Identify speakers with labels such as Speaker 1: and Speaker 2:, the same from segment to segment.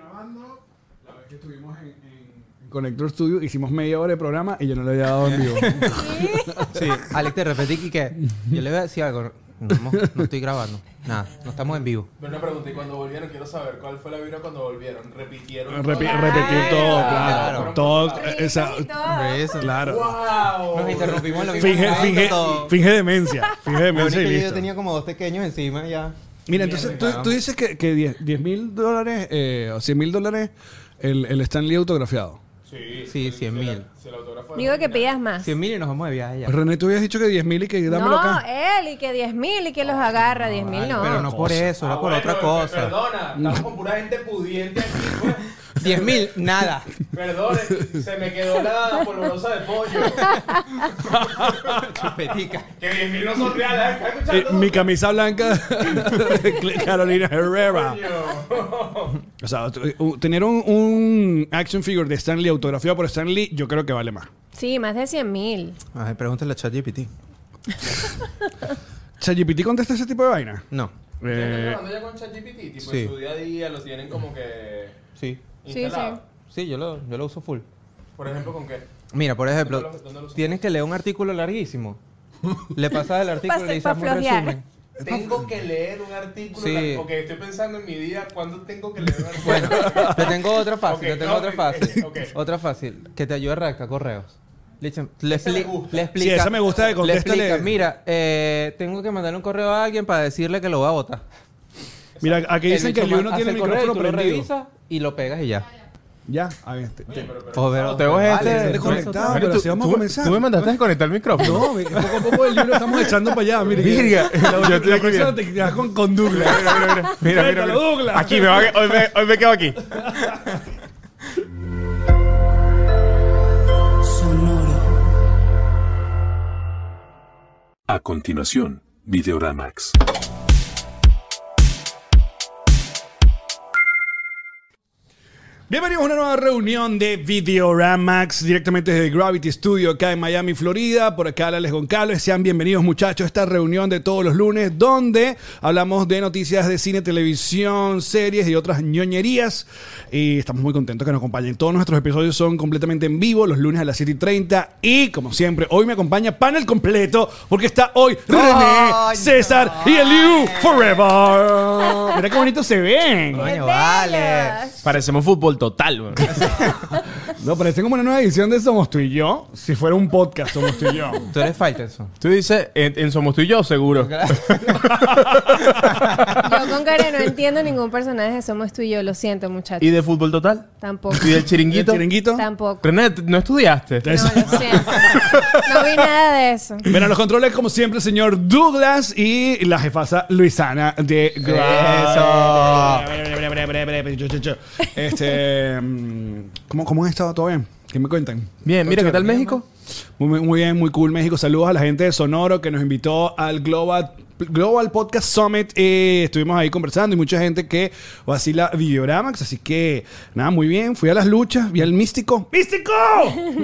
Speaker 1: grabando, la vez que estuvimos en, en- en Connector Studio, hicimos media hora de programa y yo no le había dado en vivo.
Speaker 2: Sí. Alex, te repetí que yo le voy a decir algo. No, no- no estoy grabando. Nada, no estamos en vivo.
Speaker 3: Pero una pregunta, y cuando volvieron, quiero saber cuál fue la vibra cuando volvieron. Repitieron.
Speaker 1: Repi-
Speaker 3: todo?
Speaker 1: repetir todo,
Speaker 2: Claro.
Speaker 1: claro. Todo, eh,
Speaker 4: Risas
Speaker 1: esa,
Speaker 4: y todo.
Speaker 2: Eso.
Speaker 1: claro.
Speaker 3: ¡Wow!
Speaker 2: Nos interrumpimos en la misma
Speaker 1: Finge, finge, finge demencia. Finge demencia y
Speaker 2: yo
Speaker 1: listo.
Speaker 2: tenía como dos pequeños encima ya.
Speaker 1: Mira, entonces tú, tú dices que, que 10 mil dólares eh, o 100 mil dólares el, el Stanley autografiado.
Speaker 3: Sí,
Speaker 2: Sí,
Speaker 3: se-
Speaker 2: 100.000.
Speaker 3: se la- Se la autógrafo de
Speaker 4: Digo que
Speaker 3: Marina.
Speaker 4: pidas más.
Speaker 2: 100 mil y nos vamos de viaje ya.
Speaker 1: Pues, René, tú habías dicho que 10 mil y que dámelo
Speaker 4: no, eh,
Speaker 1: acá.
Speaker 4: él y que 10 mil y que los agarra. 10 mil
Speaker 2: Vale,
Speaker 4: no.
Speaker 2: Pero no por eso,
Speaker 3: Ah,
Speaker 2: era por
Speaker 3: bueno,
Speaker 2: otra
Speaker 3: pe-
Speaker 2: cosa.
Speaker 3: Perdona, estamos con pura gente pudiente aquí. pues.
Speaker 2: 10 mil, nada.
Speaker 3: Perdone, se me quedó la polvorosa de pollo.
Speaker 2: Chupetica.
Speaker 3: Que 10 mil no son reales. ¿Estás
Speaker 1: Eh,
Speaker 3: escuchando?
Speaker 1: mi camisa blanca de Carolina Herrera.
Speaker 3: Coño.
Speaker 1: O sea, t- u- tener un, un action figure de Stanley autografiado por Stanley, yo creo que vale más.
Speaker 4: Sí, más de 100 mil.
Speaker 2: Ay, pregúntale a ChatGPT.
Speaker 1: ¿ChatGPT contesta ese tipo de vaina?
Speaker 2: No.
Speaker 3: ¿Ustedes ¿Están
Speaker 1: Eh,
Speaker 3: trabajando ya con ChatGPT? Tipo,
Speaker 2: sí.
Speaker 3: en su día a día los tienen como que
Speaker 2: Sí.
Speaker 4: Sí,
Speaker 3: instalados.
Speaker 2: Sí, yo lo, yo lo uso full.
Speaker 3: Por ejemplo, ¿con qué?
Speaker 2: Mira, por ejemplo,
Speaker 3: ¿Dónde lo- dónde lo usas?
Speaker 2: tienes que leer un artículo larguísimo. Le pasas el artículo y
Speaker 4: Pase-
Speaker 2: le dices
Speaker 4: pa'
Speaker 2: "Hazme un
Speaker 4: flojear".
Speaker 2: resumen.
Speaker 3: Tengo que leer un artículo.
Speaker 2: Sí.
Speaker 3: Ok, estoy pensando en mi día. ¿Cuándo tengo que leer un artículo?
Speaker 2: Bueno, te tengo otra fácil,
Speaker 3: Ok,
Speaker 2: te tengo
Speaker 3: no,
Speaker 2: otra
Speaker 3: ok,
Speaker 2: fácil.
Speaker 3: ok.
Speaker 2: Otra fácil, que te ayude a redactar correos. Le, dicen- le
Speaker 3: Esa me
Speaker 2: expli-
Speaker 3: gusta.
Speaker 2: le explica.
Speaker 1: Sí, esa me gusta de
Speaker 2: Le
Speaker 1: contéstale.
Speaker 2: explica, mira, eh, tengo que mandarle un correo a alguien para decirle que lo va a votar.
Speaker 1: mira, aquí dicen que el uno tiene el micrófono
Speaker 2: Lo
Speaker 1: prendido.
Speaker 2: revisas y lo pegas y
Speaker 3: Ah,
Speaker 2: ya.
Speaker 1: Ya, a ver, te- te-
Speaker 2: O ver-
Speaker 5: Te voy a
Speaker 2: Vale,
Speaker 5: este-
Speaker 2: eso-
Speaker 1: desconectado, pero
Speaker 5: tú-
Speaker 1: si vamos a
Speaker 5: tú-
Speaker 1: comenzar.
Speaker 5: Tú me mandaste a desconectar el micrófono.
Speaker 1: No, poco a poco el libro estamos echando para allá. Mire,
Speaker 5: Virga,
Speaker 1: que- la,
Speaker 5: yo estoy
Speaker 1: la
Speaker 5: aquí,
Speaker 1: próxima
Speaker 5: mira.
Speaker 1: te quedas con, con Douglas.
Speaker 5: Mira, mira, mira, mira, mira,
Speaker 1: Suéltalo,
Speaker 5: mira.
Speaker 1: Douglas.
Speaker 5: Aquí me va a- hoy, me, hoy me quedo aquí.
Speaker 6: A continuación, Videoramax.
Speaker 1: Bienvenidos a una nueva reunión de Videoramax directamente desde Gravity Studio acá en Miami, Florida. Por acá Alex Goncalves. Sean bienvenidos muchachos a esta reunión de todos los lunes donde hablamos de noticias de cine, televisión, series y otras ñoñerías. Y estamos muy contentos que nos acompañen. Todos nuestros episodios son completamente en vivo los lunes a las 7 y 30. Y como siempre, hoy me acompaña panel completo porque está hoy René,
Speaker 2: Ay,
Speaker 1: César y el Liu Forever. Mira qué bonito se ven.
Speaker 2: Coño,
Speaker 4: ¡Qué
Speaker 2: vale.
Speaker 4: bellos!
Speaker 5: Parecemos fútbol total, weón.
Speaker 1: No, parece como una nueva edición de Somos tú y yo. Si fuera un podcast, Somos tú y yo.
Speaker 2: Tú eres Faitelson.
Speaker 5: Tú dices, en, en Somos tú y yo, seguro.
Speaker 4: Yo con Karen no entiendo ningún personaje de Somos tú y yo. Lo siento, muchachos.
Speaker 5: ¿Y de fútbol total?
Speaker 4: Tampoco.
Speaker 5: ¿Y del chiringuito?
Speaker 1: Chiringuito.
Speaker 4: Tampoco.
Speaker 5: René, t- ¿no estudiaste?
Speaker 4: No, lo siento. No vi nada de eso.
Speaker 1: Bueno, los controles, como siempre, el señor Douglas y la jefasa Luisana de Eso. Este, mm, ¿cómo, ¿Cómo han estado? ¿Todo bien? ¿Qué me cuentan?
Speaker 5: Bien, mira, ¿qué tal México?
Speaker 1: Muy, muy bien, muy cool México. Saludos a la gente de Sonoro que nos invitó al Global, Global Podcast Summit. Eh, estuvimos ahí conversando y mucha gente que vacila Videoramax. Así que, nada, muy bien. Fui a las luchas, vi al místico. ¡Místico!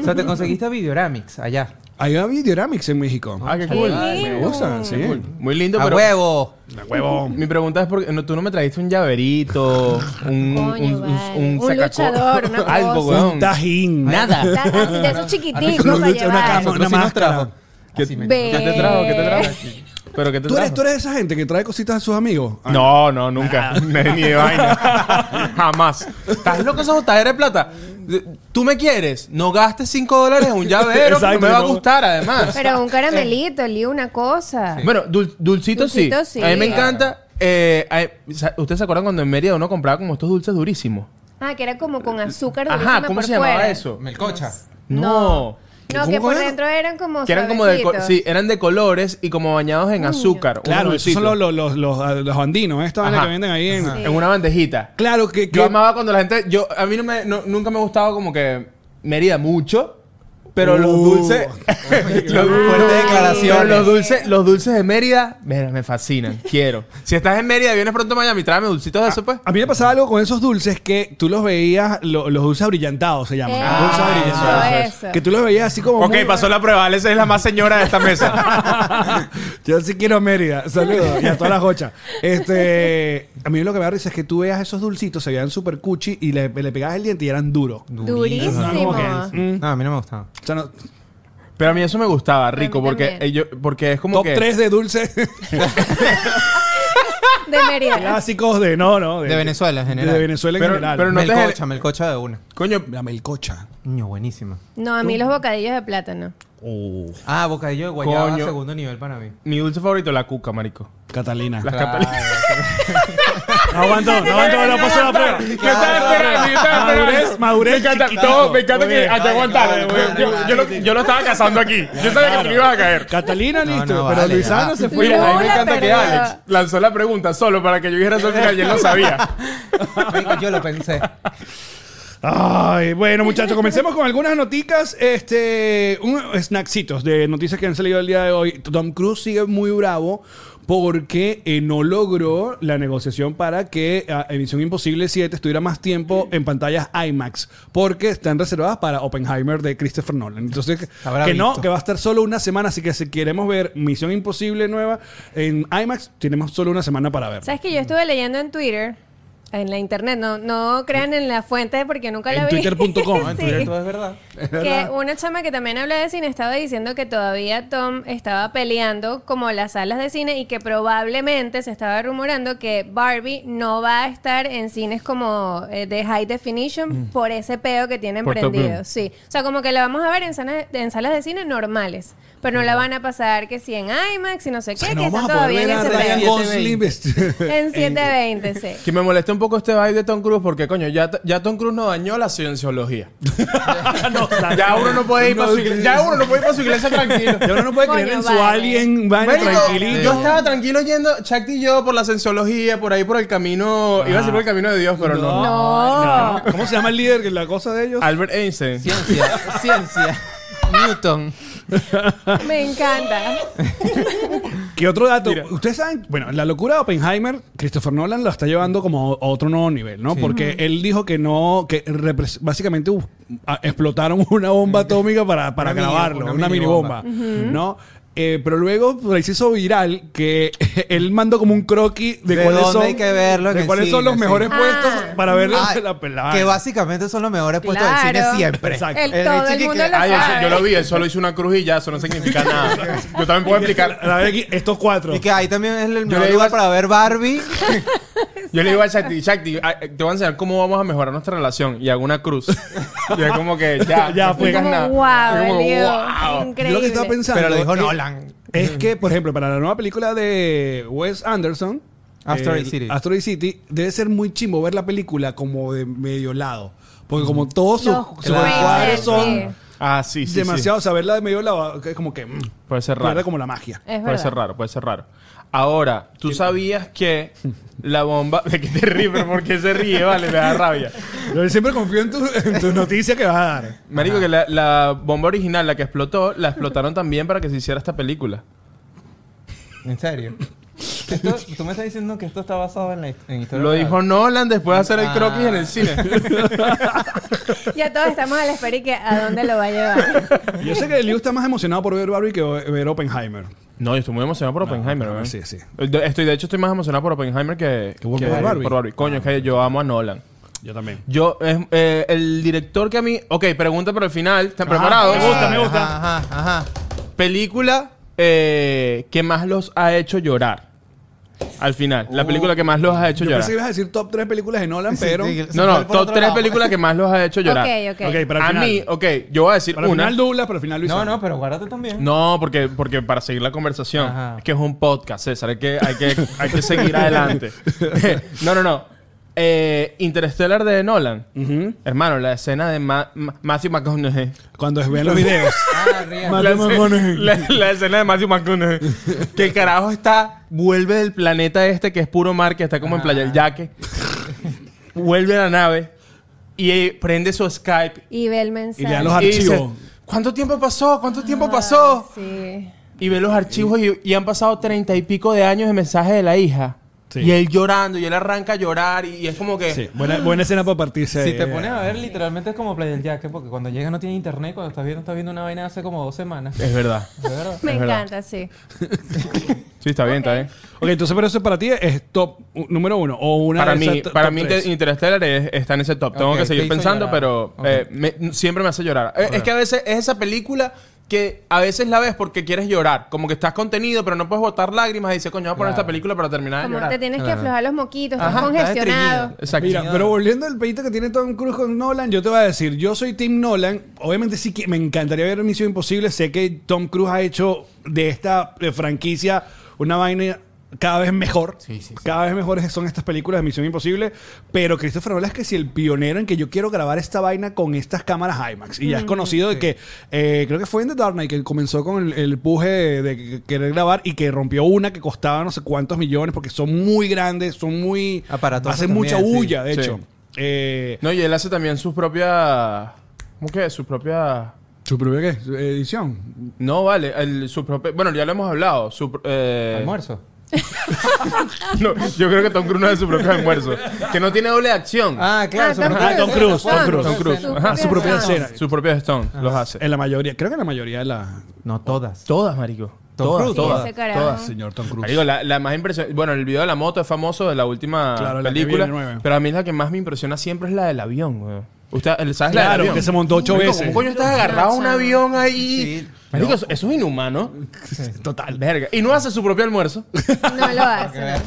Speaker 2: O sea, te conseguiste Videoramics allá.
Speaker 1: Ahí va Videoramax en México.
Speaker 5: Ah, qué
Speaker 4: Qué
Speaker 5: cool.
Speaker 1: Me
Speaker 4: lindo.
Speaker 1: gusta, sí.
Speaker 5: Muy lindo,
Speaker 2: ¡A
Speaker 5: pero...
Speaker 2: huevo!
Speaker 1: La huevo.
Speaker 5: Mi pregunta es por qué no, tú no me trajiste un llaverito, un,
Speaker 4: Coño,
Speaker 5: un, un,
Speaker 4: vale.
Speaker 5: un
Speaker 4: Un
Speaker 5: sacaco-
Speaker 4: luchador, una
Speaker 5: algo,
Speaker 4: cosa.
Speaker 5: weón.
Speaker 1: Un tajín.
Speaker 5: Nada.
Speaker 4: Está- Así de esos chiquiticos
Speaker 1: Una
Speaker 4: para
Speaker 1: lucha, una
Speaker 4: llevar.
Speaker 1: cama, una
Speaker 2: sí nos
Speaker 1: máscara.
Speaker 2: trajo.
Speaker 5: ¿Qué,
Speaker 2: Así me-
Speaker 4: Ve.
Speaker 5: qué te trajo? ¿Qué te trajo? ¿Pero qué te
Speaker 1: ¿Tú eres,
Speaker 5: trajo?
Speaker 1: tú eres de esa gente que trae cositas a sus amigos? Ah,
Speaker 5: No, no, nunca. Ni de vaina. Jamás.
Speaker 2: ¿Estás loco esa botajera de plata? ¿Tú me quieres? No gastes 5 dólares en un llavero que no
Speaker 1: Exacto,
Speaker 2: me va a
Speaker 1: no.
Speaker 2: gustar, además.
Speaker 4: Pero un caramelito, Liu, una cosa.
Speaker 5: Bueno, dul- dulcito,
Speaker 4: Dulcito
Speaker 5: sí.
Speaker 4: sí.
Speaker 5: A mí me
Speaker 4: Claro.
Speaker 5: encanta. eh, a- sa- ¿Ustedes se acuerdan cuando en Mérida uno compraba como estos dulces durísimos?
Speaker 4: Ah, que era como con azúcar durísima
Speaker 5: Ajá, ¿cómo
Speaker 4: por
Speaker 5: se llamaba
Speaker 4: fuera.
Speaker 5: eso?
Speaker 2: Melcocha.
Speaker 5: No.
Speaker 4: No,
Speaker 1: ¿Cómo
Speaker 4: que por
Speaker 1: era?
Speaker 4: dentro eran como
Speaker 5: Que eran como de, co-
Speaker 4: suavecitos.
Speaker 5: sí, eran de colores y como bañados en azúcar. unos
Speaker 1: Ah, Claro, esos son
Speaker 5: dulcitos.
Speaker 1: los, los, los, los- los andinos, esta vaina
Speaker 5: Ajá.
Speaker 1: que venden ahí en...
Speaker 4: Sí.
Speaker 5: En una bandejita.
Speaker 1: Claro que... que-
Speaker 5: Yo amaba cuando la gente. Yo, a mí no me, no- nunca me ha gustado como que Mérida mucho. Pero los
Speaker 1: Uh.
Speaker 5: dulces. los,
Speaker 2: Fuerte declaración.
Speaker 5: pero los dulces, los dulces de Mérida, mira, me fascinan. Quiero. Si estás en Mérida y vienes pronto a Miami, tráeme dulcitos de eso, pues.
Speaker 1: A mí me pasaba algo con esos dulces que tú los veías, lo- los dulces abrillantados se llaman.
Speaker 4: Ah,
Speaker 1: dulces abrillantados.
Speaker 4: eso, eso.
Speaker 1: Que tú los veías así como.
Speaker 5: Ok,
Speaker 1: muy-
Speaker 5: pasó la prueba. Alex es la más señora de esta mesa.
Speaker 1: Yo sí quiero Mérida. Saludos. Y a todas las gochas. Este, a mí lo que me da risa es que tú veas esos dulcitos, se veían súper cuchi y le, le pegabas el diente y eran duros.
Speaker 4: Durísimo.
Speaker 1: Mm.
Speaker 2: No, a mí no me gustaba.
Speaker 1: O sea, no-
Speaker 5: Pero a mí eso me gustaba, rico,
Speaker 4: mí
Speaker 5: porque,
Speaker 4: también.
Speaker 5: eh, yo- porque es como
Speaker 1: top
Speaker 5: que.
Speaker 1: 3 de dulces
Speaker 4: De Mérida.
Speaker 1: clásicos de. No, no.
Speaker 2: De Venezuela en general.
Speaker 1: De Venezuela en
Speaker 5: Pero-
Speaker 1: general.
Speaker 5: pero no te-
Speaker 2: melcocha, melcocha de una.
Speaker 5: Coño,
Speaker 1: La melcocha.
Speaker 2: Niño, buenísima.
Speaker 4: No, a mí los bocadillos de plátano.
Speaker 2: Ah, bocadillo de guayaba,
Speaker 5: Coño.
Speaker 2: segundo nivel para mí.
Speaker 5: mi dulce favorito es la cuca, marico.
Speaker 1: Catalina.
Speaker 5: Las
Speaker 2: Claro.
Speaker 5: capelinas.
Speaker 1: No aguantó, no aguantó, no pasó la prueba.
Speaker 5: Yo estaba esperando, yo estaba esperando.
Speaker 1: Madurez, madurez
Speaker 5: Me encanta,
Speaker 1: chiquitico.
Speaker 5: no, me encanta
Speaker 1: Muy
Speaker 5: que
Speaker 1: bien.
Speaker 5: hasta aguantaron.
Speaker 2: vale,
Speaker 5: Yo- yo-
Speaker 2: vale,
Speaker 5: yo, lo-
Speaker 2: vale.
Speaker 5: yo lo estaba cazando aquí. Yo sabía que tú me ibas a caer.
Speaker 1: Catalina,
Speaker 2: No,
Speaker 1: listo.
Speaker 2: no,
Speaker 1: pero
Speaker 2: vale,
Speaker 1: Luisana
Speaker 2: ya.
Speaker 1: se fue.
Speaker 5: Mira, a mí me
Speaker 4: Lula,
Speaker 5: encanta que
Speaker 4: pero-
Speaker 5: Alex lanzó la pregunta solo para que yo dijera eso al final y él no sabía.
Speaker 2: Marico, Yo lo pensé.
Speaker 1: Ay, bueno, muchachos, comencemos con algunas noticas. Este, un, snacksitos de noticias que han salido el día de hoy. Tom Cruise sigue muy bravo porque eh, no logró la negociación para que ah, Emisión Imposible 7 estuviera más tiempo en pantallas IMAX, porque están reservadas para Oppenheimer de Christopher Nolan. Entonces,
Speaker 2: Habrá
Speaker 1: que no,
Speaker 2: visto.
Speaker 1: que va a estar solo una semana, así que si queremos ver Misión Imposible nueva en IMAX, tenemos solo una semana para verla.
Speaker 4: ¿Sabes que yo estuve leyendo en Twitter? En la internet, no, no crean en la fuente porque nunca
Speaker 1: En
Speaker 4: la vi.
Speaker 1: twitter.com, ¿no?
Speaker 2: En
Speaker 4: Sí.
Speaker 2: Twitter todo es verdad.
Speaker 4: Que una chama que también habla de cine estaba diciendo que todavía Tom estaba peleando como las salas de cine y que probablemente se estaba rumorando que Barbie no va a estar en cines como eh, de high definition por ese peo que tienen
Speaker 5: Por Top
Speaker 4: prendido.
Speaker 5: Gun.
Speaker 4: Sí. O sea, como que la vamos a ver en, sana- en salas de cine normales, pero no la van a pasar que si en IMAX y no
Speaker 1: Pues
Speaker 4: sé qué, que está todavía en ese
Speaker 1: Ryan
Speaker 4: peo.
Speaker 1: Gosling vestido-
Speaker 4: En 720, sí.
Speaker 5: Que me molesta un poco este vibe de Tom Cruise porque, coño, ya, ya Tom Cruise nos dañó la cienciología. ya uno no puede ir para su iglesia. Ya uno no puede ir para su iglesia tranquilo.
Speaker 1: Ya uno no puede
Speaker 4: Coño,
Speaker 1: creer en su
Speaker 4: vale.
Speaker 1: alien, vaina
Speaker 5: Marico,
Speaker 1: tranquilito.
Speaker 5: Yo estaba tranquilo yendo, Chacti y yo, por la cienciología, por ahí por el camino. Iba a decir por el camino de Dios, pero no.
Speaker 4: No.
Speaker 1: ¿Cómo se llama el líder? La cosa de ellos.
Speaker 5: Albert Einstein.
Speaker 2: Ciencia, ciencia. Newton.
Speaker 4: Me encanta.
Speaker 1: ¿Qué otro dato? Ustedes saben, bueno, la locura de Oppenheimer, Christopher Nolan la está llevando como a otro nuevo nivel, ¿no? Porque él dijo que no, que repres- básicamente uh, a- explotaron una bomba atómica para, para
Speaker 2: Una mini-
Speaker 1: grabarlo, una,
Speaker 2: una
Speaker 1: minibomba,
Speaker 2: minibomba.
Speaker 1: ¿no? Eh, pero luego pues, se hizo viral que él mandó como un croquis de,
Speaker 2: De
Speaker 1: cuáles
Speaker 2: dónde
Speaker 1: son,
Speaker 2: hay que verlo en
Speaker 1: de
Speaker 2: el
Speaker 1: cuáles son
Speaker 2: cine,
Speaker 1: los
Speaker 2: sí.
Speaker 1: mejores
Speaker 4: Ah.
Speaker 1: puestos para ver la,
Speaker 2: Ay,
Speaker 1: la pelada.
Speaker 2: Ah, Que básicamente son los mejores puestos del
Speaker 4: Claro.
Speaker 2: cine siempre.
Speaker 1: Exacto.
Speaker 4: El,
Speaker 2: El
Speaker 4: todo el
Speaker 2: chiqui
Speaker 4: mundo
Speaker 2: que-
Speaker 4: lo
Speaker 5: Ay, eso-
Speaker 4: sabe.
Speaker 5: yo lo vi, él solo hizo una cruz y ya, eso no significa nada. Yo también puedo explicar.
Speaker 1: A ver aquí, estos cuatro.
Speaker 2: Y que ahí también es el
Speaker 5: le
Speaker 2: mejor
Speaker 5: digo
Speaker 2: lugar
Speaker 5: a-
Speaker 2: para ver Barbie.
Speaker 5: Yo le digo a Shakti, Shakti, ah, te voy a enseñar cómo vamos a mejorar nuestra relación. Y hago una cruz. y es como que ya,
Speaker 1: Ya
Speaker 5: no
Speaker 1: Ah, fue.
Speaker 5: explicas
Speaker 4: Como,
Speaker 5: nada.
Speaker 4: wow,
Speaker 5: Es como,
Speaker 4: Leo,
Speaker 5: wow.
Speaker 1: Yo lo que
Speaker 4: Increíble.
Speaker 1: estaba pensando.
Speaker 2: Pero lo dijo
Speaker 1: es-
Speaker 2: Nolan.
Speaker 1: Es que, por ejemplo, para la nueva película de Wes Anderson.
Speaker 2: Asteroid
Speaker 1: eh,
Speaker 2: City.
Speaker 1: Asteroid City. Debe ser muy chimbo ver la película como de medio lado. Porque como todos sus,
Speaker 4: Los
Speaker 1: sus
Speaker 4: frames,
Speaker 1: cuadros
Speaker 4: sí.
Speaker 1: son
Speaker 5: Ah, sí, sí.
Speaker 1: demasiado, o sea, verla de medio lado es como que... mm,
Speaker 5: Puede ser
Speaker 1: pierde
Speaker 5: raro.
Speaker 1: como la magia.
Speaker 5: sí.
Speaker 4: Es
Speaker 5: Puede
Speaker 4: verdad.
Speaker 5: ser raro, puede ser raro. Ahora, tú sabías que la bomba. ¿De qué te ríes? ¿Pero por qué se ríe? Vale, me da rabia.
Speaker 1: Yo siempre confío en tu- en tus noticias que vas a dar.
Speaker 5: Marico, que la, la bomba original, la que explotó, la explotaron también para que se hiciera esta película.
Speaker 2: En serio. Esto- tú me estás diciendo que esto está basado en la hist- en historia.
Speaker 5: Lo
Speaker 2: real.
Speaker 5: dijo Nolan después de hacer el
Speaker 2: Ah.
Speaker 5: croquis en el cine.
Speaker 4: Ya todos estamos a la espera y que a dónde lo va a llevar.
Speaker 1: Yo sé que Liu está más emocionado por ver Barbie que ver Oppenheimer.
Speaker 5: No, yo estoy muy emocionado por Oppenheimer.
Speaker 1: no,
Speaker 5: ¿eh?
Speaker 1: sí, sí.
Speaker 5: De- Estoy, de hecho, estoy más emocionado por Oppenheimer que,
Speaker 1: Que por Barbie. Ah,
Speaker 5: Coño, es que yo amo a Nolan.
Speaker 1: Yo también.
Speaker 5: Yo, es, eh, el director que a mí. Ok, pregunta para el final. ¿Están preparados?
Speaker 1: Ah, Me gusta, me gusta.
Speaker 2: Ajá, ajá, ajá.
Speaker 5: Película eh, que más los ha hecho llorar. Al final. La película que más los ha hecho
Speaker 1: Uh. Yo
Speaker 5: llorar.
Speaker 1: pensé que ibas a decir top 3 películas de Nolan, pero...
Speaker 2: Sí, sí, se
Speaker 5: No,
Speaker 2: fue
Speaker 5: no,
Speaker 2: por
Speaker 5: top
Speaker 2: otro
Speaker 5: tres
Speaker 2: lado.
Speaker 5: películas que más los ha hecho llorar.
Speaker 4: ok, ok.
Speaker 1: Ok, Eh, para el
Speaker 5: a
Speaker 1: final.
Speaker 5: mí, ok, yo voy a decir
Speaker 1: Para el
Speaker 5: una.
Speaker 1: final dublas, para el final Luis.
Speaker 2: No, no, pero guárdate también.
Speaker 5: No, porque, porque para seguir la conversación,
Speaker 2: Ajá.
Speaker 5: es que es un podcast, César, hay que, hay que, hay que seguir adelante. no, no, no. Eh, Interstellar de Nolan. Hermano, la escena de Ma- Ma- Matthew McConaughey.
Speaker 1: Cuando ven los videos.
Speaker 2: Ah, ría.
Speaker 1: Mal-
Speaker 5: La,
Speaker 1: Matthew McConaughey.
Speaker 5: escena- la- la escena de Matthew McConaughey. que el carajo está, vuelve del planeta este que es puro mar, que está como en Playa del Yaque. vuelve a la nave y eh, prende su Skype
Speaker 4: Y ve el mensaje.
Speaker 1: Y le dan los
Speaker 5: y dice,
Speaker 1: archivos.
Speaker 5: ¿Cuánto tiempo pasó? ¿Cuánto tiempo pasó?
Speaker 4: Sí.
Speaker 5: Y ve los archivos y, y han pasado treinta y pico de años de mensajes de la hija.
Speaker 1: Sí.
Speaker 5: Y él llorando, y él arranca a llorar, y, y es como que...
Speaker 1: Sí, buena, buena escena para partirse.
Speaker 2: Si
Speaker 1: ahí,
Speaker 2: te
Speaker 1: eh.
Speaker 2: pones a ver, literalmente es como Play del Jack, porque cuando llegas no tiene internet, cuando estás viendo, estás viendo una vaina de hace como dos semanas.
Speaker 5: Es verdad.
Speaker 2: De verdad.
Speaker 4: Me
Speaker 5: Es verdad.
Speaker 4: encanta, sí.
Speaker 5: Sí, está bien, está bien.
Speaker 1: Ok, entonces, pero eso para ti es top uh, número uno. O una
Speaker 5: Para
Speaker 1: de esas
Speaker 5: mí,
Speaker 1: t-
Speaker 5: para
Speaker 1: top
Speaker 5: mí
Speaker 1: tres.
Speaker 5: Inter- Interstellar es- está en ese top. Tengo
Speaker 2: Ok,
Speaker 5: que seguir
Speaker 2: te hizo
Speaker 5: pensando,
Speaker 2: llorar.
Speaker 5: pero
Speaker 2: Ok.
Speaker 5: eh, me- siempre me hace llorar. Eh, Es que a veces es esa película que a veces la ves porque quieres llorar. Como que estás contenido, pero no puedes botar lágrimas y dices, coño, voy a poner
Speaker 2: Claro.
Speaker 5: esta película para
Speaker 1: Ah,
Speaker 5: terminar de
Speaker 4: Como
Speaker 5: llorar.
Speaker 4: te tienes que
Speaker 2: Claro.
Speaker 4: aflojar los moquitos, estás
Speaker 5: Ajá, estás
Speaker 4: congestionado.
Speaker 5: estreñido. Exacto.
Speaker 1: Mira, pero volviendo al pedito que tiene Tom Cruise con Nolan, yo te voy a decir, yo soy Team Nolan. Obviamente sí que me encantaría ver Misión Imposible. Sé que Tom Cruise ha hecho de esta eh, franquicia una vaina cada vez mejor. Cada vez mejores son estas películas de Misión Imposible. Pero Christopher Nolan es que si el pionero en que yo quiero grabar esta vaina con estas cámaras IMAX. Y ya es conocido de que eh, creo que fue en The Dark Knight que comenzó con el, el puje de, de querer grabar y que rompió una que costaba no sé cuántos millones porque son muy grandes, son muy...
Speaker 2: Aparatosos
Speaker 1: Hacen
Speaker 2: también,
Speaker 1: mucha
Speaker 2: sí.
Speaker 1: bulla de
Speaker 5: Sí.
Speaker 1: hecho. Eh,
Speaker 5: No, y él hace también sus propias... ¿Cómo que? Sus propias...
Speaker 1: ¿Su propia qué? ¿Su edición?
Speaker 5: No, vale. El, su propia- Bueno, ya lo hemos hablado. Su, pro- eh,
Speaker 2: Almuerzo.
Speaker 5: No, yo creo que Tom Cruise no hace su propio almuerzo. Que no tiene doble de acción.
Speaker 2: Ah, claro.
Speaker 4: Tom
Speaker 1: Ah, Tom Cruise, Tom Cruise.
Speaker 5: Tom Cruise.
Speaker 4: Su
Speaker 5: Ajá,
Speaker 1: su propia escena.
Speaker 5: Sus propios Stone
Speaker 1: Ah.
Speaker 5: los hace.
Speaker 1: En la mayoría, creo que en la mayoría de la...
Speaker 2: No todas.
Speaker 5: Todas, marico.
Speaker 2: Tom
Speaker 5: todas,
Speaker 2: Cruise.
Speaker 5: todas.
Speaker 4: Sí, ese carajo.
Speaker 5: todas.
Speaker 1: Señor Tom Cruise.
Speaker 5: Marico, la, la más impresionante. Bueno, el video de la moto es famoso de la última
Speaker 1: Claro, la que
Speaker 5: película.
Speaker 1: viene nueva.
Speaker 5: pero a mí la que más me impresiona siempre es la del avión, weón. Usted, ¿Sabes la del
Speaker 1: Claro,
Speaker 5: avión?
Speaker 1: que se montó ocho
Speaker 5: Marico,
Speaker 1: veces.
Speaker 5: ¿Cómo coño estás agarrado a un avión ahí?
Speaker 2: Sí.
Speaker 5: Marico, eso, eso es inhumano.
Speaker 1: Total.
Speaker 5: Verga. Y no hace su propio almuerzo.
Speaker 4: No lo hace. Ah,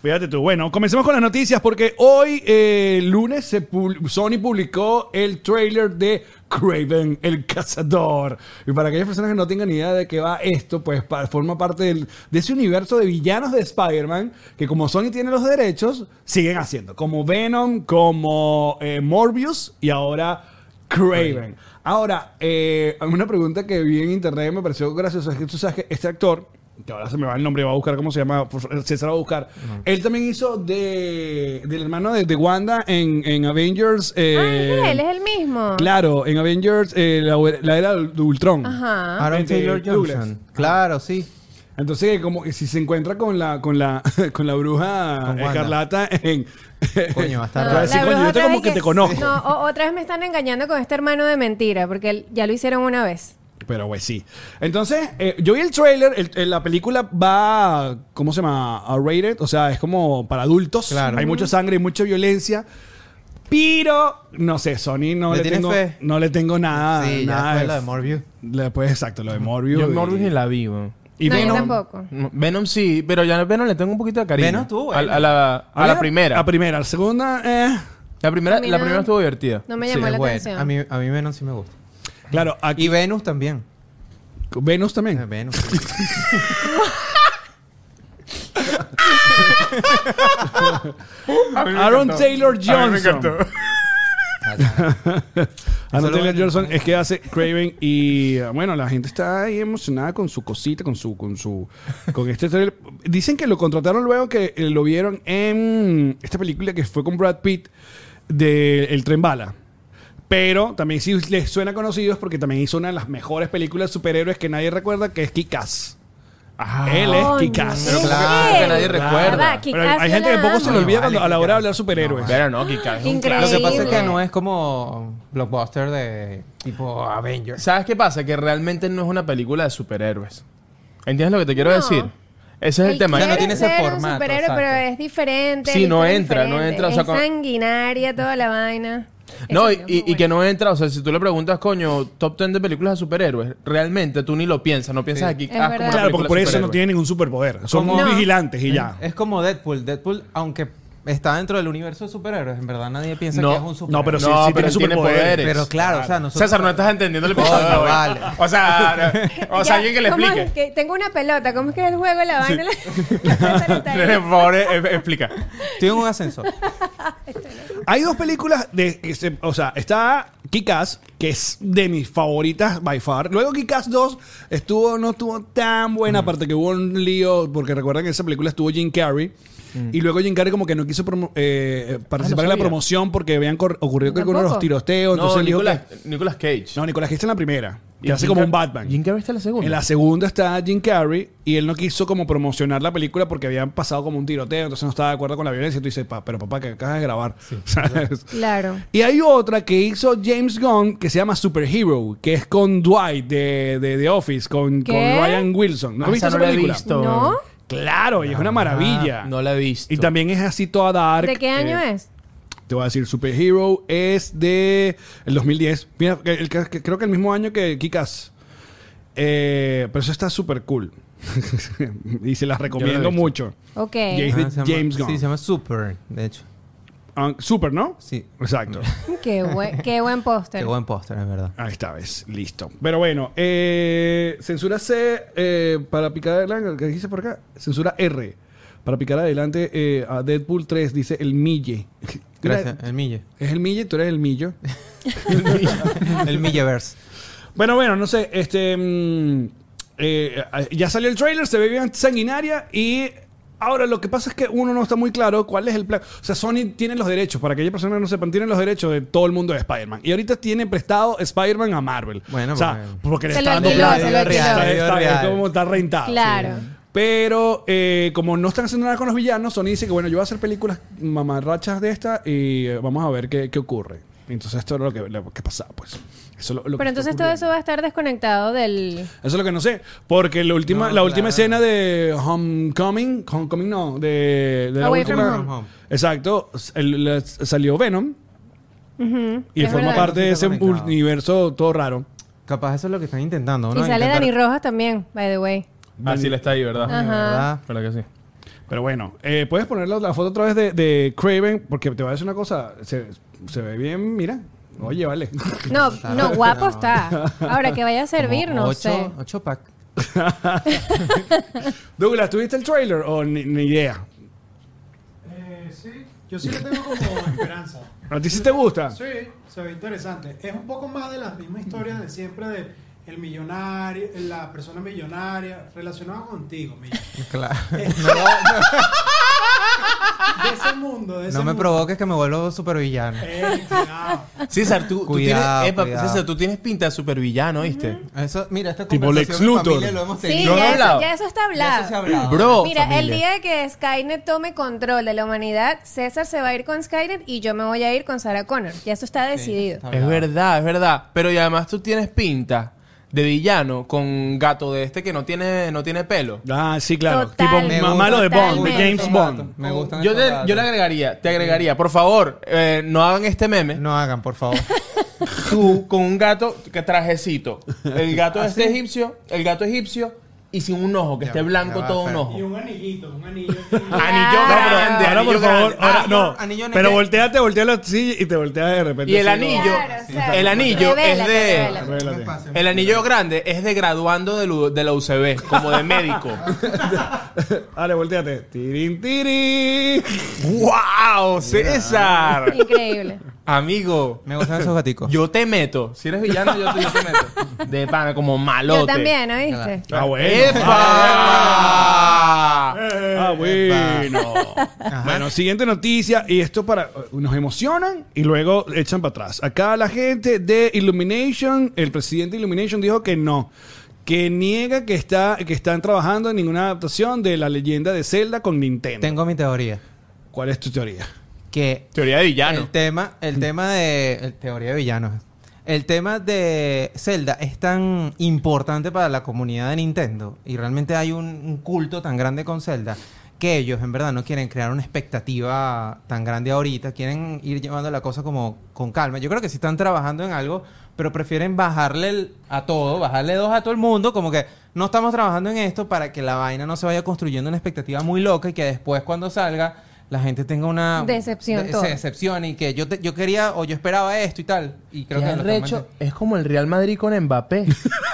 Speaker 1: Fíjate tú. Bueno, comencemos con las noticias porque hoy, eh, lunes, se pul- Sony publicó el trailer de Craven el Cazador. Y para aquellas personas que no tengan idea de qué va esto, pues pa- forma parte del- de ese universo de villanos de Spider-Man que como Sony tiene los derechos, siguen haciendo. Como Venom, como eh, Morbius y ahora... Craven. Ahora, eh, una pregunta que vi en internet me pareció graciosa es que tú sabes que este actor, que ahora se me va el nombre, va a buscar cómo se llama, por favor, César va a buscar. Él también hizo de, del hermano de, de Wanda en, en Avengers. eh,
Speaker 4: Ah, es él, es el mismo.
Speaker 1: Claro, en Avengers, eh, la, la era de Ultron.
Speaker 4: Ajá.
Speaker 2: Aaron
Speaker 1: Este,
Speaker 2: Taylor
Speaker 1: Douglas.
Speaker 2: Johnson. Claro, sí.
Speaker 1: Entonces, como que si se encuentra con la, con la, con la bruja
Speaker 2: Con Wanda.
Speaker 1: escarlata en.
Speaker 2: Coño, va a estar
Speaker 1: Te
Speaker 4: No,
Speaker 1: voy a
Speaker 2: raro.
Speaker 1: decir,
Speaker 4: Ah, la
Speaker 1: coño, yo
Speaker 4: bruja
Speaker 1: te
Speaker 4: otra
Speaker 1: como
Speaker 4: vez
Speaker 1: que te conozco.
Speaker 4: No, o- otra vez me están engañando con este hermano de mentira, porque ya lo hicieron una vez.
Speaker 1: Pero, güey, sí. Entonces, eh, yo vi el trailer. el- el- la película va, ¿cómo se llama? A rated. O sea, es como para adultos.
Speaker 2: Claro.
Speaker 1: Hay mucha sangre y mucha violencia. Pero, no sé, Sony no
Speaker 2: ¿Le
Speaker 1: le,
Speaker 2: tienes
Speaker 1: tengo,
Speaker 2: fe?
Speaker 1: no le tengo nada.
Speaker 2: Sí, ya
Speaker 1: nada
Speaker 2: fue la de Morbius.
Speaker 1: Le- pues, exacto, lo de Morbius.
Speaker 5: Yo
Speaker 1: y-
Speaker 5: Morbius ni la vi, weón.
Speaker 1: y
Speaker 4: no,
Speaker 1: Venom.
Speaker 4: yo tampoco.
Speaker 5: No, Venom sí, pero ya a Venom le tengo un poquito de cariño.
Speaker 2: Venom estuvo
Speaker 5: a,
Speaker 2: buena.
Speaker 5: a la, a la primera.
Speaker 1: La primera. La segunda, eh.
Speaker 5: La primera,
Speaker 4: A mí
Speaker 5: la
Speaker 4: no.
Speaker 5: primera estuvo divertida.
Speaker 4: No me
Speaker 1: Sí,
Speaker 4: llamó
Speaker 1: es
Speaker 4: la
Speaker 2: Bueno,
Speaker 4: atención.
Speaker 2: a mí, a mí Venom sí me gusta.
Speaker 1: Claro,
Speaker 2: Y
Speaker 1: aquí.
Speaker 2: Venus también.
Speaker 1: Venus también.
Speaker 2: Eh, Venus.
Speaker 1: Aaron Taylor Johnson. Aaron
Speaker 2: Eso lo
Speaker 1: Taylor
Speaker 2: van a-
Speaker 1: Johnson es que hace Craven y eh, bueno, la gente está ahí emocionada con su cosita, con su, con su, con este trailer. Dicen que lo contrataron luego que eh, lo vieron en esta película que fue con Brad Pitt de El Tren Bala. Pero también sí les suena conocidos porque también hizo una de las mejores películas de superhéroes que nadie recuerda, que es Kick-Ass. Él es
Speaker 4: Coño,
Speaker 1: Kick-Ass.
Speaker 4: ¿en
Speaker 5: claro, porque nadie
Speaker 4: serio?
Speaker 5: recuerda.
Speaker 4: Ya va,
Speaker 1: Pero
Speaker 4: Kick-Ass
Speaker 1: hay
Speaker 4: yo
Speaker 1: gente que
Speaker 4: la
Speaker 1: poco se
Speaker 4: amo.
Speaker 1: le olvida cuando- a la hora de hablar superhéroes.
Speaker 5: Pero no, Kika. es un
Speaker 4: Increíble.
Speaker 2: Lo
Speaker 5: clásico.
Speaker 2: que pasa es que
Speaker 4: Increíble.
Speaker 2: no es como blockbuster de tipo Avengers.
Speaker 5: ¿Sabes qué pasa? Que realmente no es una película de superhéroes. ¿Entiendes lo que te quiero
Speaker 4: No.
Speaker 5: decir? Ese es el,
Speaker 4: Él
Speaker 5: tema.
Speaker 4: quiere
Speaker 2: no tiene ese
Speaker 4: ser un
Speaker 2: formato,
Speaker 4: superhéroe,
Speaker 2: exacto.
Speaker 4: pero es diferente.
Speaker 5: Sí,
Speaker 4: la
Speaker 5: no
Speaker 4: historia es
Speaker 5: entra, no
Speaker 4: diferente,
Speaker 5: entra, o sea,
Speaker 4: es
Speaker 5: con-
Speaker 4: sanguinaria toda la vaina.
Speaker 5: No, y,
Speaker 4: Eso
Speaker 5: y-
Speaker 4: es muy
Speaker 5: y que
Speaker 4: bueno.
Speaker 5: no entra. O sea, si tú le preguntas, coño, top 10 de películas de superhéroes, realmente tú ni lo piensas. No piensas
Speaker 2: Sí.
Speaker 5: aquí.
Speaker 4: Es
Speaker 5: ah, como
Speaker 4: verdad.
Speaker 5: una
Speaker 1: Claro, porque
Speaker 5: película
Speaker 1: por
Speaker 5: de
Speaker 1: eso no
Speaker 5: superhéroes.
Speaker 1: tiene ningún superpoder. Son
Speaker 4: No.
Speaker 1: vigilantes y ya.
Speaker 2: Es como Deadpool. Deadpool, aunque está dentro del universo de superhéroes, en verdad nadie piensa
Speaker 5: No,
Speaker 2: que es un
Speaker 5: no,
Speaker 2: superhéroe.
Speaker 1: pero sí,
Speaker 5: No,
Speaker 1: sí tiene
Speaker 5: pero él tiene
Speaker 1: superpoderes.
Speaker 5: poderes.
Speaker 2: Pero claro, o sea, nosotros...
Speaker 5: César, no estás entendiendo el episodio.
Speaker 2: Coño,
Speaker 5: de hoy.
Speaker 2: vale.
Speaker 5: O sea, no- o
Speaker 4: Ya,
Speaker 5: sea alguien que le
Speaker 4: ¿cómo es
Speaker 5: explique.
Speaker 4: que tengo una pelota, ¿cómo es que es el juego la vaina?
Speaker 5: Por favor, eh, eh, explica.
Speaker 2: Estoy en un ascensor.
Speaker 1: Hay dos películas de. que se- O sea, está Kikas, que es de mis favoritas by far. Luego Kikas 2 estuvo, no estuvo tan
Speaker 5: Mm.
Speaker 1: buena, aparte que hubo un lío, porque recuerdan que esa película estuvo Jim Carrey. Y luego Jim Carrey como que no quiso promo- eh, participar en la
Speaker 5: Mm. Ah, sabía.
Speaker 1: promoción porque habían cor- ocurrido creo que uno de los
Speaker 4: Tampoco.
Speaker 1: tiroteos.
Speaker 5: No,
Speaker 1: entonces
Speaker 5: Nicolas,
Speaker 1: Nicolás,
Speaker 5: Nicolas Cage.
Speaker 1: no, Nicolás Cage está en la primera.
Speaker 5: Y
Speaker 1: Que hace
Speaker 5: Jim
Speaker 1: como un
Speaker 5: Car-
Speaker 1: Batman.
Speaker 5: Jim Carrey está en la segunda.
Speaker 1: En la segunda está Jim Carrey y él no quiso como promocionar la película porque habían pasado como un tiroteo, entonces no estaba de acuerdo con la violencia. Tú dices, "Pa- pero papá, que acabas de grabar. ¿Sabes?
Speaker 4: Claro.
Speaker 1: Y hay otra que hizo James Gunn que se llama Superhero, que es con Dwight de, de, The Office, con,
Speaker 4: ¿Qué?
Speaker 1: con Ryan Wilson. ¿No has
Speaker 5: Ah,
Speaker 1: visto
Speaker 5: esa
Speaker 1: esa
Speaker 5: no la he
Speaker 1: película?
Speaker 5: visto. Todo.
Speaker 4: ¿No?
Speaker 1: Claro, y es una maravilla.
Speaker 5: Ah, no la he visto.
Speaker 1: y también es así toda dark.
Speaker 4: ¿De qué año
Speaker 1: Eh,
Speaker 4: es?
Speaker 1: Te voy a decir, Superhero es de el 2010. Mira, el- el- que- creo que el mismo año que Kikas. Eh, pero eso está súper cool. y se las recomiendo
Speaker 5: visto.
Speaker 1: mucho.
Speaker 4: Ok.
Speaker 1: James- Es de
Speaker 2: se llama-
Speaker 1: James Gunn.
Speaker 2: Sí, se llama Super, de hecho.
Speaker 1: Ah, super, ¿no?
Speaker 2: Sí.
Speaker 1: Exacto.
Speaker 4: Qué, buen- qué buen póster.
Speaker 2: Qué buen póster, es verdad.
Speaker 1: Ahí está, ves. Listo. Pero bueno, eh, censura C eh, para picar adelante. ¿Qué dice por acá? Censura R. Para picar adelante eh, a Deadpool 3 dice el Mille.
Speaker 2: Gracias, el Mille.
Speaker 1: Es el Mille, tú eres el Millo.
Speaker 2: El Milleverse.
Speaker 1: Bueno, bueno, no sé. Este. mm, eh, ya salió el trailer, se ve bien sanguinaria y. Ahora, lo que pasa es que uno no está muy claro cuál es el plan. O sea, Sony tiene los derechos, para aquella persona que no sepan, tiene los derechos de todo el mundo de Spider-Man. Y ahorita tiene prestado Spider-Man a Marvel.
Speaker 2: Bueno,
Speaker 1: o sea,
Speaker 2: porque-
Speaker 1: porque le
Speaker 4: Se
Speaker 1: está
Speaker 4: lo
Speaker 1: dando
Speaker 4: alquiló,
Speaker 1: plata.
Speaker 4: se lo alquiló.
Speaker 1: Está- está-
Speaker 2: Real.
Speaker 1: es como está rentado.
Speaker 4: Claro.
Speaker 1: Pero eh, como no están haciendo nada con los villanos, Sony dice que bueno, yo voy a hacer películas mamarrachas de esta y eh, vamos a ver qué, qué ocurre. Entonces esto es lo que, lo que pasa, pues. Eso es lo- lo que
Speaker 4: Pero
Speaker 1: está
Speaker 4: entonces todo
Speaker 1: ocurriendo.
Speaker 4: eso va a estar desconectado del...
Speaker 1: Eso es lo que no sé. Porque la última, la última escena de Homecoming, Homecoming no, de, de la
Speaker 4: Away from
Speaker 1: última-
Speaker 4: Home.
Speaker 2: Home.
Speaker 1: Exacto, el- la- salió Venom
Speaker 4: Ujú,
Speaker 1: y
Speaker 4: es
Speaker 1: forma
Speaker 4: verdad.
Speaker 1: parte de ese
Speaker 2: Está conectado.
Speaker 1: universo todo raro.
Speaker 2: Capaz eso es lo que están intentando.
Speaker 4: Y
Speaker 2: ¿no?
Speaker 4: sale
Speaker 2: Intentar-
Speaker 4: Dani Rojas también, by the way.
Speaker 5: Ah, sí, le está ahí, ¿verdad?
Speaker 4: Ajá.
Speaker 5: ¿Verdad que sí?
Speaker 1: Pero bueno, eh, puedes poner la, la foto otra vez de, de Craven, porque te voy a decir una cosa, se, se ve bien, mira. Oye, vale.
Speaker 4: No, no, guapo está. Ahora que vaya a eh. servir,
Speaker 2: Como
Speaker 4: no
Speaker 2: ocho,
Speaker 4: sé.
Speaker 2: Ocho pack.
Speaker 1: Douglas, ¿tuviste el trailer o ni, ni idea?
Speaker 7: Eh, sí, yo sí le tengo como esperanza.
Speaker 1: ¿A ti sí te gusta?
Speaker 7: Sí, se ve interesante. Es un poco más de las mismas historias de siempre de el millonario, la persona millonaria, relacionada contigo, mira.
Speaker 2: Claro.
Speaker 7: De ese mundo, de ese
Speaker 2: No me
Speaker 7: mundo.
Speaker 2: provoques que me vuelvo supervillano.
Speaker 7: Eh, cuidado.
Speaker 5: César, tú,
Speaker 2: tú tienes- Cuidado, epa, cuidado. César,
Speaker 5: César, tú tienes pinta de supervillano, ¿viste?
Speaker 2: Eso, mira, esta
Speaker 1: Tipo
Speaker 2: conversación
Speaker 1: Lex
Speaker 2: en
Speaker 1: Luthor.
Speaker 2: familia lo hemos
Speaker 4: Sí,
Speaker 5: No
Speaker 2: tenido.
Speaker 5: lo he
Speaker 4: ya, eso,
Speaker 5: hablado.
Speaker 4: ya eso está
Speaker 2: Ya eso se ha
Speaker 4: hablado.
Speaker 2: hablado.
Speaker 5: Bro.
Speaker 4: Mira, el
Speaker 5: familia.
Speaker 4: día que Skynet tome control de la humanidad, César se va a ir con Skynet y yo me voy a ir con Sarah Connor. Ya eso está decidido.
Speaker 2: está
Speaker 5: Es verdad, es verdad. Pero y además tú tienes pinta de villano con gato de este que no tiene, no tiene pelo.
Speaker 1: Ah, sí, claro.
Speaker 4: Total. Me
Speaker 1: tipo ma-
Speaker 4: gusta,
Speaker 1: malo de Bond, de
Speaker 4: totalmente.
Speaker 1: James Bond.
Speaker 2: Me gustan
Speaker 5: Yo,
Speaker 2: esos
Speaker 5: te-
Speaker 2: datos.
Speaker 5: yo le agregaría, te agregaría, por favor, eh, no hagan este meme.
Speaker 2: No hagan, por favor.
Speaker 5: Tú con un gato que trajecito. El gato este egipcio, el gato egipcio y sin un ojo, que esté blanco
Speaker 2: ¿Ah, ya va,
Speaker 5: todo un
Speaker 2: espera.
Speaker 5: ojo.
Speaker 7: Y un anillito, un anillo.
Speaker 4: No,
Speaker 5: Anillo
Speaker 4: pero
Speaker 5: Ah, grande,
Speaker 1: Ah, Ahora, por
Speaker 5: anillo
Speaker 1: favor,
Speaker 5: grande.
Speaker 1: ahora
Speaker 2: Ah,
Speaker 1: no.
Speaker 2: anillo
Speaker 1: Pero
Speaker 2: negro.
Speaker 1: volteate, voltea la silla y te voltea de repente.
Speaker 5: Y el
Speaker 1: así, ¿no?
Speaker 5: anillo,
Speaker 4: Claro, claro.
Speaker 5: el anillo
Speaker 4: Revélate,
Speaker 5: es de...
Speaker 4: revélate.
Speaker 1: Arréglate.
Speaker 5: El anillo grande es de graduando de, lu- de la UCB, como de médico.
Speaker 1: Dale, volteate. Tirin, tirin.
Speaker 5: ¡Wow, César!
Speaker 4: Increíble.
Speaker 5: Amigo,
Speaker 2: Me gustan esos gaticos.
Speaker 5: yo te meto. Si eres villano, yo te, yo te meto. De pana, como malote.
Speaker 4: Yo también, ¿oíste?
Speaker 1: Ah, bueno.
Speaker 5: ¡Epa!
Speaker 1: Ah, bueno. Bueno, siguiente noticia. Y esto para. Nos emocionan y luego echan para atrás. Acá la gente de Illumination, el presidente de Illumination dijo que no. Que niega que, está, que están trabajando en ninguna adaptación de la leyenda de Zelda con Nintendo.
Speaker 2: Tengo mi teoría.
Speaker 1: ¿Cuál es tu teoría?
Speaker 2: Que
Speaker 5: Teoría de villano.
Speaker 2: el tema, el tema de. el- teoría de villanos. El tema de Zelda es tan importante para la comunidad de Nintendo. Y realmente hay un, un culto tan grande con Zelda. Que ellos en verdad no quieren crear una expectativa tan grande ahorita. Quieren ir llevando la cosa como con calma. Yo creo que sí están trabajando en algo. Pero prefieren bajarle el- a todo, bajarle dos a todo el mundo. Como que no estamos trabajando en esto para que la vaina no se vaya construyendo una expectativa muy loca. Y que después cuando salga la gente tenga una
Speaker 4: Decepción
Speaker 2: de-
Speaker 4: toda.
Speaker 2: se decepciona y que yo te- yo quería o yo esperaba esto y tal y creo
Speaker 5: Ya
Speaker 2: que
Speaker 5: el
Speaker 2: lo
Speaker 5: recho
Speaker 2: totalmente-
Speaker 5: es como el Real Madrid con Mbappé.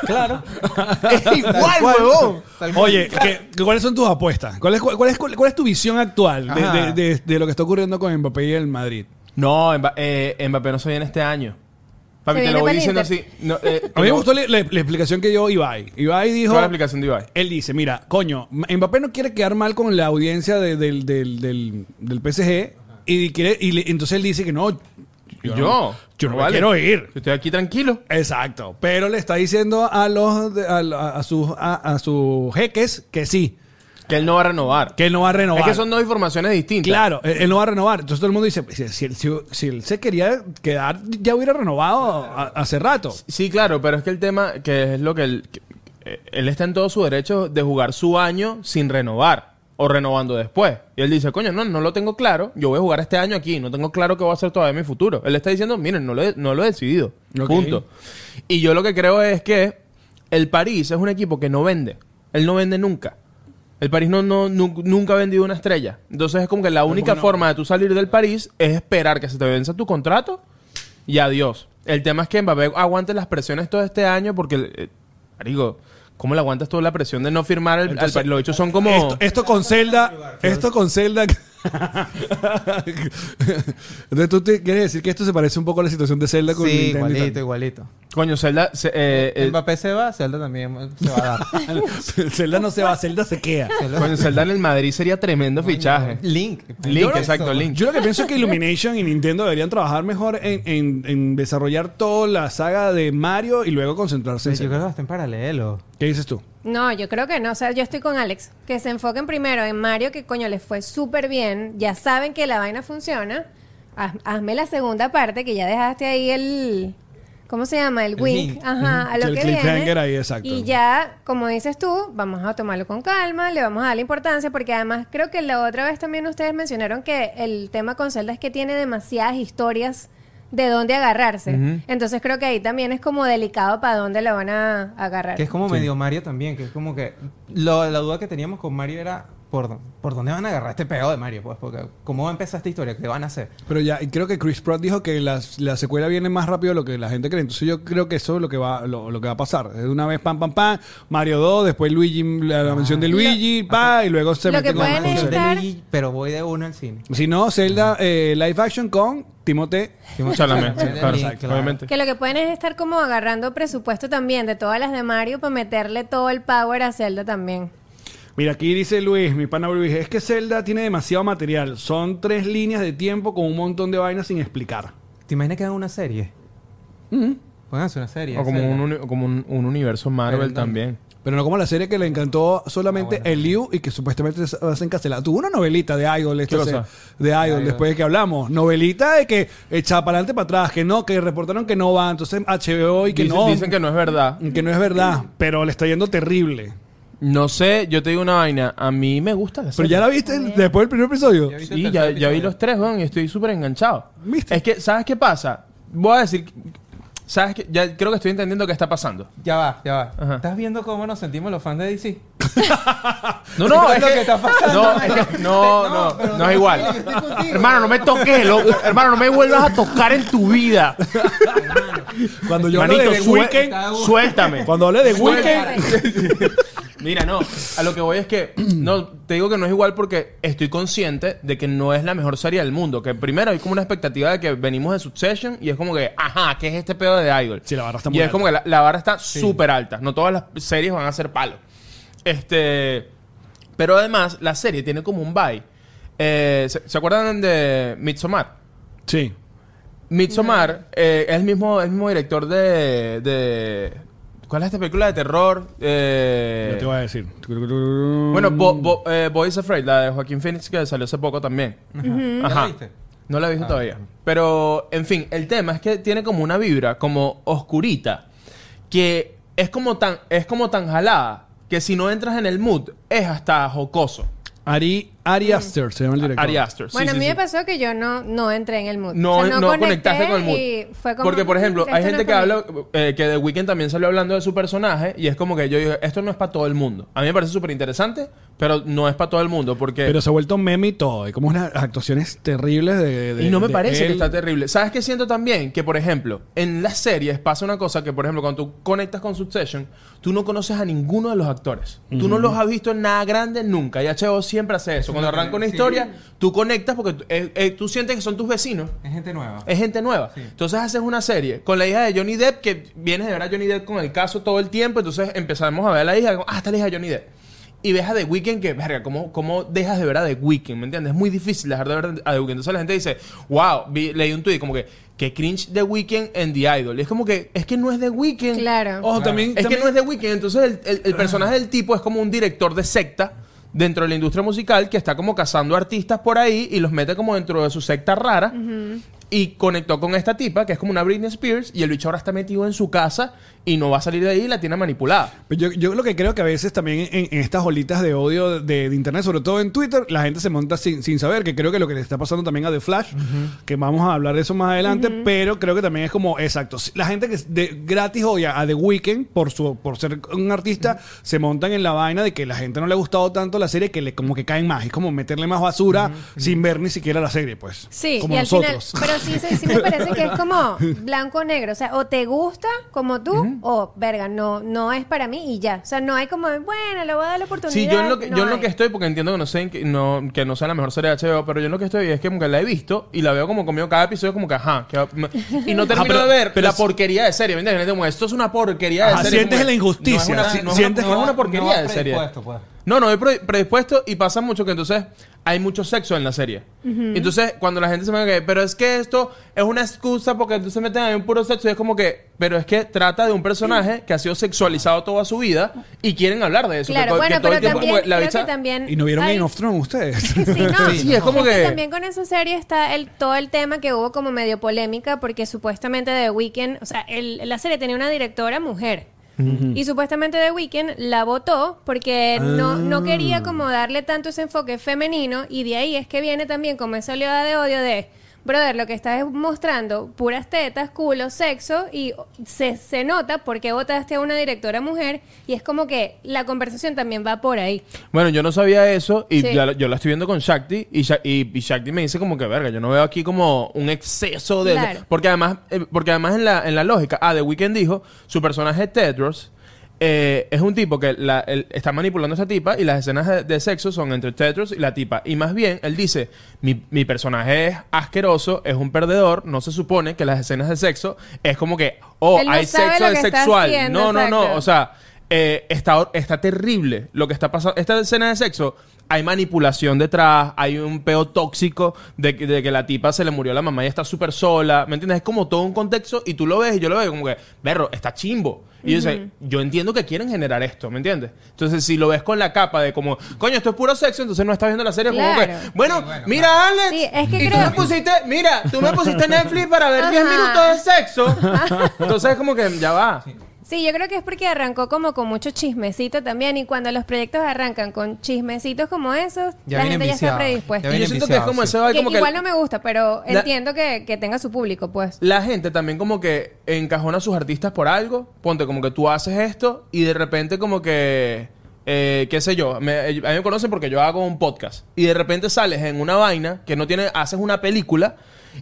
Speaker 2: claro
Speaker 5: es igual, huevón.
Speaker 2: Tal cual.
Speaker 1: Oye, ¿qué- ¿cuáles son tus apuestas? ¿Cuál es, cuál, es, cuál es tu visión actual de,
Speaker 2: Ajá.
Speaker 1: de- de- de lo que está ocurriendo con Mbappé y el Madrid?
Speaker 5: No, Mba- eh, Mbappé no se viene este año.
Speaker 4: Se
Speaker 5: Papi, te
Speaker 4: viene
Speaker 5: lo voy
Speaker 4: para el
Speaker 5: diciendo
Speaker 4: Inter.
Speaker 5: así. No, eh,
Speaker 1: A mí me
Speaker 5: no-
Speaker 1: gustó la, la- la explicación que dio Ibai. Ibai dijo...
Speaker 5: ¿Cuál es la explicación de Ibai?
Speaker 1: Él dice, mira, coño, Mbappé no quiere quedar mal con la audiencia de- del, del, del, del PSG y, quiere, y le- entonces él dice que no,
Speaker 5: Yo.
Speaker 1: no- yo no me
Speaker 5: vale.
Speaker 1: quiero ir.
Speaker 5: Yo estoy aquí tranquilo.
Speaker 1: Exacto, pero le está diciendo a los de- a, la- a sus a, a sus jeques que sí,
Speaker 5: Que él no va a renovar.
Speaker 1: que él no va a renovar.
Speaker 5: Es que son dos informaciones distintas.
Speaker 1: Claro, él, él no va a renovar. Entonces todo el mundo dice, si, si- si- si él se quería quedar, ya hubiera renovado a- hace rato.
Speaker 5: Sí, claro, pero es que el tema que es lo que él, que- eh, él está en todo su derecho de jugar su año sin renovar o renovando después. Y él dice, coño, no, no lo tengo claro. Yo voy a jugar este año aquí. No tengo claro qué voy a hacer todavía en mi futuro. Él está diciendo, miren, no lo he, no lo he decidido.
Speaker 1: Ok.
Speaker 5: Punto. Y yo lo que creo es que el París es un equipo que no vende. Él no vende nunca. El París no, no, nu- nunca ha vendido una estrella. Entonces es como que la única forma de tú salir del París es esperar que se te venza tu contrato y adiós. El tema es que Mbappé aguante las presiones todo este año porque, eh, marico, ¿cómo le aguantas toda la presión de no firmar el,
Speaker 1: Entonces,
Speaker 5: al- Los hechos son como...
Speaker 1: Esto, esto con Zelda, esto con Zelda. Entonces tú te- quieres decir que esto se parece un poco a la situación de Zelda con
Speaker 2: Sí,
Speaker 1: Nintendo y
Speaker 2: igualito,
Speaker 1: tal.
Speaker 2: igualito.
Speaker 5: Coño, Zelda... se- eh, eh,
Speaker 2: Mbappé se va, Zelda también se va a dar.
Speaker 1: Zelda no se va, Zelda se queda.
Speaker 5: eh, coño, Zelda en el Madrid sería tremendo fichaje.
Speaker 2: Link.
Speaker 5: eh. Link,
Speaker 2: Yo no-
Speaker 5: exacto, Link.
Speaker 1: Yo lo que pienso es que Illumination y Nintendo deberían trabajar mejor en, en- en desarrollar toda la saga de Mario y luego concentrarse en
Speaker 2: Yo creo
Speaker 1: Zelda.
Speaker 2: que está en paralelo.
Speaker 1: ¿Qué dices tú?
Speaker 4: No, yo creo que no. O sea, yo estoy con Alex. Que se enfoquen primero en Mario, que coño les fue súper bien. Ya saben que la vaina funciona. Haz- hazme la segunda parte, que ya dejaste ahí el. ¿Cómo se llama? El,
Speaker 2: El
Speaker 4: wink.
Speaker 2: link.
Speaker 4: Ajá, a lo
Speaker 1: El
Speaker 4: que viene.
Speaker 1: cliffhanger ahí, exacto.
Speaker 4: Y ya, como dices tú, vamos a tomarlo con calma, le vamos a dar la importancia, porque además creo que la otra vez también ustedes mencionaron que el tema con Zelda es que tiene demasiadas historias de dónde agarrarse. Entonces creo que ahí también es como delicado para dónde la van a agarrar.
Speaker 2: Que es como medio Mario también, que es como que lo- la duda que teníamos con Mario era por, dó- por dónde van a agarrar este pedo de Mario, pues, porque cómo va a empezar esta historia, qué van a hacer.
Speaker 1: Pero ya, y creo que Chris Pratt dijo que la, la secuela viene más rápido de lo que la gente cree. Entonces yo creo que eso es lo que va, lo, lo que va a pasar. De una vez, pam, pam, pam, Mario 2, después Luigi, la, la mención de Luigi, pa, y luego se
Speaker 4: Ah. Lo que
Speaker 1: mete con-
Speaker 4: pueden
Speaker 1: con
Speaker 2: Yo
Speaker 1: Zelda.
Speaker 2: de
Speaker 4: estar-
Speaker 2: Luigi, pero voy de uno al cine.
Speaker 1: Si no, Zelda eh, live action con Timote.
Speaker 2: Chalamet,
Speaker 5: Chalamet, claro,
Speaker 2: Link, claro.
Speaker 5: obviamente.
Speaker 4: Que lo que pueden es estar como agarrando presupuesto también de todas las de Mario para meterle todo el power a Zelda también.
Speaker 1: Mira, aquí dice Luis, mi pana Luis, es que Zelda tiene demasiado material. Son tres líneas de tiempo con un montón de vainas sin explicar.
Speaker 2: ¿Te imaginas que hagan una serie? Pueden hacer una serie.
Speaker 5: O como,
Speaker 2: Zelda.
Speaker 5: un, uni- o como un, un universo Marvel
Speaker 2: Pero no.
Speaker 5: también.
Speaker 1: Pero no como la serie que le encantó solamente
Speaker 5: Ah,
Speaker 1: el Liu y que supuestamente se hacen cancelar. Tuvo una novelita de Idol, esta
Speaker 5: ¿Qué
Speaker 1: se-
Speaker 5: cosa?
Speaker 1: de Idol, después de que hablamos. Novelita de que echa para adelante para atrás, que no, que reportaron que no va. Entonces HBO y que
Speaker 5: dicen,
Speaker 1: no.
Speaker 5: dicen que no es verdad.
Speaker 1: que no es verdad, pero le está yendo terrible.
Speaker 5: No sé, yo te digo una vaina. A mí me gusta la
Speaker 1: Pero
Speaker 5: serie.
Speaker 1: ya la viste después del primer episodio.
Speaker 2: viste el
Speaker 5: Sí,
Speaker 2: tercer
Speaker 5: ya, ya vi
Speaker 2: episodio?
Speaker 5: los tres, weón, y estoy súper enganchado.
Speaker 1: ¿Viste?
Speaker 5: Es que, ¿sabes qué pasa? Voy a decir, ¿sabes qué? Ya creo que estoy entendiendo qué está pasando.
Speaker 2: Ya va, ya va.
Speaker 5: Ajá.
Speaker 2: ¿Estás viendo cómo nos sentimos los fans de DC?
Speaker 5: No, no,
Speaker 2: ¿Sabes
Speaker 5: es
Speaker 2: lo
Speaker 5: que,
Speaker 2: que está pasando,
Speaker 5: No,
Speaker 2: marico?
Speaker 5: es que- no, no,
Speaker 2: No,
Speaker 5: no,
Speaker 2: pero
Speaker 5: es
Speaker 2: no,
Speaker 5: igual.
Speaker 2: yo estoy contigo.
Speaker 5: hermano, no me toques, loco. hermano, no me vuelvas a tocar en tu vida.
Speaker 1: Cuando yo hablo
Speaker 5: Manito,
Speaker 1: de The
Speaker 5: sue-
Speaker 1: Weeknd,
Speaker 5: suéltame.
Speaker 1: cuando hablé de Weeknd,
Speaker 5: Mira, no, a lo que voy es que no te digo que no es igual porque estoy consciente de que no es la mejor serie del mundo, que primero hay como una expectativa de que venimos de Succession y es como que, ajá, ¿qué es este pedo de Idol?
Speaker 1: Sí, la barra está
Speaker 5: Y
Speaker 1: muy
Speaker 5: es
Speaker 1: alta.
Speaker 5: como que la, la barra está súper alta, no todas las series van a ser palo. Este, pero además la serie tiene como un bye. Eh, ¿se, se acuerdan de Midsommar?
Speaker 1: Sí.
Speaker 5: Midsommar eh, es el mismo, el mismo director de, de- ¿Cuál es esta película de terror? Eh,
Speaker 1: Yo te voy a decir.
Speaker 5: bueno, Bo, Bo- eh, Boys Afraid, la de Joaquín Phoenix que salió hace poco también.
Speaker 4: Mm.
Speaker 2: ¿Ya
Speaker 5: Ajá.
Speaker 2: la viste?
Speaker 5: No la he
Speaker 1: Ah,
Speaker 5: visto todavía. Pero, en fin, el tema es que tiene como una vibra, como oscurita, que es como tan, es como tan jalada que si no entras en el mood es hasta jocoso.
Speaker 1: Ari, Ari Aster se llama el director.
Speaker 5: Ari Aster. sí,
Speaker 4: Bueno,
Speaker 5: sí,
Speaker 4: a mí me
Speaker 5: sí.
Speaker 4: pasó que yo no, no entré en el mood.
Speaker 5: No,
Speaker 4: O sea,
Speaker 5: no conectaste con el mood.
Speaker 4: y fue como,
Speaker 5: Porque, por ejemplo,
Speaker 4: "Mm,
Speaker 5: hay
Speaker 4: esto no
Speaker 5: gente
Speaker 4: es
Speaker 5: que
Speaker 4: para mí".
Speaker 5: habla, eh, que The Weeknd también salió hablando de su personaje y es como que yo digo, esto no es para todo el mundo. A mí me parece súper interesante, pero no es para todo el mundo
Speaker 4: Eh,
Speaker 5: porque...
Speaker 1: Pero se ha vuelto meme y todo. Y como unas actuaciones terribles de. de-
Speaker 5: y no me
Speaker 1: de
Speaker 5: parece que
Speaker 1: él.
Speaker 5: está terrible. ¿Sabes qué siento también? Que, por ejemplo, en las series pasa una cosa que, por ejemplo, cuando tú conectas con Succession, tú no conoces a ninguno de los actores. Tú no los has visto en nada grande nunca. Y HBO siempre hace eso. eso. Cuando arranca una historia, tú conectas porque tú- eh, eh, tú sientes que son tus vecinos.
Speaker 2: Es gente nueva.
Speaker 5: Es gente nueva.
Speaker 2: Sí.
Speaker 5: Entonces haces una serie con la hija de Johnny Depp, que vienes de ver a Johnny Depp con el caso todo el tiempo. Entonces empezamos a ver a la hija, como, ah, está la hija de Johnny Depp. Y ves a The Weeknd que, verga, ¿cómo, ¿cómo dejas de ver a The Weeknd? ¿Me entiendes? Es muy difícil dejar de ver a The Weeknd. Entonces la gente dice, wow, vi- leí un tweet como que, que cringe The Weeknd en The Idol. Y es como que, es que no es The Weeknd.
Speaker 4: Claro.
Speaker 1: Ojo, también,
Speaker 5: Es que
Speaker 1: también-
Speaker 5: no es The Weeknd, entonces el, el- el personaje del tipo es como un director de secta dentro de la industria musical que está como cazando artistas por ahí y los mete como dentro de su secta rara y conectó con esta tipa que es como una Britney Spears y el bicho ahora está metido en su casa y no va a salir de ahí y la tiene manipulada.
Speaker 1: Yo, yo lo que creo que a veces también en, en estas olitas de odio de, de internet, sobre todo en Twitter, la gente se monta sin, sin saber, que creo que lo que le está pasando también a The Flash, que vamos a hablar de eso más adelante, pero creo que también es como, exacto, si- la gente que es de, gratis odia a The Weeknd por, su, por ser un artista, se montan en la vaina de que la gente no le ha gustado tanto la serie que le como que caen más, es como meterle más basura sin ver ni siquiera la serie, pues.
Speaker 4: Sí,
Speaker 1: como
Speaker 4: y al
Speaker 1: nosotros.
Speaker 4: final. Pero sí, sí, sí me parece que es como blanco o negro. O sea, o te gusta como tú, o verga, no, no es para mí y ya. O sea, no hay como, bueno, le voy a dar la oportunidad.
Speaker 5: Sí, yo en lo que,
Speaker 4: no
Speaker 5: yo en lo
Speaker 4: hay.
Speaker 5: que estoy, porque entiendo que no, sé en qué- no, que no sea la mejor serie de HBO, pero yo en lo que estoy es que como que la he visto y la veo como conmigo cada episodio como que ajá. que- y no termino
Speaker 1: Ah, pero-
Speaker 5: de ver
Speaker 1: pero
Speaker 5: la
Speaker 1: es-
Speaker 5: porquería de serie, ¿me entiendes? Como, Esto es una porquería de
Speaker 1: Ajá,
Speaker 5: serie.
Speaker 1: sientes
Speaker 5: como-
Speaker 1: la injusticia,
Speaker 5: No es
Speaker 1: si-
Speaker 5: una, no es una-
Speaker 1: sientes-
Speaker 5: no es una
Speaker 2: no
Speaker 5: porquería
Speaker 2: vas
Speaker 5: de serie.
Speaker 2: predispuesto, pues.
Speaker 5: No, no es pre- predispuesto y pasa mucho que entonces hay mucho sexo en la serie. Entonces, cuando la gente se me que, pero es que esto es una excusa porque entonces se meten ahí un puro sexo y es como que, pero es que trata de un personaje que ha sido sexualizado toda su vida y quieren hablar de eso.
Speaker 4: Claro,
Speaker 5: que,
Speaker 4: bueno,
Speaker 5: que todo
Speaker 4: pero
Speaker 5: el tiempo
Speaker 4: también,
Speaker 5: como que la
Speaker 4: creo
Speaker 5: bicha-
Speaker 4: que también.
Speaker 1: Y no vieron
Speaker 4: hay-
Speaker 1: Game of Thrones ustedes.
Speaker 4: Sí, no.
Speaker 5: Sí, es como que-
Speaker 4: también con esa serie está el, todo el tema que hubo como medio polémica porque supuestamente The Weeknd, o sea, el- la serie tenía una directora mujer. Y supuestamente The Weeknd la votó porque no, no quería como darle tanto ese enfoque femenino y de ahí es que viene también como esa oleada de odio de, brother, lo que estás es mostrando puras tetas, culo, sexo y se, se nota porque votaste a una directora mujer y es como que la conversación también va por ahí.
Speaker 5: Bueno, yo no sabía eso y
Speaker 4: Sí.
Speaker 5: ya lo- yo la estoy viendo con Shakti y, Sha- y, y Shakti me dice como que verga, yo no veo aquí como un exceso de...
Speaker 4: Claro.
Speaker 5: Porque además, eh, porque además en, la, en la lógica, ah, The Weeknd dijo, su personaje Tedros eh, es un tipo que la- él está manipulando a esa tipa y las escenas de, de sexo son entre Tedros y la tipa. Y más bien, él dice, mi, mi personaje es asqueroso, es un perdedor, no se supone que las escenas de sexo es como que, oh,
Speaker 4: Él no
Speaker 5: hay
Speaker 4: sabe
Speaker 5: sexo
Speaker 4: lo
Speaker 5: es
Speaker 4: que está
Speaker 5: sexual.
Speaker 4: haciendo,
Speaker 5: no, no, no,
Speaker 4: exacto.
Speaker 5: o sea... O sea, eh, está, está terrible lo que está pasando. Esta escena de sexo, hay manipulación detrás, hay un peo tóxico de, que- de que la tipa se le murió a la mamá y está súper sola. ¿Me entiendes? Es como todo un contexto y tú lo ves y yo lo veo como que, berro, está chimbo. Y yo dice, yo entiendo que quieren generar esto, ¿me entiendes? Entonces, si lo ves con la capa de como, coño, esto es puro sexo, entonces no estás viendo la serie como
Speaker 4: Claro.
Speaker 5: que, bueno, mira, Alex,
Speaker 4: Sí, es que
Speaker 5: y tú
Speaker 4: creo-
Speaker 5: me pusiste, mira, tú me pusiste Netflix para ver 10
Speaker 4: Ajá.
Speaker 5: minutos de sexo. Entonces, es como que ya va.
Speaker 4: Sí, yo creo que es porque arrancó como con mucho chismecito también y cuando los proyectos arrancan con chismecitos como esos,
Speaker 2: Ya
Speaker 4: la
Speaker 2: vienen
Speaker 4: gente ya está
Speaker 2: viciados,
Speaker 4: predispuesta.
Speaker 2: ya
Speaker 5: Y yo
Speaker 2: vienen
Speaker 5: siento que es como
Speaker 2: viciados, sí.
Speaker 5: ese vibe
Speaker 4: Que
Speaker 5: como que
Speaker 4: igual no me gusta, pero
Speaker 5: La-
Speaker 4: entiendo que, que tenga su público, pues.
Speaker 5: la gente también como que encajona a sus artistas por algo. Ponte como que tú haces esto y de repente como que... eh, qué sé yo, me- eh, a mí me conocen porque yo hago un podcast y de repente sales en una vaina que no tiene, haces una película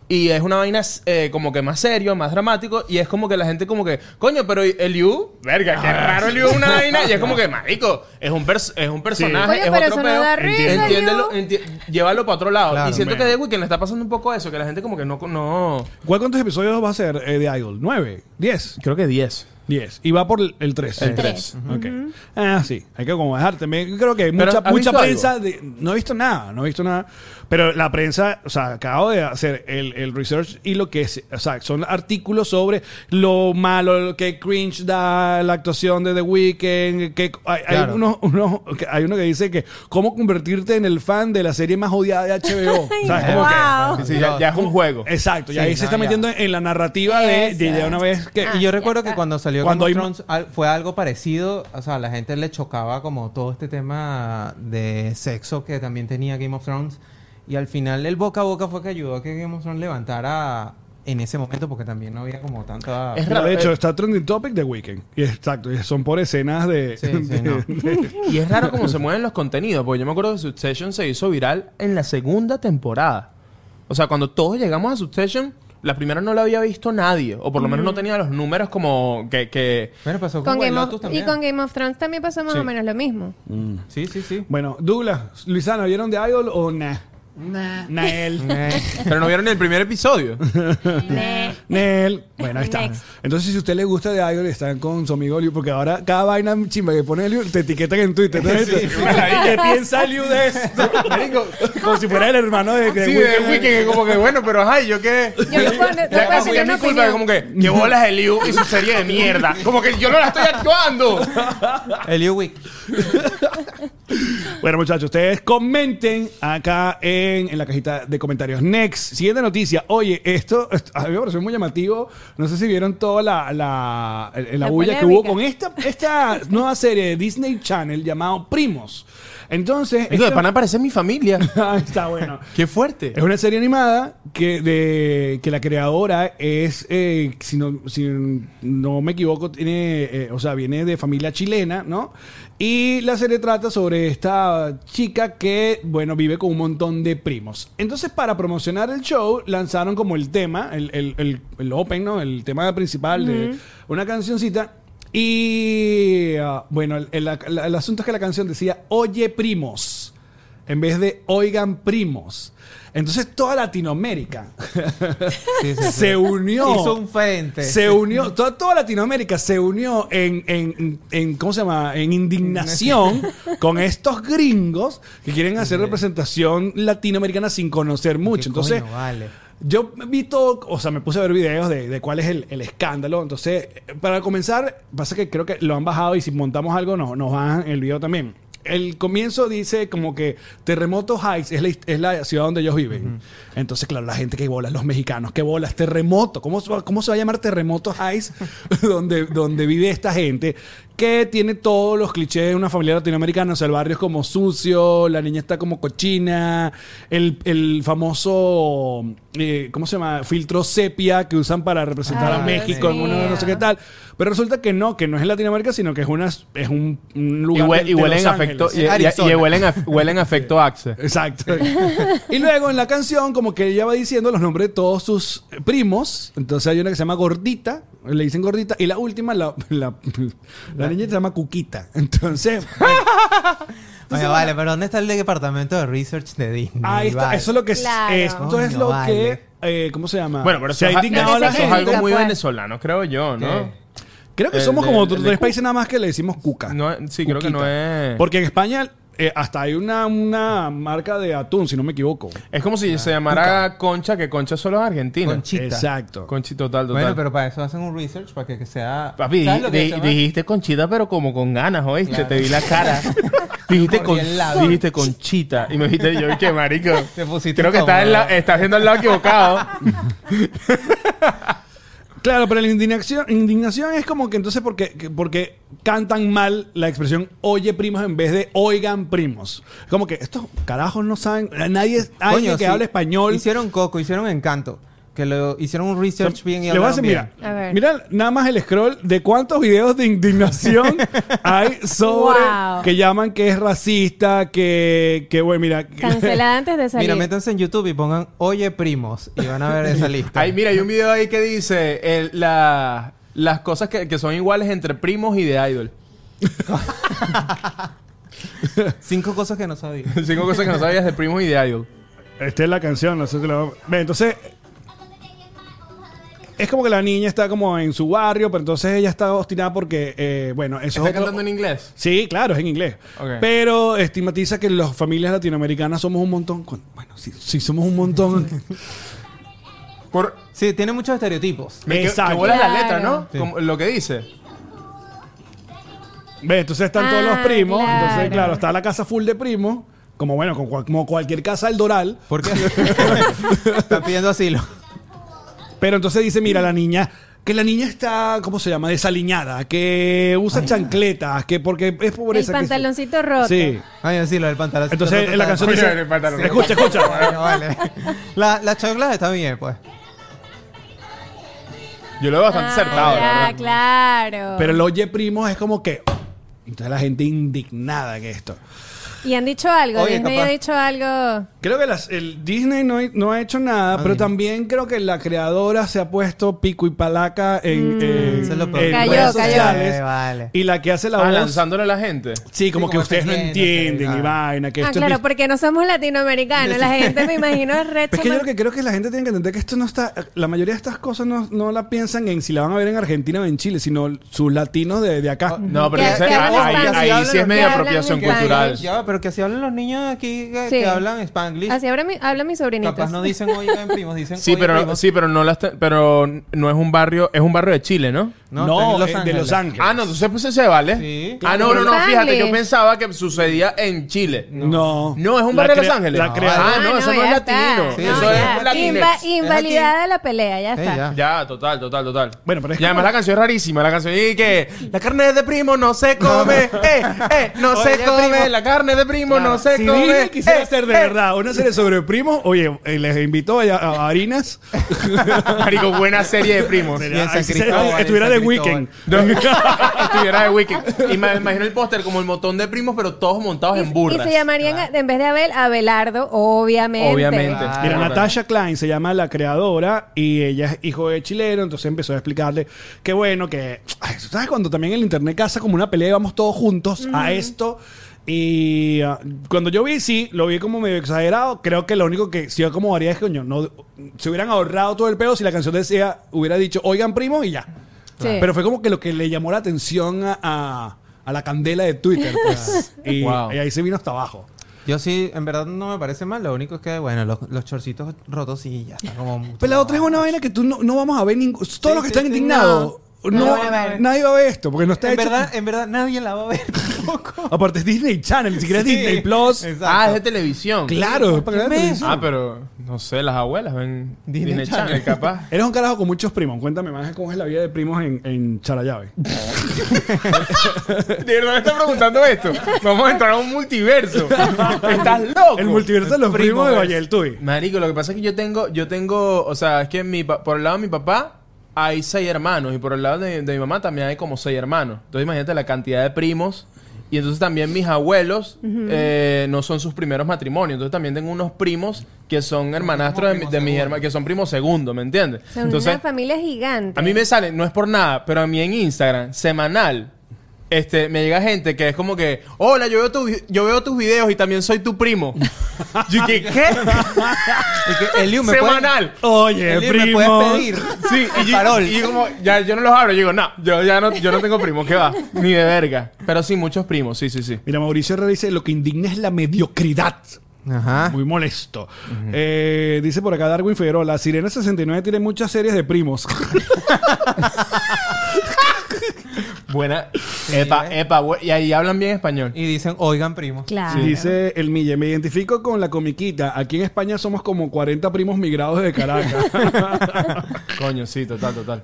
Speaker 5: y es una vaina eh, como que más serio, más dramático y es como que la gente como que, coño, pero Eliu, verga, qué raro Eliu es una vaina y es como que, Ah. marico, es un, pers- es un personaje,
Speaker 4: Coño,
Speaker 5: es
Speaker 4: pero
Speaker 5: otro
Speaker 4: eso no
Speaker 5: peo.
Speaker 4: da risa,
Speaker 5: Entiéndelo,
Speaker 4: Eliú.
Speaker 5: enti- llévalo para otro lado.
Speaker 2: Claro,
Speaker 5: y siento
Speaker 1: bueno.
Speaker 5: que The Weeknd le está pasando un poco eso, que la gente como que no... no
Speaker 1: ¿Cuál cuántos episodios va a ser eh, de Idol? ¿Nueve? ¿Diez?
Speaker 5: Creo que 10.
Speaker 1: 10. Y va por el 3.
Speaker 5: El
Speaker 4: tres.
Speaker 1: Ok. Ah, sí. Hay que como bajarte. Me- creo que
Speaker 5: Pero,
Speaker 1: mucha,
Speaker 5: ¿has
Speaker 1: mucha
Speaker 5: visto
Speaker 1: prensa. de- no he visto nada, no he visto nada. Pero la prensa, o sea, acabo de hacer el, el research y lo que es, o sea, son artículos sobre lo malo, lo que cringe da la actuación de The Weeknd. Que hay, hay
Speaker 2: Claro.
Speaker 1: uno, uno- que hay uno que dice que cómo convertirte en el fan de la serie más odiada de HBO. O sea, es como que-
Speaker 4: wow.
Speaker 5: Sí, ya, ya es un juego.
Speaker 1: Exacto, y
Speaker 2: Sí,
Speaker 1: ahí se
Speaker 2: no,
Speaker 1: está
Speaker 2: ya.
Speaker 1: metiendo en la narrativa de, de ya una vez que...
Speaker 2: Y yo
Speaker 4: Ah,
Speaker 2: recuerdo
Speaker 4: ya
Speaker 2: que
Speaker 4: está.
Speaker 2: cuando salió
Speaker 1: Cuando
Speaker 2: cuando
Speaker 1: hay-
Speaker 2: fue algo parecido, o sea, a la gente le chocaba como todo este tema de sexo que también tenía Game of Thrones y al final el boca a boca fue que ayudó a que Game of Thrones levantara en ese momento porque también no había como tanta
Speaker 5: Es
Speaker 1: No,
Speaker 5: raro,
Speaker 1: de hecho,
Speaker 5: eh.
Speaker 1: está trending topic de Weekend. Y exacto, y son por escenas de.
Speaker 2: Sí, sí,
Speaker 1: de-
Speaker 2: no.
Speaker 1: de-
Speaker 5: Y es raro cómo se mueven los contenidos, porque yo me acuerdo que Succession se hizo viral en la segunda temporada. O sea, cuando todos llegamos a Succession, La primera no la había visto nadie, o por lo menos no tenía los números como que... que
Speaker 2: Bueno, pasó con,
Speaker 4: Con
Speaker 2: White
Speaker 4: Game of-
Speaker 2: Lotus
Speaker 4: y
Speaker 2: también.
Speaker 4: con Game of Thrones también pasó más
Speaker 5: Sí.
Speaker 4: o menos lo mismo.
Speaker 2: Sí, sí, sí.
Speaker 1: Bueno, Douglas, Luisana, ¿vieron de Idol o nah?
Speaker 7: Nah.
Speaker 1: Nael.
Speaker 2: Eh,
Speaker 5: pero no vieron el primer episodio.
Speaker 4: Ne-
Speaker 1: Nel. Bueno, ahí está.
Speaker 4: Next.
Speaker 1: Entonces, si a usted le gusta de Idol, están con su amigo Liu, porque ahora cada vaina chimba que pone Liu, te etiquetan en Twitter. ¿no? ¿Qué piensa Liu de esto? Como si fuera el hermano de, de
Speaker 5: Sí,
Speaker 1: Weeknd.
Speaker 5: de Weeknd, que como que bueno, pero ay, yo qué.
Speaker 4: Yo no puedo- no
Speaker 5: La-
Speaker 4: puedo
Speaker 5: como
Speaker 4: decir
Speaker 5: que es
Speaker 4: una
Speaker 5: mi culpa,
Speaker 4: opinión.
Speaker 5: como que, que bolas el Liu y su serie de mierda. Como que yo no la estoy actuando.
Speaker 2: Eliu Wick.
Speaker 1: Bueno, muchachos, ustedes comenten acá en, en la cajita de comentarios. Next, siguiente noticia. Oye, esto, esto- a mí me pareció muy llamativo. No sé si vieron toda la, la, el- la
Speaker 4: La
Speaker 1: bulla que hubo
Speaker 4: polémica.
Speaker 1: con esta, esta nueva serie de Disney Channel llamado Primos. Entonces.
Speaker 5: Esto de
Speaker 1: esta-
Speaker 5: pana parece mi familia.
Speaker 1: Ah, está bueno.
Speaker 5: Qué fuerte.
Speaker 1: Es una serie animada que, de, que la creadora es, eh, si, no, si no me equivoco, tiene, eh, o sea, viene de familia chilena, ¿no? Y la serie trata sobre esta chica que, bueno, vive con un montón de primos. Entonces, para promocionar el show, lanzaron como el tema, el, el, el- el open, ¿no? El tema principal de una cancioncita. Y, ah, bueno, el, el- la- el asunto es que la canción decía, oye, primos en vez de oigan primos. Entonces toda Latinoamérica
Speaker 2: Sí, sí, sí.
Speaker 1: se unió.
Speaker 2: Hizo un frente.
Speaker 1: Se unió, toda, toda Latinoamérica se unió en, en, en- ¿cómo se llama? En indignación con estos gringos que quieren hacer representación latinoamericana sin conocer
Speaker 2: ¿Qué
Speaker 1: mucho. Entonces,
Speaker 2: coño vale.
Speaker 1: yo vi todo, o sea, me puse a ver videos de, de cuál es el, el escándalo. Entonces, para comenzar, pasa que creo que lo han bajado y si montamos algo no, nos bajan el video también. El comienzo dice como que Terremoto Heights es la, es la ciudad donde ellos viven. Entonces, claro, la gente que bola, los mexicanos, que bolas, terremoto. ¿Cómo, se va- ¿Cómo se va a llamar Terremoto Heights donde, donde vive esta gente? Que tiene todos los clichés de una familia latinoamericana. O sea, el barrio es como sucio, la niña está como cochina, el, el famoso, eh, ¿cómo se llama? Filtro sepia que usan para representar
Speaker 4: Ay,
Speaker 1: a
Speaker 4: Dios
Speaker 1: México en
Speaker 4: mío.
Speaker 1: uno de no sé qué tal. Pero resulta que no, que no es en Latinoamérica, sino que es, una, es un, un
Speaker 5: Y,
Speaker 1: lugar.
Speaker 5: hue-
Speaker 1: de- de
Speaker 5: y huelen
Speaker 1: Los
Speaker 5: afecto,
Speaker 1: Ángeles.
Speaker 5: y, y-
Speaker 2: Arizona.
Speaker 5: y huelen, af- huelen afecto Axe.
Speaker 1: Exacto. y luego en la canción, como que ella va diciendo los nombres de todos sus primos. Entonces hay una que se llama Gordita, le dicen Gordita. Y la última, la, la, la niña se llama Cuquita. Entonces,
Speaker 2: Oye, vale, pero ¿dónde está el departamento de research de Disney?
Speaker 1: ahí está.
Speaker 2: Vale.
Speaker 1: Eso es lo que es-
Speaker 4: Claro.
Speaker 1: Esto es
Speaker 2: Coño,
Speaker 1: lo
Speaker 2: vale.
Speaker 1: que. eh, ¿Cómo se
Speaker 2: Ah.
Speaker 1: llama?
Speaker 5: Bueno, pero
Speaker 1: se ha
Speaker 5: eso, es a-
Speaker 1: indignado a la
Speaker 5: eso es
Speaker 1: gente.
Speaker 5: algo muy
Speaker 4: Pues.
Speaker 5: venezolano, creo yo, ¿no?
Speaker 1: Creo que
Speaker 5: El
Speaker 1: somos
Speaker 5: de-
Speaker 1: como
Speaker 5: el de
Speaker 1: otros tres
Speaker 5: Cuca.
Speaker 1: países nada más que le decimos cuca.
Speaker 5: No, eh. sí, creo que no es-
Speaker 1: Porque en España eh, hasta hay una, una marca de atún, si no me equivoco.
Speaker 5: Es como si
Speaker 2: Ah,
Speaker 5: se llamara Concha, que Concha solo es argentina. Conchi,
Speaker 2: Conchita.
Speaker 1: Exacto.
Speaker 5: total, total.
Speaker 2: Bueno, pero para eso hacen un research para que, que sea.
Speaker 5: Papi,
Speaker 2: ¿Sabes lo que
Speaker 5: di-
Speaker 2: se llama?
Speaker 5: dijiste Conchita, pero como con ganas, ¿oíste? Te vi la cara. dijiste,
Speaker 2: Mordí
Speaker 5: con,
Speaker 2: el labio.
Speaker 5: dijiste Conchita. Y me dijiste yo, qué marico.
Speaker 2: Te pusiste
Speaker 5: Creo que
Speaker 2: cómodo.
Speaker 5: estás, en la, estás haciendo el lado equivocado.
Speaker 1: Claro, pero la indignación, indignación es como que entonces porque, que- porque cantan mal la expresión oye primos en vez de oigan primos. Como que estos carajos no saben, eh, nadie, alguien
Speaker 2: Coño,
Speaker 1: que
Speaker 2: sí.
Speaker 1: habla español.
Speaker 2: Hicieron Coco, hicieron Encanto. Que lo hicieron un
Speaker 1: O sea,
Speaker 2: research bien y
Speaker 1: le voy a
Speaker 2: hablaron
Speaker 1: hacer,
Speaker 2: bien.
Speaker 1: mira,
Speaker 4: bien. A ver.
Speaker 1: mira nada más el scroll de cuántos videos de indignación hay sobre
Speaker 4: Wow.
Speaker 1: que llaman que es racista, que, que bueno, mira, que-
Speaker 4: Cancelada antes de salir.
Speaker 2: Mira, métanse en YouTube y pongan Oye Primos y van a ver esa lista.
Speaker 5: Ay, mira, hay un video ahí que dice el- la- las cosas que, que son iguales entre primos y de idol.
Speaker 2: Cinco cosas que no sabía.
Speaker 5: Cinco cosas que no sabías de primos y de idol.
Speaker 1: Esta es la canción, nosotros la vamos- Ve, entonces. Es como que la niña está como en su barrio, pero entonces ella está obstinada porque, eh, bueno, eso
Speaker 5: ¿Estás
Speaker 1: es otro-
Speaker 5: cantando en inglés?
Speaker 1: Sí, claro, es en inglés.
Speaker 5: Ok.
Speaker 1: Pero estigmatiza que las familias latinoamericanas somos un montón. Con- Bueno, sí, sí somos un montón.
Speaker 5: Por,
Speaker 2: Sí, tiene muchos estereotipos.
Speaker 5: me- que-
Speaker 1: Exacto.
Speaker 5: Que, bolas la
Speaker 4: Claro.
Speaker 5: letra, ¿no?
Speaker 2: Sí.
Speaker 5: Como lo que dice.
Speaker 1: Ve, entonces están todos
Speaker 4: Ah,
Speaker 1: los primos. Entonces,
Speaker 4: claro.
Speaker 1: claro, está la casa full de primos. Como bueno, con cual- como cualquier casa del Doral.
Speaker 2: ¿Por qué? Están pidiendo asilo.
Speaker 1: Pero entonces dice, mira, la niña, que la niña está, ¿cómo se llama? Desaliñada, que usa chancletas, que porque es
Speaker 4: el
Speaker 1: pobreza. que se-
Speaker 4: pantaloncito roto.
Speaker 1: Sí.
Speaker 2: Ay, sí, lo del pantalón.
Speaker 1: Entonces la canción
Speaker 5: Coño,
Speaker 1: dice,
Speaker 5: el pantalón.
Speaker 1: escucha, escucha.
Speaker 2: Bueno, vale. La, la chocla está bien, pues.
Speaker 5: Yo lo veo bastante acertado, la
Speaker 4: Ah,
Speaker 5: verdad.
Speaker 4: claro.
Speaker 1: Pero el oye primo es como que entonces la gente indignada que esto.
Speaker 4: Y han dicho algo,
Speaker 2: Oye,
Speaker 4: Disney
Speaker 2: capaz.
Speaker 4: ha dicho algo.
Speaker 1: Creo que las, el Disney no, no ha hecho nada, pero
Speaker 2: Disney.
Speaker 1: también creo que la creadora se ha puesto pico y palaca en, en-
Speaker 2: Eso es lo peor.
Speaker 1: en
Speaker 4: Cayó,
Speaker 1: redes
Speaker 4: cayó.
Speaker 1: sociales.
Speaker 2: Eh, vale.
Speaker 1: Y la que hace la
Speaker 5: Ah,
Speaker 1: voz-
Speaker 5: lanzándole a la gente.
Speaker 1: Sí, como
Speaker 2: Sí,
Speaker 1: que
Speaker 2: como
Speaker 1: ustedes no
Speaker 2: que sí, no sé,
Speaker 1: entienden y
Speaker 2: ah.
Speaker 1: vaina. Que
Speaker 4: ah,
Speaker 1: esto es
Speaker 4: claro,
Speaker 1: dis-
Speaker 4: porque no somos latinoamericanos. La gente, me imagino, es recha.
Speaker 1: es que yo
Speaker 4: man-
Speaker 1: lo que creo que la gente tiene que entender que esto no está. La mayoría de estas cosas no, no la piensan en si la van a ver en Argentina o en Chile, sino sus latinos de, de acá.
Speaker 5: No, pero
Speaker 4: Que-
Speaker 5: ese-
Speaker 4: que
Speaker 5: ah,
Speaker 4: hablan
Speaker 5: ahí,
Speaker 4: español,
Speaker 5: ahí
Speaker 2: hablan-
Speaker 5: sí es
Speaker 2: que
Speaker 5: media
Speaker 4: hablan
Speaker 5: apropiación
Speaker 4: español.
Speaker 5: cultural.
Speaker 2: Ya, va, pero que así hablan los niños aquí que,
Speaker 4: Sí.
Speaker 2: que hablan spanglish.
Speaker 4: Así habla mi, habla mis sobrinitos.
Speaker 2: Capaz no dicen oigan primos, dicen
Speaker 5: Sí,
Speaker 2: "Oye,
Speaker 5: pero,
Speaker 2: primos".
Speaker 5: sí, pero no las te- pero no es un barrio, es un barrio de Chile, ¿no?
Speaker 1: No,
Speaker 2: está en
Speaker 1: eh, de Los Ángeles.
Speaker 5: Ah, no, entonces pues se vale.
Speaker 2: Sí.
Speaker 5: Ah, no, no, no,
Speaker 4: Spanglish.
Speaker 5: fíjate, yo pensaba que sucedía en Chile.
Speaker 1: No.
Speaker 5: No, es un
Speaker 1: La
Speaker 5: barrio de
Speaker 1: crea-
Speaker 5: Los Ángeles.
Speaker 1: La creadora.
Speaker 5: Ah, no, eso no es
Speaker 4: ya está.
Speaker 5: latino.
Speaker 2: Sí,
Speaker 5: eso
Speaker 2: no,
Speaker 5: es
Speaker 4: ya.
Speaker 5: latino.
Speaker 4: Inva- invalidada la pelea, ya
Speaker 2: Sí,
Speaker 4: está.
Speaker 2: ya.
Speaker 5: Ya, total, total, total.
Speaker 1: Bueno, pero es
Speaker 5: Y además la canción es rarísima, la canción y que la carne de primo no se come, eh, eh, no
Speaker 2: Oye,
Speaker 5: se come,
Speaker 2: primo.
Speaker 5: la carne de primo no se
Speaker 1: Si
Speaker 5: come.
Speaker 1: Disney quisiera
Speaker 5: eh,
Speaker 1: hacer de
Speaker 5: eh.
Speaker 1: verdad una serie sobre primos, oye, eh, les invito a, a Harinas.
Speaker 5: Marico, buena serie de primos.
Speaker 1: Mira,
Speaker 2: Y en San
Speaker 1: ahí sí se-
Speaker 2: Cristóbal, en
Speaker 1: Estuviera
Speaker 2: San
Speaker 1: de
Speaker 2: Cristóbal.
Speaker 1: weekend.
Speaker 5: Estuviera de Weekend. Y me imagino el póster como el montón de primos, pero todos montados en
Speaker 4: Y
Speaker 5: burras.
Speaker 4: se llamarían, en vez de Abel, Abelardo, obviamente.
Speaker 5: Obviamente.
Speaker 2: Ah,
Speaker 1: Mira,
Speaker 5: Claro.
Speaker 1: Natasha Klein se llama la creadora y ella es hijo de chileno, entonces empezó a explicarle que bueno, que ay, ¿tú sabes cuando también el internet casa como una pelea y vamos todos juntos a esto. Y ah, cuando yo vi, sí, lo vi como medio exagerado. Creo que lo único que sí como varía es que, coño, no, se hubieran ahorrado todo el pedo si la canción decía, hubiera dicho, oigan primo y ya.
Speaker 4: Sí.
Speaker 1: Pero fue como que lo que le llamó la atención a, a- a la candela de Twitter. pues. y,
Speaker 5: Wow.
Speaker 1: y ahí se vino hasta abajo.
Speaker 2: Yo sí, en verdad no me parece mal. Lo único es que, bueno, los, los chorcitos rotos sí ya están como. mucho
Speaker 1: Pero la otra es
Speaker 2: más.
Speaker 1: una vaina que tú no, no vamos a ver ningún. Todos los que
Speaker 2: sí,
Speaker 1: están
Speaker 2: sí,
Speaker 1: indignados. No,
Speaker 2: no. No la van a ver.
Speaker 1: nadie va a ver esto porque no está
Speaker 2: En
Speaker 1: hecho.
Speaker 2: verdad, en verdad nadie la va a ver tampoco.
Speaker 1: Aparte es Disney Channel, ni siquiera es
Speaker 2: Sí,
Speaker 1: Disney Plus.
Speaker 2: exacto.
Speaker 5: Ah, es de televisión.
Speaker 1: Claro, es para que vean
Speaker 2: ¿Ves?
Speaker 1: televisión.
Speaker 5: Ah, pero no sé, las abuelas ven
Speaker 2: Disney
Speaker 5: Disney,
Speaker 2: Channel.
Speaker 5: Channel, capaz.
Speaker 1: Eres un carajo con muchos primos. Cuéntame más cómo es la vida de primos en, en Charallave.
Speaker 5: De verdad me está preguntando esto. Vamos a entrar a un multiverso. Estás loco.
Speaker 1: El multiverso de los primos de Valle del Tuy.
Speaker 5: Marico, lo que pasa es que yo tengo, yo tengo, o sea, es que mi pa- por el lado de mi papá hay seis hermanos y por el lado de, de mi mamá también hay como seis hermanos. Entonces imagínate la cantidad de primos. Y entonces también mis abuelos eh, no son sus primeros matrimonios. Entonces también tengo unos primos que son hermanastros de, mi-
Speaker 2: primos
Speaker 5: de mis
Speaker 2: segundos.
Speaker 5: hermanos, que son primos segundos, ¿me entiendes?
Speaker 4: Son
Speaker 5: Entonces,
Speaker 4: una familia gigante.
Speaker 5: a mí me sale, no es por nada, pero a mí en Instagram, semanal, este, me llega gente que es como que, hola, yo veo, tu vi- yo veo tus videos y también soy tu primo. yo dije, ¿qué?
Speaker 2: Es que, Eliu, ¿me puedes-
Speaker 5: semanal.
Speaker 1: Oye,
Speaker 2: Eliu, ¿me puedes
Speaker 1: primo.
Speaker 2: pedir?
Speaker 5: Sí, y, yo-
Speaker 2: Parol.
Speaker 5: y como ya yo no los abro, yo digo, no, yo ya no, yo no tengo primos, ¿qué va? Ni de verga. Pero sí, muchos primos, sí, sí, sí.
Speaker 1: Mira, Mauricio Herrera dice: Lo que indigna es la mediocridad.
Speaker 2: Ajá.
Speaker 1: Muy molesto. Eh, dice por acá Darwin Figueroa: La Sirena 69 tiene muchas series de primos.
Speaker 5: Buena. epa,
Speaker 2: ¿eh?
Speaker 5: epa, bu- y ahí hablan bien español.
Speaker 2: Y dicen, oigan, primos.
Speaker 4: Claro.
Speaker 1: Dice el Mille, me identifico con la comiquita. Aquí en España somos como 40 primos migrados de Caracas.
Speaker 5: Coño, sí, total, total.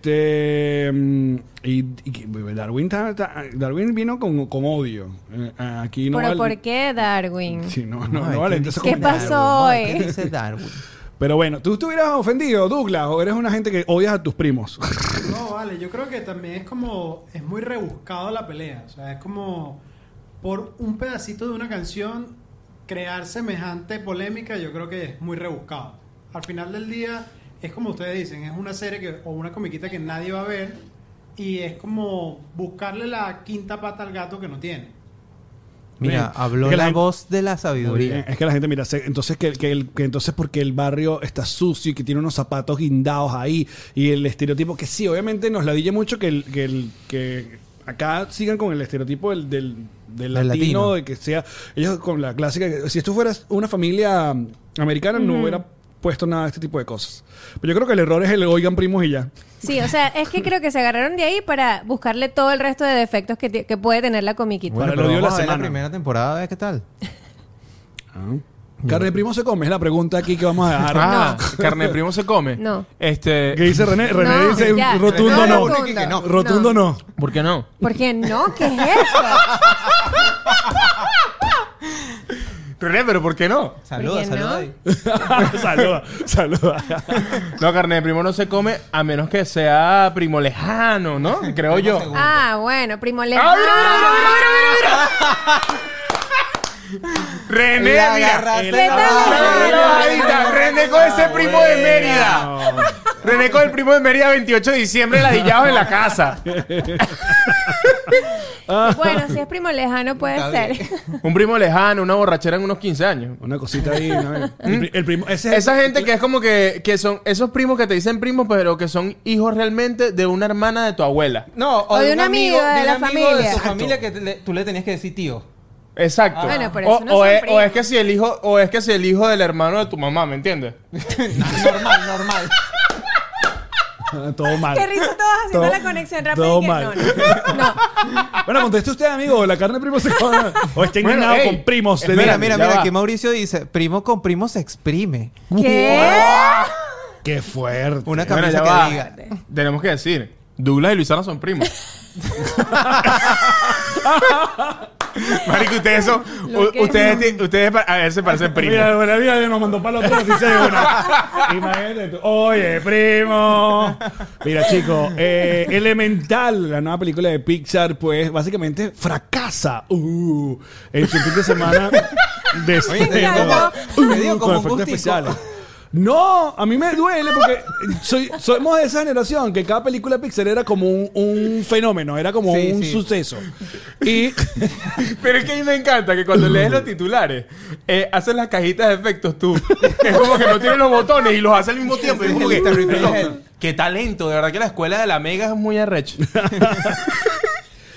Speaker 1: este. mm, Y, y que- Darwin, ta- ta- Darwin vino con, con odio. Eh, ah, aquí no
Speaker 4: ¿Pero
Speaker 1: vale.
Speaker 4: por qué Darwin?
Speaker 1: Sí, no, no,
Speaker 2: Ay,
Speaker 1: no vale.
Speaker 2: ¿qué
Speaker 1: entonces
Speaker 4: ¿Qué
Speaker 1: como-
Speaker 4: pasa? pasó
Speaker 2: Darwin? Ay,
Speaker 4: hoy?
Speaker 2: ¿Qué dice Darwin?
Speaker 1: Pero bueno, tú estuvieras ofendido, Douglas, o eres una gente que odias a tus primos.
Speaker 7: No, vale, yo creo que también es como. Es muy rebuscado la pelea. O sea, es como. Por un pedacito de una canción, crear semejante polémica, yo creo que es muy rebuscado. Al final del día, es como ustedes dicen, es una serie que, o una comiquita que nadie va a ver. Y es como buscarle la quinta pata al gato que no tiene.
Speaker 2: Mira,
Speaker 1: Bien.
Speaker 2: habló
Speaker 1: Es que la
Speaker 2: la,
Speaker 1: gente-
Speaker 2: voz de la
Speaker 1: Muy
Speaker 2: sabiduría.
Speaker 1: bien. Es que la gente, mira, se- entonces que, que el- que entonces porque el barrio está sucio y que tiene unos zapatos guindados ahí y el estereotipo que sí, obviamente nos ladilla mucho que el, que el- que acá sigan con el estereotipo del, del, del
Speaker 2: Del
Speaker 1: latino,
Speaker 2: latino.
Speaker 1: de que sea ellos con la clásica, que si esto fueras una familia mm, americana no hubiera puesto nada de este tipo de cosas. Pero yo creo que el error es el oigan primos y ya.
Speaker 4: Sí, o sea, es que creo que se agarraron de ahí para buscarle todo el resto de defectos que, ti- que puede tener la comiquita.
Speaker 1: Bueno,
Speaker 2: Bueno,
Speaker 1: pero dio
Speaker 2: pero vamos
Speaker 1: la
Speaker 2: a ver la
Speaker 1: semana.
Speaker 2: primera temporada, a ver qué tal.
Speaker 1: Carne de primo se come, es la pregunta aquí que vamos a dejar.
Speaker 5: Ah, carne de primo se come.
Speaker 4: No.
Speaker 5: Este,
Speaker 1: ¿Qué dice René? René
Speaker 4: No,
Speaker 1: dice
Speaker 4: ya.
Speaker 1: rotundo
Speaker 4: No,
Speaker 1: no.
Speaker 4: rotundo. No.
Speaker 1: Rotundo no.
Speaker 5: ¿por qué no?
Speaker 4: ¿Por qué no? ¿Qué es eso?
Speaker 5: René, pero ¿por qué no?
Speaker 2: Saluda,
Speaker 4: no?
Speaker 2: saluda. ahí.
Speaker 1: saluda, saluda.
Speaker 5: No, carne de primo no se come a menos que sea primo lejano, ¿no? Creo yo.
Speaker 2: segundo.
Speaker 4: Ah, bueno, primo
Speaker 5: ¡Ah, mira, mira,
Speaker 4: lejano.
Speaker 5: mira, mira, mira, mira!
Speaker 8: René,
Speaker 2: La
Speaker 8: mira.
Speaker 2: agarraste
Speaker 8: el-
Speaker 2: la
Speaker 4: mano.
Speaker 8: la lavadita. René con ese
Speaker 2: Ah,
Speaker 8: primo de Mérida. René con el primo de Mérida, 28 de diciembre, ladillado en la casa.
Speaker 4: Bueno, si es primo lejano puede ser.
Speaker 5: Un primo lejano, una borrachera en unos 15 años.
Speaker 1: Una cosita ahí. ¿no? El, pri- el primo, ese es el-
Speaker 5: Esa gente que es como que, que son esos primos que te dicen primos, pero que son hijos realmente de una hermana de tu abuela.
Speaker 2: No, o,
Speaker 4: O de
Speaker 2: de un
Speaker 4: una
Speaker 2: amigo
Speaker 4: amiga de
Speaker 2: de, un
Speaker 4: la
Speaker 2: amigo
Speaker 4: familia.
Speaker 2: de su
Speaker 4: Exacto.
Speaker 2: familia que te- le- tú le tenías que decir tío.
Speaker 5: Exacto.
Speaker 4: Ah, Bueno, pero
Speaker 5: o,
Speaker 4: eso no
Speaker 5: o
Speaker 4: son
Speaker 5: es, o
Speaker 4: primos.
Speaker 5: es que si el hijo, o es que si el hijo del hermano de tu mamá, ¿me entiendes?
Speaker 2: normal, normal.
Speaker 1: Ah, Todo mal.
Speaker 4: Qué risa todos haciendo
Speaker 1: Todo-
Speaker 4: la conexión
Speaker 1: todo
Speaker 4: rápida. y que
Speaker 1: mal.
Speaker 4: No, no. no.
Speaker 1: Bueno, conteste usted, amigo. La carne de primo se come. O está
Speaker 5: Bueno,
Speaker 1: indignado
Speaker 5: ey,
Speaker 1: con primos. de
Speaker 2: Mira,
Speaker 1: día.
Speaker 2: mira,
Speaker 5: ya
Speaker 2: mira,
Speaker 5: va.
Speaker 2: que Mauricio dice, primo con primo se exprime.
Speaker 4: ¿Qué?
Speaker 1: Qué fuerte.
Speaker 2: Una
Speaker 5: Bueno,
Speaker 2: camisa
Speaker 5: ya
Speaker 2: que
Speaker 5: va.
Speaker 2: diga.
Speaker 5: Tenemos que decir, Douglas y Luisana son primos.
Speaker 8: Marico, ustedes son.
Speaker 4: Lo
Speaker 8: u-
Speaker 4: que-
Speaker 8: ustedes, ti- ustedes pa- a ver se parecen primos.
Speaker 1: Mira, buena vida nos mandó para los 16 una. Imagínate tú. Oye, primo. Mira, chicos, eh, Elemental, la nueva película de Pixar, pues básicamente fracasa uh, en su fin de semana de estreno.
Speaker 2: encantó. Me dio como
Speaker 1: con
Speaker 2: un
Speaker 1: efectos
Speaker 2: gustico.
Speaker 1: especiales. No, a mí me duele porque soy, somos de esa generación que cada película de Pixar era como un, un fenómeno, era como
Speaker 2: Sí,
Speaker 1: un
Speaker 2: sí.
Speaker 1: suceso. Y
Speaker 5: Pero es que a mí me encanta que cuando lees los titulares, eh, hacen las cajitas de efectos tú. Es como que no tienen los botones y los hace al mismo tiempo. Es como que,
Speaker 2: Inteligente.
Speaker 5: qué talento, de verdad que la escuela de la Mega es muy arrecha.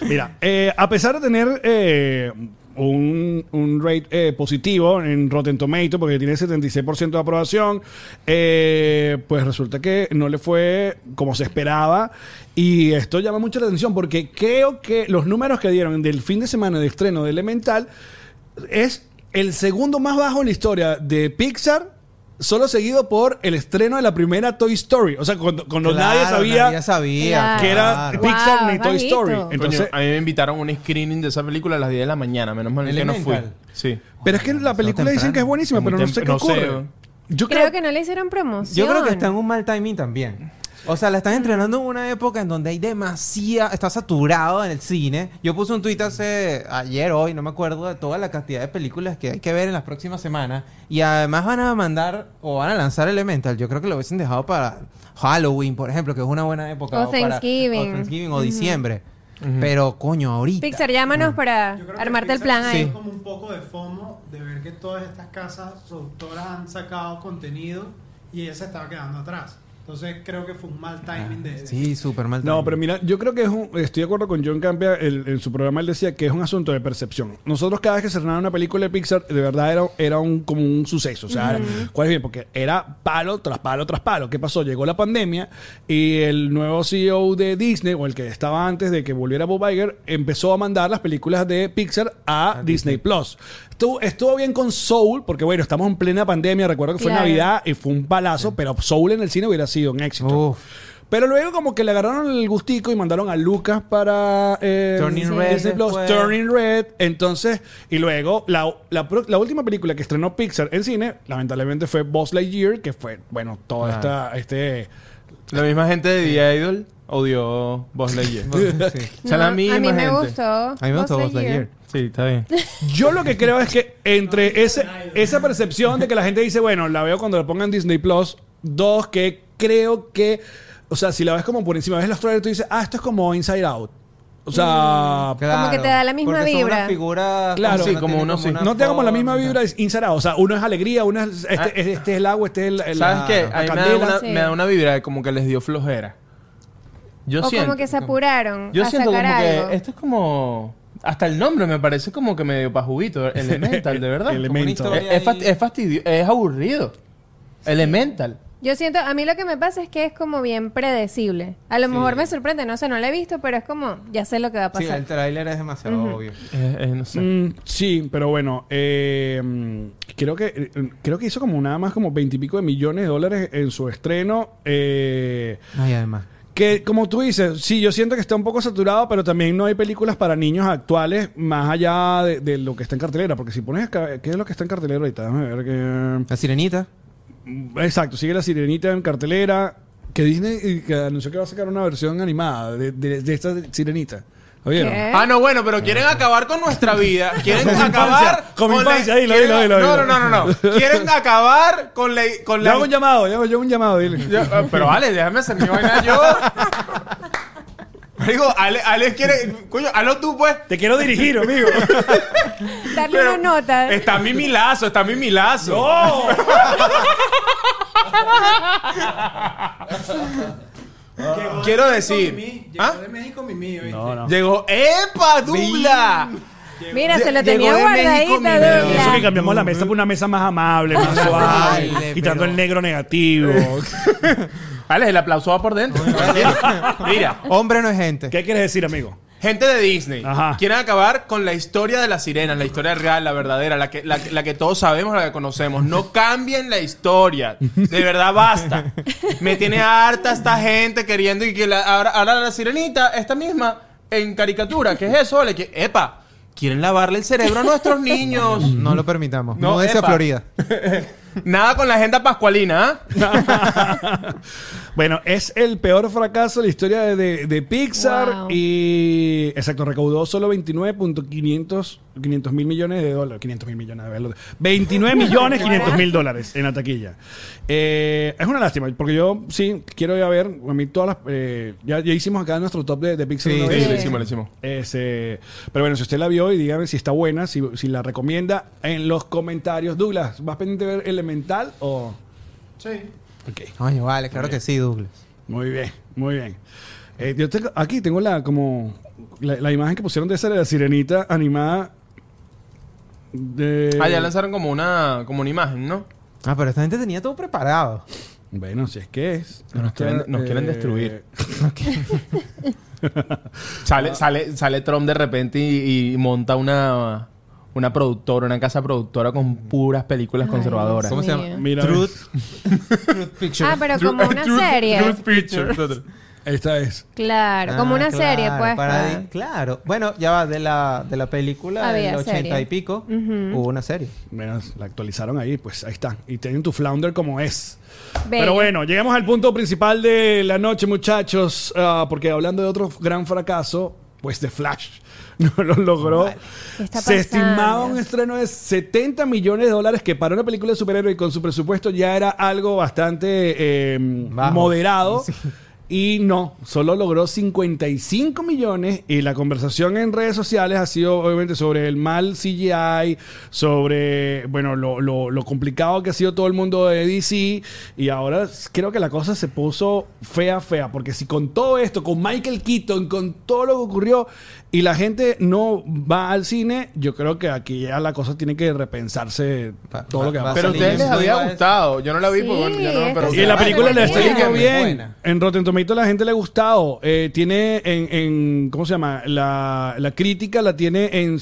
Speaker 1: Mira, eh, a pesar de tener eh, un, un rate eh, positivo en Rotten Tomato, porque tiene 76% de aprobación, eh, pues resulta que no le fue como se esperaba. Y esto llama mucho la atención porque creo que los números que dieron del fin de semana de estreno de Elemental es el segundo más bajo en la historia de Pixar. Solo seguido por el estreno de la primera Toy Story. O sea, cuando, cuando nadie
Speaker 2: Claro,
Speaker 1: sabía
Speaker 2: Nadie sabía.
Speaker 4: Claro.
Speaker 1: que era
Speaker 2: claro.
Speaker 1: Pixar
Speaker 4: Wow,
Speaker 1: ni Toy
Speaker 4: bajito.
Speaker 1: Story.
Speaker 4: Coño,
Speaker 1: Entonces,
Speaker 5: Coño, a mí me invitaron a un screening de esa película a las 10 de la mañana, menos mal que no fui.
Speaker 2: Elemental.
Speaker 5: Sí.
Speaker 1: Pero es que la película
Speaker 2: temprano.
Speaker 1: dicen que es buenísima,
Speaker 5: Muy
Speaker 1: pero no sé qué
Speaker 5: temprano, no sé.
Speaker 1: ocurre. Yo creo,
Speaker 4: Creo que no le hicieron promoción.
Speaker 2: Yo creo que está en un mal timing también. O sea, la están entrenando en una época en donde hay demasiada... Está saturado en el cine. Yo puse un tuit hace... Ayer, hoy, no me acuerdo de toda la cantidad de películas que hay que ver en las próximas semanas. Y además van a mandar o van a lanzar Elemental. Yo creo que lo hubiesen dejado para Halloween, por ejemplo, que es una buena época.
Speaker 4: O
Speaker 2: para-
Speaker 4: Thanksgiving.
Speaker 2: o Thanksgiving o diciembre. Pero, coño, ahorita...
Speaker 4: Pixar, llámanos para
Speaker 7: Yo creo que
Speaker 4: armarte el
Speaker 7: Pixar
Speaker 4: plan
Speaker 7: sí
Speaker 4: ahí.
Speaker 7: es como un poco de FOMO de ver que todas estas casas productoras han sacado contenido y ella se estaba quedando atrás. Entonces creo que fue un mal timing de
Speaker 2: Sí, súper mal
Speaker 1: no,
Speaker 2: timing.
Speaker 1: pero mira, yo creo que es un, estoy de acuerdo con John Campia, él- en su programa él decía que es un asunto de percepción. Nosotros cada vez que se estrenaba una película de Pixar, de verdad era, era un, como un suceso. O sea, ¿cuál es bien? Porque era palo tras palo tras palo. ¿Qué pasó? Llegó la pandemia y el nuevo CEO de Disney, o el que estaba antes de que volviera Bob Iger, empezó a mandar las películas de Pixar a, Disney Plus. Estuvo, estuvo bien con Soul, porque bueno, estamos en plena pandemia, recuerdo que fue
Speaker 4: Claro.
Speaker 1: Navidad y fue un palazo, pero Soul en el cine hubiera sido un éxito.
Speaker 2: Uf.
Speaker 1: Pero luego como que le agarraron el gustico y mandaron a Lucas para eh,
Speaker 2: Turning
Speaker 1: Disney
Speaker 2: Red
Speaker 1: Plus,
Speaker 2: después.
Speaker 1: Turning Red. Entonces, y luego la, la pro- la última película que estrenó Pixar en cine, lamentablemente fue Boss Lightyear, que fue, bueno, todo
Speaker 2: Claro.
Speaker 1: esta, este...
Speaker 5: La misma gente de The Idol odió Boss Lightyear.
Speaker 2: Sí.
Speaker 5: O sea, la
Speaker 4: No,
Speaker 5: misma
Speaker 4: a mí me
Speaker 5: gente.
Speaker 4: gustó.
Speaker 2: A mí me gustó Buzz Lightyear.
Speaker 5: Sí, está bien.
Speaker 1: Yo lo que creo es que entre ese, esa percepción de que la gente dice, bueno, la veo cuando la pongan Disney Plus, dos, que creo que, o sea, si la ves como por encima, ves los trailers, tú dices, ah, esto es como Inside Out. O
Speaker 2: Mm.
Speaker 1: sea,
Speaker 4: Como que te da la misma
Speaker 2: porque son
Speaker 4: vibra.
Speaker 2: unas figuras-
Speaker 1: Claro.
Speaker 2: como
Speaker 1: Sí,
Speaker 2: no
Speaker 5: como
Speaker 2: tienen
Speaker 5: uno sí.
Speaker 2: una
Speaker 1: No te da como la misma
Speaker 2: forma.
Speaker 1: vibra instalada. O sea, uno es alegría, uno es. Este,
Speaker 5: Ah.
Speaker 1: es- este es el agua, este es el. el-
Speaker 5: ¿Sabes
Speaker 1: la-
Speaker 5: qué?
Speaker 1: la
Speaker 5: A mí me da,
Speaker 1: candela.
Speaker 5: una,
Speaker 4: Sí.
Speaker 5: me da una vibra de como que les dio flojera. Yo
Speaker 4: o
Speaker 5: siento.
Speaker 4: como que se apuraron
Speaker 5: yo
Speaker 4: a
Speaker 5: siento
Speaker 4: sacar
Speaker 5: como
Speaker 4: algo.
Speaker 5: que esto es como. Hasta el nombre me parece como que medio para juguito. Elemental, de verdad.
Speaker 1: Ele-
Speaker 2: Como una
Speaker 1: Elemento.
Speaker 2: historia
Speaker 5: es, es fas-
Speaker 2: ahí.
Speaker 5: es fastidio, es aburrido. Elemental.
Speaker 4: Yo siento, a mí lo que me pasa es que es como bien predecible. A lo mejor me sorprende, no sé, no lo he visto, pero es como, ya sé lo que va a
Speaker 2: Sí,
Speaker 4: pasar.
Speaker 2: el tráiler es demasiado obvio.
Speaker 5: Eh, eh, no sé.
Speaker 1: Mm, sí, pero bueno. eh, mm, creo que eh, creo que hizo como nada más como veintipico de millones de dólares en su estreno. Eh,
Speaker 2: No, y además.
Speaker 1: que como tú dices, sí, yo siento que está un poco saturado, pero también no hay películas para niños actuales más allá de, de lo que está en cartelera. Porque si pones. acá- ¿Qué es lo que está en cartelera ahorita? Déjame ver que.
Speaker 2: La sirenita.
Speaker 1: Exacto, sigue la sirenita en cartelera. Que Disney eh, que anunció que va a sacar una versión animada de, de- de esta sirenita. ¿Oyeron?
Speaker 4: ¿Qué?
Speaker 5: Ah, no, bueno, pero quieren acabar con nuestra vida. Quieren
Speaker 1: Con mi infancia,
Speaker 5: acabar.
Speaker 1: con mi
Speaker 5: la-
Speaker 1: infancia, dilo,
Speaker 5: quieren-
Speaker 1: dilo, dilo,
Speaker 5: No,
Speaker 1: dilo.
Speaker 5: no, no, no, no. Quieren acabar con la. Con
Speaker 1: Le
Speaker 5: la
Speaker 1: hago un llamado, yo hago yo hago un llamado, dile.
Speaker 5: Ya, ah, pero Ale, déjame hacer mi vaina yo. Digo, Ale, Ale quiere. Coño, halo tú, pues.
Speaker 1: Te quiero dirigir, amigo.
Speaker 4: Darle
Speaker 5: Pero-
Speaker 4: una nota.
Speaker 5: Está mi milazo, está mi milazo.
Speaker 1: ¡Oh!
Speaker 7: Llegó de
Speaker 5: Quiero
Speaker 7: México
Speaker 5: decir-
Speaker 7: Mimi, Llegó
Speaker 5: ¿Ah?
Speaker 7: de México Mimi, ¿oíste?
Speaker 1: No, no.
Speaker 5: Llegó, ¡epa, Dubla!
Speaker 4: Mira,
Speaker 5: Lle-
Speaker 4: se lo
Speaker 5: llegó
Speaker 4: tenía
Speaker 5: de
Speaker 4: guardadita,
Speaker 5: México, mi bebé.
Speaker 1: Eso que
Speaker 4: Douglas.
Speaker 1: cambiamos la mesa por una mesa más amable, más suave,
Speaker 2: Dale,
Speaker 1: quitando
Speaker 2: pero-
Speaker 1: el negro negativo.
Speaker 8: Alex, el aplauso va por dentro.
Speaker 5: Mira,
Speaker 2: Hombre no es gente.
Speaker 1: ¿Qué quieres decir, amigo?
Speaker 5: gente de Disney.
Speaker 1: Ajá.
Speaker 5: Quieren acabar con la historia de las sirenas, la historia real, la verdadera, la que, la, que- la que todos sabemos, la que conocemos. No cambien la historia. De verdad, basta. Me tiene harta esta gente queriendo y que la- ahora, ahora la sirenita, esta misma, en caricatura. ¿Qué es eso? Le que, epa, quieren lavarle el cerebro a nuestros niños.
Speaker 2: No lo permitamos.
Speaker 5: No,
Speaker 2: No, es a
Speaker 5: epa.
Speaker 2: Florida.
Speaker 5: Nada con la agenda pascualina, ¿ah?
Speaker 1: Bueno, es el peor fracaso de la historia de, de- de Pixar
Speaker 4: Wow.
Speaker 1: y exacto, recaudó solo 29.500 500 mil millones de dólares, 500 mil millones de dólares, 29 millones 500 mil dólares en la taquilla. Eh, es una lástima, porque yo sí quiero ir a ver, a mí todas las, eh, ya, ya hicimos acá nuestro top de, de Pixar.
Speaker 2: Sí,
Speaker 1: una
Speaker 2: sí,
Speaker 1: vez.
Speaker 4: lo hicimos,
Speaker 5: lo hicimos.
Speaker 1: Ese- pero bueno, si usted la vio y dígame si está buena, si, si la recomienda en los comentarios. Douglas, ¿vas pendiente de ver Elemental o...?
Speaker 7: Sí.
Speaker 1: Ok.
Speaker 2: Coño, vale, claro que sí, Douglas.
Speaker 1: Muy bien, muy bien. Eh, yo tengo, aquí tengo la como la, la imagen que pusieron de esa de la sirenita animada. De...
Speaker 5: Ah, ya lanzaron como una, como una imagen, ¿no?
Speaker 2: Ah, pero esta gente tenía todo preparado.
Speaker 1: Bueno, si es que es. eh,
Speaker 5: Nos quieren- nos quieren destruir.
Speaker 1: Ah.
Speaker 5: Sale, sale, sale Trump de repente y, y monta una, una productora, una casa productora con puras películas conservadoras.
Speaker 4: Dios
Speaker 2: ¿Cómo se
Speaker 4: mío.
Speaker 2: llama?
Speaker 1: Mira,
Speaker 2: Truth. Truth Picture.
Speaker 4: Ah, pero como una serie. pues.
Speaker 1: esta es.
Speaker 4: Claro, como una serie, pues.
Speaker 2: Ah, para- claro. Bueno, ya va, de la, de la película del
Speaker 4: Había
Speaker 2: 80
Speaker 4: Ah, serie.
Speaker 2: y pico, hubo una serie.
Speaker 1: Bueno, la actualizaron ahí, pues ahí está. Y tienen tu flounder como es.
Speaker 4: Bello.
Speaker 1: Pero bueno, llegamos al punto principal de la noche, muchachos. ah, porque hablando de otro gran fracaso, pues The Flash no lo logró.
Speaker 4: ¿Qué está
Speaker 1: Se estimaba
Speaker 4: pasando?
Speaker 1: un estreno de 70 millones de dólares, que para una película de superhéroe y con su presupuesto ya era algo bastante eh,
Speaker 2: Bajo.
Speaker 1: moderado. Y no, solo logró 55 millones y la conversación en redes sociales ha sido obviamente sobre el mal CGI, sobre, bueno, lo, lo- lo complicado que ha sido todo el mundo de DC y ahora creo que la cosa se puso fea, fea, porque si con todo esto, con Michael Keaton, con todo lo que ocurrió y la gente no va al cine, yo creo que aquí ya la cosa tiene que repensarse
Speaker 2: Va-
Speaker 1: todo lo que
Speaker 2: va-
Speaker 1: va a
Speaker 2: va
Speaker 5: Pero a
Speaker 1: pasar.
Speaker 2: salir
Speaker 5: ustedes les
Speaker 2: en-
Speaker 5: había gustado. Yo no la vi
Speaker 4: Sí,
Speaker 5: porque bueno, ya no,
Speaker 4: es
Speaker 5: pero-
Speaker 4: que
Speaker 1: Y Eh, la película le está
Speaker 4: Buena.
Speaker 1: yendo bien.
Speaker 2: Buena.
Speaker 1: En Rotten Tomatoes la gente le ha gustado. Eh, tiene en, en- ¿Cómo se llama? La, la crítica la tiene en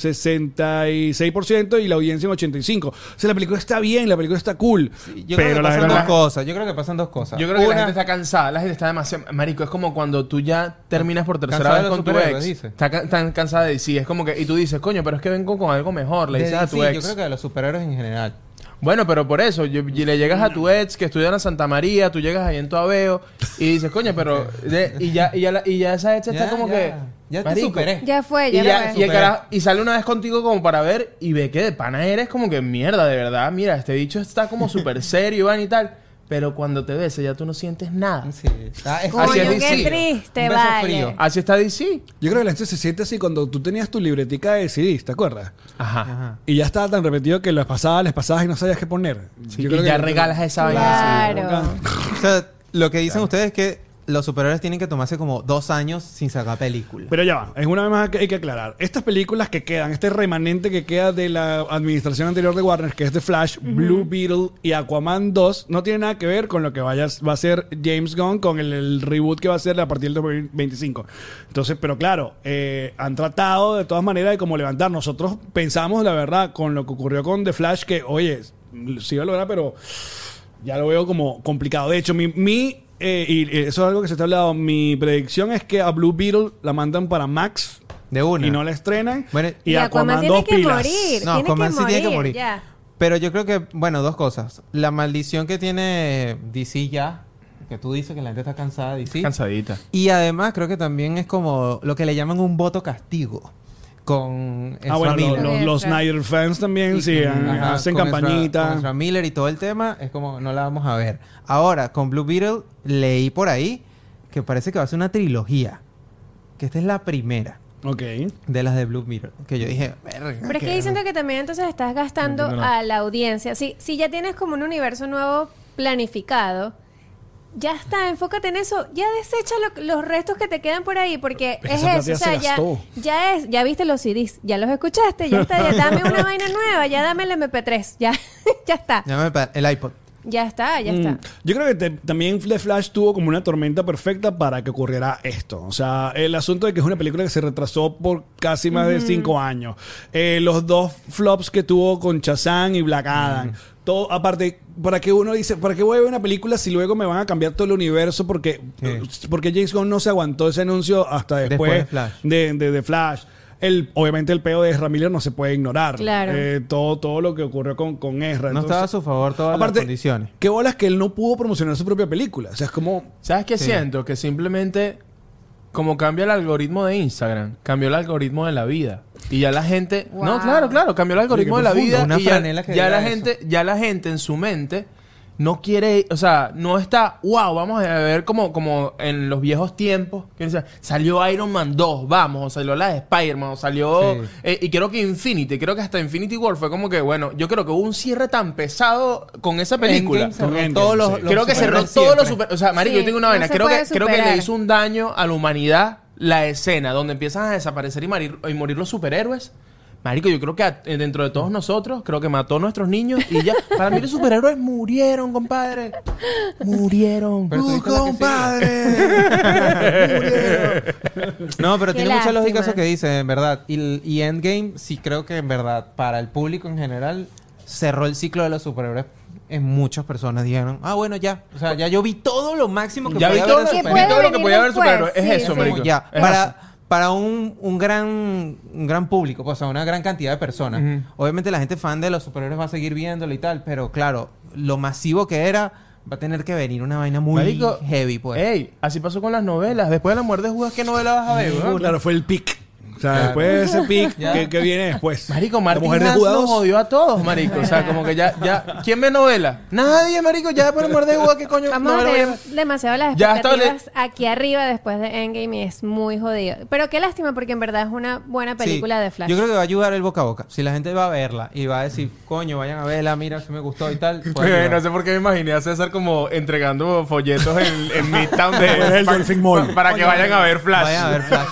Speaker 1: 66% y la audiencia en 85%. O sea, la película está bien, la película está cool.
Speaker 2: Sí, Yo
Speaker 1: pero
Speaker 2: creo que
Speaker 1: la
Speaker 2: pasan
Speaker 1: gente...
Speaker 2: dos cosas. Yo creo que pasan dos cosas.
Speaker 5: Yo creo que
Speaker 2: Una,
Speaker 5: la gente está cansada, la gente está demasiado... Marico, es como cuando tú ya terminas por tercera
Speaker 2: Cansada
Speaker 5: vez
Speaker 2: de los
Speaker 5: con tu
Speaker 2: superhéroes,
Speaker 5: ex.
Speaker 2: dice.
Speaker 5: Está ca- tan cansada de sí, es como que... Y tú dices, coño, pero es que vengo con algo mejor, le
Speaker 2: de
Speaker 5: dices a tu
Speaker 2: DC,
Speaker 5: ex.
Speaker 2: Yo creo que de los superhéroes en general.
Speaker 5: Bueno, pero por eso, yo- y le llegas a tu ex que estudia en Santa María, tú llegas ahí en tu aveo y dices, coño, pero. de- y, ya, y, ya la- y ya esa ex está
Speaker 2: Ya,
Speaker 5: como
Speaker 2: ya.
Speaker 5: que.
Speaker 2: Ya te
Speaker 5: "Marico".
Speaker 2: superé.
Speaker 4: Ya fue,
Speaker 5: Y,
Speaker 4: ya, lo
Speaker 5: ya- y el
Speaker 4: ves.
Speaker 2: Superé.
Speaker 5: carajo- y sale una vez contigo como para ver y ve que de pana eres como que mierda, de verdad. Mira, este dicho está como súper serio, Iván y tal. Pero cuando te ves, ya tú no sientes nada.
Speaker 2: Sí. Ah, es-
Speaker 4: Coño,
Speaker 5: Así es
Speaker 4: qué
Speaker 5: DC.
Speaker 4: triste,
Speaker 2: Un beso
Speaker 4: vale.
Speaker 2: frío.
Speaker 1: Ah,
Speaker 5: Así está DC.
Speaker 1: Yo creo que la gente se siente así cuando tú tenías tu libretica de CDs, ¿te acuerdas?
Speaker 5: Ajá.
Speaker 2: Ajá.
Speaker 1: Y ya estaba tan repetido que las pasabas, las pasabas y no sabías qué poner.
Speaker 5: Sí,
Speaker 1: Yo
Speaker 5: y
Speaker 1: creo que
Speaker 5: ya
Speaker 1: la-
Speaker 5: regalas esa vaina. así.
Speaker 4: Claro.
Speaker 2: O sea, lo que dicen ustedes es que los superhéroes tienen que tomarse como dos años sin sacar película.
Speaker 1: Pero ya va, es una vez más que hay que aclarar. Estas películas que quedan, este remanente que queda de la administración anterior de Warner, que es de Flash, Blue Beetle y Aquaman 2, no tiene nada que ver con lo que vayas, va a ser James Gunn con el, el reboot que va a ser a partir del 2025. Entonces, pero claro, eh, han tratado de todas maneras de como levantar. Nosotros pensamos, la verdad, con lo que ocurrió con The Flash, que oye, sí va a lograr, pero ya lo veo como complicado. De hecho, mi, mi, eh, y eso es algo que se está hablando, mi predicción es que a Blue Beetle la mandan para Max
Speaker 2: de una.
Speaker 1: y no la estrenan.
Speaker 2: Bueno,
Speaker 1: y, Aquaman,
Speaker 4: tiene
Speaker 1: dos
Speaker 4: que
Speaker 1: pilas.
Speaker 4: morir.
Speaker 2: No,
Speaker 4: tiene
Speaker 2: Aquaman
Speaker 4: que
Speaker 2: sí
Speaker 4: morir,
Speaker 2: tiene que morir.
Speaker 4: Ya.
Speaker 2: Pero yo creo que, bueno, dos cosas. La maldición que tiene DC ya, que tú dices que la gente está cansada de decir.
Speaker 5: Cansadita.
Speaker 2: Y además creo que también es como lo que le llaman un voto castigo con Ezra
Speaker 1: Ah, bueno, lo-
Speaker 2: Miller.
Speaker 1: lo- los
Speaker 4: Ezra.
Speaker 1: Snyder fans también,
Speaker 2: Y-
Speaker 1: sí, han-
Speaker 2: ajá,
Speaker 1: hacen
Speaker 2: con Ezra-
Speaker 1: campañita.
Speaker 2: con Ezra Miller y todo el tema es como no la vamos a ver. Ahora, con Blue Beetle leí por ahí que parece que va a ser una trilogía. Que esta es la primera
Speaker 1: Ok.
Speaker 2: de las de Blue Beetle. Que yo dije, verga.
Speaker 4: Pero es que ahí siento que también entonces estás gastando a la audiencia. Si, si ya tienes como un universo nuevo planificado, ya está, enfócate en eso. Ya desecha lo- los restos que te quedan por ahí, porque
Speaker 1: Pero
Speaker 4: es
Speaker 1: esa
Speaker 4: eso. O
Speaker 1: plata ya
Speaker 4: sea,
Speaker 1: se
Speaker 4: ya,
Speaker 1: gastó.
Speaker 4: ya es, ya viste los CDs, ya los escuchaste, ya está, ya dame una vaina nueva, ya dame el MP3, ya, ya está,
Speaker 2: Llámame para el iPod.
Speaker 4: ya está, ya está.
Speaker 1: Mm, Yo creo que te- también The Flash tuvo como una tormenta perfecta para que ocurriera esto. O sea, el asunto de que es una película que se retrasó por casi más de cinco años. Eh, los dos flops que tuvo con Chazán y Black Adam. Todo, aparte, para que uno dice, ¿para qué voy a ver una película si luego me van a cambiar todo el universo? Porque, eh,
Speaker 2: Sí.
Speaker 1: porque James Gunn no se aguantó ese anuncio hasta después,
Speaker 2: Después de Flash.
Speaker 1: de, de- de Flash. El, obviamente el peo de Ezra Miller no se puede ignorar.
Speaker 4: Claro.
Speaker 1: Eh, todo, todo lo que ocurrió con, con Ezra.
Speaker 2: No estaba a su favor todas
Speaker 1: Aparte,
Speaker 2: las condiciones.
Speaker 1: Qué bolas que él no pudo promocionar su propia película. O sea, es como.
Speaker 5: ¿Sabes qué siento? Que simplemente, como cambia el algoritmo de Instagram, cambió el algoritmo de la vida. Y ya la gente.
Speaker 4: Wow.
Speaker 5: No, claro, claro, cambió el algoritmo
Speaker 2: Oye, qué
Speaker 5: de la
Speaker 2: profundo,
Speaker 5: vida.
Speaker 2: una
Speaker 5: y ya,
Speaker 2: franela que
Speaker 5: ya la
Speaker 2: diga
Speaker 5: gente, ya la gente en su mente no quiere, o sea, no está, wow, vamos a ver como, como en los viejos tiempos, que decía, salió Iron Man 2, vamos, o salió la de Spider-Man, o salió,
Speaker 2: Sí.
Speaker 5: eh, y creo que Infinity, creo que hasta Infinity War fue como que, bueno, yo creo que hubo un cierre tan pesado con esa película.
Speaker 2: Endgame cerró
Speaker 1: Endgame,
Speaker 2: todos los-
Speaker 1: sí.
Speaker 2: los
Speaker 5: Creo que cerró
Speaker 2: superhéroes
Speaker 5: todos los
Speaker 2: siempre.
Speaker 5: super. O sea, Marico,
Speaker 4: Sí,
Speaker 5: yo tengo una
Speaker 4: no
Speaker 5: vaina.
Speaker 4: se
Speaker 5: creo, que,
Speaker 4: puede
Speaker 5: creo que le
Speaker 4: superar.
Speaker 5: hizo un daño a la humanidad la escena donde empiezan a desaparecer y, marir- y morir los superhéroes. Marico, yo creo que a- eh, dentro de todos nosotros, creo que mató a nuestros niños y ya. Para mí, los superhéroes murieron, compadre. Murieron.
Speaker 2: Pero tú
Speaker 5: Uh,
Speaker 2: dijiste la que sí. No, pero
Speaker 4: Qué
Speaker 2: tiene mucha
Speaker 4: lástima.
Speaker 2: lógica eso que dice, en verdad. Y, l- y Endgame, sí creo que en verdad, para el público en general, cerró el ciclo de los superhéroes. En muchas personas dijeron, ah, bueno, ya. O sea, ya yo vi todo lo máximo que
Speaker 5: Ya vi
Speaker 2: podía
Speaker 5: todo,
Speaker 4: ¿Qué
Speaker 2: haber de
Speaker 5: lo- vi
Speaker 4: puede
Speaker 2: superhéroes.
Speaker 5: todo lo que
Speaker 4: venir
Speaker 5: podía haber
Speaker 4: después?
Speaker 5: superhéroes. Es
Speaker 4: Sí,
Speaker 5: eso,
Speaker 4: sí.
Speaker 5: marico.
Speaker 2: Ya,
Speaker 5: Es
Speaker 2: para, para un, un gran, un gran público, pues, o sea, una gran cantidad de personas. Obviamente la gente fan de los superhéroes va a seguir viéndolo y tal, pero claro, lo masivo que era, va a tener que venir una vaina muy
Speaker 5: Marico, eh,
Speaker 2: heavy, pues.
Speaker 5: Ey, así pasó con las novelas. Después de la muerte de Judas, ¿qué novela vas a ver, weón?
Speaker 1: Claro, fue el pic. O sea,
Speaker 2: Claro.
Speaker 1: después de ese pic,
Speaker 2: Ya.
Speaker 1: ¿qué, qué viene después?
Speaker 5: Marico,
Speaker 1: La
Speaker 5: Martín
Speaker 1: mujer de
Speaker 5: Nas
Speaker 1: Judas
Speaker 5: nos
Speaker 1: dos.
Speaker 5: jodió a todos, marico. O sea, como que ya, ya... ¿Quién ve novela? Nadie, marico. Ya por amor de Dios, ¿qué coño?
Speaker 4: Vamos
Speaker 5: novela
Speaker 4: a
Speaker 5: voy a
Speaker 4: tener
Speaker 5: ver?
Speaker 4: demasiado las
Speaker 5: Ya está,
Speaker 4: expectativas aquí arriba después de Endgame y es muy jodido. Pero qué lástima porque en verdad es una buena
Speaker 2: Sí,
Speaker 4: película de Flash.
Speaker 2: Yo creo que va a ayudar el boca a boca. Si la gente va a verla y va a decir, coño, vayan a verla, mira si me gustó y tal. pues, puede
Speaker 8: Eh,
Speaker 2: ayudar.
Speaker 8: no sé por qué me imaginé a César como entregando folletos en, en Midtown de,
Speaker 1: Fuera del Dolphin Mall.
Speaker 8: pa- para que vayan a ver Flash.
Speaker 2: Vayan a ver Flash.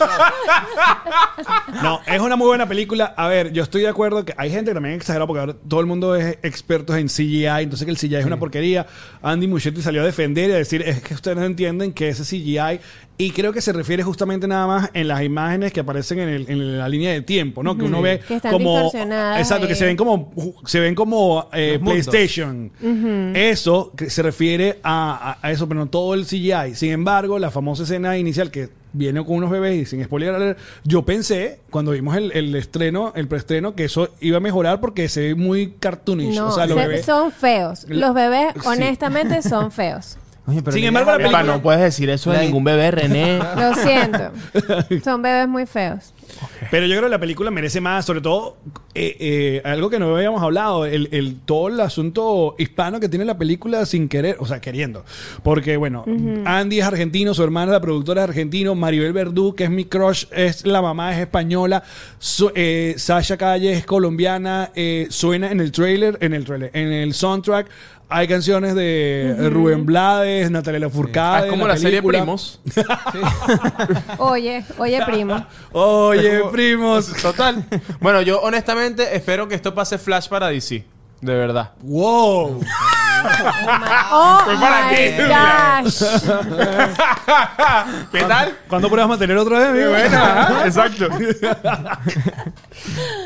Speaker 1: No, es una muy buena película. A ver, yo estoy de acuerdo que hay gente que también exagera porque ahora todo el mundo es experto en CGI, entonces que el CGI es una porquería. Andy Muschietti salió a defender y a decir, es que ustedes no entienden que ese CGI, y creo que se refiere justamente nada más en las imágenes que aparecen en, el- en la línea de tiempo, ¿no? Que uno ve
Speaker 4: Que están
Speaker 1: como...
Speaker 4: distorsionadas
Speaker 1: Exacto, que
Speaker 4: ahí.
Speaker 1: se ven como, se ven como eh,
Speaker 2: Los mundos.
Speaker 1: PlayStation. Eso que se refiere a, a- a eso, pero no todo el CGI. Sin embargo, la famosa escena inicial que viene con unos bebés y sin spoiler alert, yo pensé cuando vimos el, el estreno, el preestreno, que eso iba a mejorar porque se ve muy cartoonish.
Speaker 4: No,
Speaker 1: o sea, los
Speaker 4: se-
Speaker 1: bebés.
Speaker 4: son feos. Los bebés,
Speaker 1: Sí.
Speaker 4: honestamente, son feos.
Speaker 2: Oye, pero
Speaker 1: Sin
Speaker 2: le-
Speaker 1: embargo, la
Speaker 5: Epa,
Speaker 1: película...
Speaker 5: no puedes decir eso de
Speaker 2: La-
Speaker 5: ningún bebé, René.
Speaker 8: Ah,
Speaker 4: Lo siento. Son bebés muy feos.
Speaker 1: Pero yo creo que la película merece más, sobre todo eh, eh, algo que no habíamos hablado, el, el- todo el asunto hispano que tiene la película sin querer, o sea, queriendo. Porque, bueno, Andy es argentino, su hermana, la productora es argentino, Maribel Verdú, que es mi crush, es la mamá, es española, su- eh, Sasha Calle es colombiana, eh, suena en el trailer, en el trailer, en el soundtrack. Hay canciones de Rubén Blades, Natalia
Speaker 5: Ah,
Speaker 1: Lafourcade.
Speaker 5: es como
Speaker 1: en
Speaker 5: la serie
Speaker 1: película.
Speaker 5: Primos.
Speaker 4: Oye, oye, primo.
Speaker 1: Oye, primos.
Speaker 8: Total. Bueno, yo honestamente espero que esto pase Flash para DC. De verdad.
Speaker 1: Wow.
Speaker 4: Oh,
Speaker 8: Fue para
Speaker 4: my
Speaker 8: ti, mira.
Speaker 4: gosh.
Speaker 8: ¿Qué tal?
Speaker 1: ¿Cuándo pruebas mantener otra vez, amigo?
Speaker 8: Buena, ajá, exacto.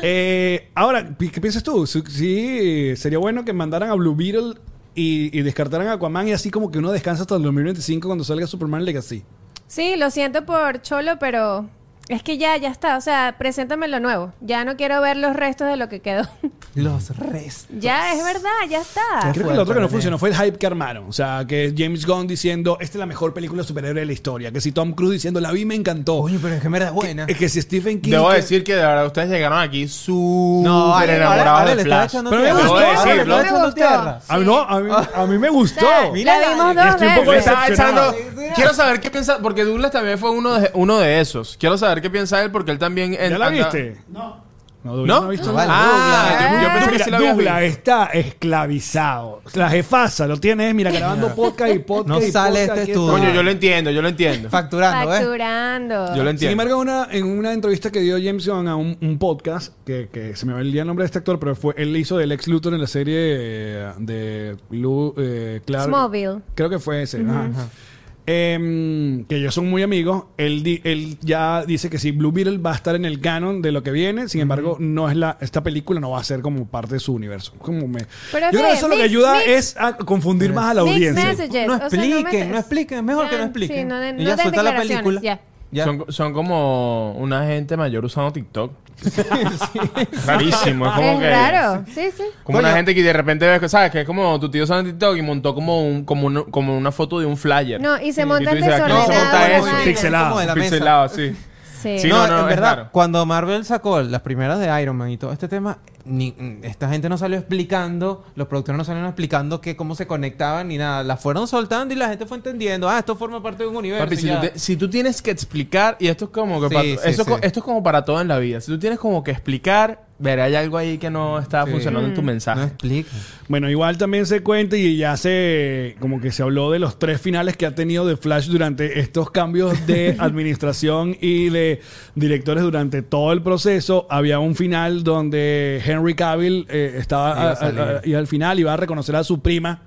Speaker 1: Eh, ahora, pi- ¿qué piensas tú? Su- Sí, sería bueno que mandaran a Blue Beetle y, y descartaran a Aquaman y así como que uno descansa hasta el 2025 cuando salga Superman Legacy.
Speaker 4: Sí, lo siento por Cholo, pero Es que ya, ya está. O sea, preséntame lo nuevo. Ya no quiero ver los restos de lo que quedó.
Speaker 2: Los restos.
Speaker 4: ya, es verdad, ya está.
Speaker 2: Qué
Speaker 1: Creo que lo otro que no
Speaker 2: fuerte,
Speaker 1: funcionó fue el hype que armaron. O sea, que James Gunn diciendo, esta es la mejor película de superhéroe de la historia. Que si Tom Cruise diciendo, la vi, me encantó.
Speaker 2: Oye, pero es que en verdad es buena.
Speaker 1: Es que si Stephen King...
Speaker 8: Debo
Speaker 1: que-
Speaker 8: decir que de verdad ustedes llegaron aquí súper
Speaker 2: No, ahora- ahora-
Speaker 8: enamorados
Speaker 2: ahora le
Speaker 8: de
Speaker 2: está
Speaker 8: Flash.
Speaker 2: echando
Speaker 1: Pero me
Speaker 2: tierra.
Speaker 1: gustó,
Speaker 2: Ahora le está
Speaker 8: ahora le
Speaker 4: gustó.
Speaker 2: echando tierra.
Speaker 1: A mí, Ah, no, a mí, a mí me
Speaker 4: O
Speaker 1: gustó.
Speaker 8: Ah.
Speaker 4: sea, la vimos dos
Speaker 1: Estoy un poco
Speaker 8: Me
Speaker 4: veces.
Speaker 8: estaba
Speaker 1: decepcionado.
Speaker 8: echando- Quiero saber qué piensa, porque Douglas también fue uno de, uno de esos. Quiero saber qué piensa él, porque él también.
Speaker 1: ¿Ya la
Speaker 8: anda-
Speaker 1: viste?
Speaker 7: No.
Speaker 1: No,
Speaker 8: ¿No?
Speaker 1: he visto
Speaker 2: Ah,
Speaker 1: nada.
Speaker 2: vale.
Speaker 8: Ah, yo, yo
Speaker 1: Mira,
Speaker 8: pensé que sí la habías
Speaker 1: Douglas
Speaker 8: visto.
Speaker 1: está esclavizado. La jefasa lo tiene, mira, grabando podcast y podcast.
Speaker 2: No
Speaker 1: y
Speaker 2: sale
Speaker 1: podcast,
Speaker 2: este
Speaker 1: aquí
Speaker 2: estudio.
Speaker 1: está.
Speaker 8: Coño, yo lo entiendo, yo lo entiendo.
Speaker 2: Facturando, ¿eh?
Speaker 4: Facturando.
Speaker 8: Yo
Speaker 1: Sin
Speaker 8: lo entiendo.
Speaker 1: embargo, una, en una entrevista que dio James Gunn a un, un podcast, que, que se me va el día el nombre de este actor, pero fue él hizo del ex Luthor en la serie eh, de Lu, eh, Clark.
Speaker 4: Smallville.
Speaker 1: Creo que fue ese. ajá. Em, que ellos son muy amigos. Él, di- él ya dice que sí, Blue Beetle va a estar en el canon de lo que viene. Sin embargo, no es la esta película no va a ser como parte de su universo. Como me,
Speaker 4: Pero
Speaker 1: yo creo que
Speaker 4: ve,
Speaker 1: eso lo que
Speaker 4: mix-
Speaker 1: ayuda
Speaker 4: mix-
Speaker 1: es a confundir más a la
Speaker 4: Mixed
Speaker 1: audiencia.
Speaker 4: messages.
Speaker 2: No
Speaker 4: O sea, me
Speaker 2: expliquen,
Speaker 4: metes-
Speaker 2: no expliquen. Es mejor que no
Speaker 4: Ya,
Speaker 2: expliquen.
Speaker 4: Sí, no, den-
Speaker 2: Y
Speaker 4: no
Speaker 2: ya
Speaker 4: den
Speaker 2: suelta la
Speaker 4: declaraciones,
Speaker 2: película.
Speaker 4: Ya.
Speaker 2: Ya.
Speaker 5: Son, son como una gente mayor usando TikTok. Rarísimo, es como
Speaker 4: Es
Speaker 5: que.
Speaker 4: raro. Sí, sí.
Speaker 5: Como
Speaker 2: Coño.
Speaker 5: una gente que de repente ves, que, ¿sabes? Que es como tu tío usando TikTok y montó como, un, como, un- como una foto de un flyer.
Speaker 4: No, y se
Speaker 5: tú
Speaker 4: montan
Speaker 5: dices, "Aquí no se
Speaker 4: desordenados
Speaker 5: monta
Speaker 4: las
Speaker 5: eso.
Speaker 4: vainas.
Speaker 1: Pixelado.
Speaker 2: Como de la mesa.
Speaker 5: Pixelado, sí.
Speaker 4: Sí.
Speaker 5: Sí,
Speaker 4: No,
Speaker 2: no,
Speaker 5: no, no,
Speaker 2: en
Speaker 5: es
Speaker 2: verdad,
Speaker 5: raro.
Speaker 2: cuando Marvel sacó las primeras de Iron Man y todo este tema, ni- mm, esta gente no salió explicando, los productores no salieron explicando que cómo se conectaban ni nada. Las fueron soltando y la gente fue entendiendo, ah, esto forma parte de un universo.
Speaker 5: Papi, si
Speaker 2: ya.
Speaker 5: tú, te- si tú tienes que explicar, y esto es como que
Speaker 2: Sí,
Speaker 5: para-
Speaker 2: sí,
Speaker 5: eso es co-
Speaker 2: sí.
Speaker 5: esto es como para todo en la vida. Si tú tienes como que explicar, ver, hay algo ahí que no está
Speaker 2: Sí.
Speaker 5: funcionando en tu
Speaker 2: No
Speaker 5: mensaje.
Speaker 2: explica.
Speaker 1: Bueno, igual también se cuenta y ya se como que se habló de los tres finales que ha tenido The Flash durante estos cambios de administración y de directores durante todo el proceso. Había un final donde Henry Cavill eh, estaba
Speaker 2: Iba a
Speaker 1: a- a-
Speaker 2: salir.
Speaker 1: a- y al final iba a reconocer a su prima.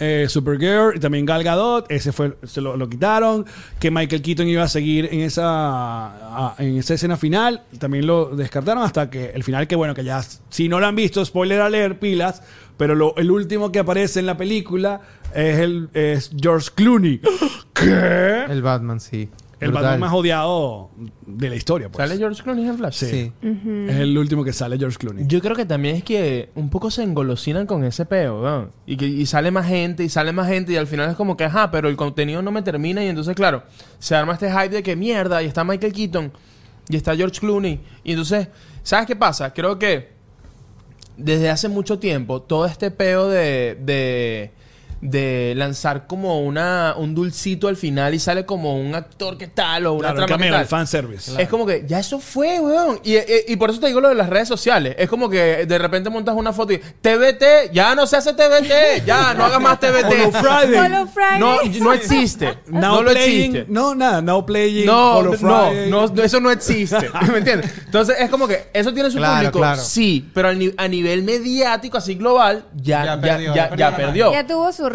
Speaker 1: eh, Supergirl y también Gal Gadot, ese fue se lo, lo quitaron, que Michael Keaton iba a seguir en esa a- en esa escena final, también lo descartaron hasta que el final que bueno, que ya si no lo han visto, spoiler a leer pilas, pero lo- el último que aparece en la película es el es George Clooney. ¿Qué?
Speaker 2: El Batman, sí.
Speaker 1: El
Speaker 2: Brutal.
Speaker 1: Batman más odiado de la historia, pues.
Speaker 5: ¿Sale George Clooney en Flash?
Speaker 1: Sí.
Speaker 2: Sí.
Speaker 1: Es el último que sale George Clooney.
Speaker 5: Yo creo que también es que un poco se engolosinan con ese peo, weón. Y, que, y sale más gente, y sale más gente, y al final es como que, ajá, pero el contenido no me termina, y entonces, claro, se arma este hype de que mierda, y está Michael Keaton, y está George Clooney, y entonces, ¿sabes qué pasa? Creo que desde hace mucho tiempo todo este peo de, de, de lanzar como una, un dulcito al final y sale como un actor que tal o una
Speaker 1: Claro, el
Speaker 5: trama que
Speaker 1: cameo,
Speaker 5: tal.
Speaker 1: el fanservice.
Speaker 5: Es como que, ya eso fue, weón. Y, y- y por eso te digo lo de las redes sociales. Es como que de repente montas una foto y TBT, ya no se hace TBT, ya no hagas más
Speaker 1: Follow
Speaker 5: TBT.
Speaker 1: Friday.
Speaker 4: Follow Friday.
Speaker 5: No, no existe.
Speaker 1: Now
Speaker 5: no lo
Speaker 1: playing,
Speaker 5: existe.
Speaker 1: No, nada, now playing.
Speaker 5: No,
Speaker 1: Follow
Speaker 5: no,
Speaker 1: Friday.
Speaker 5: no, no, eso no existe. ¿Me entiendes? Entonces es como que eso tiene su
Speaker 2: Claro,
Speaker 5: público,
Speaker 2: claro.
Speaker 5: sí, pero al ni- a, nivel mediático, así global,
Speaker 2: Ya
Speaker 5: ya, ya,
Speaker 2: perdió,
Speaker 5: ya,
Speaker 2: ya
Speaker 5: ya
Speaker 2: perdió
Speaker 5: perdió.
Speaker 4: Ya tuvo su rato.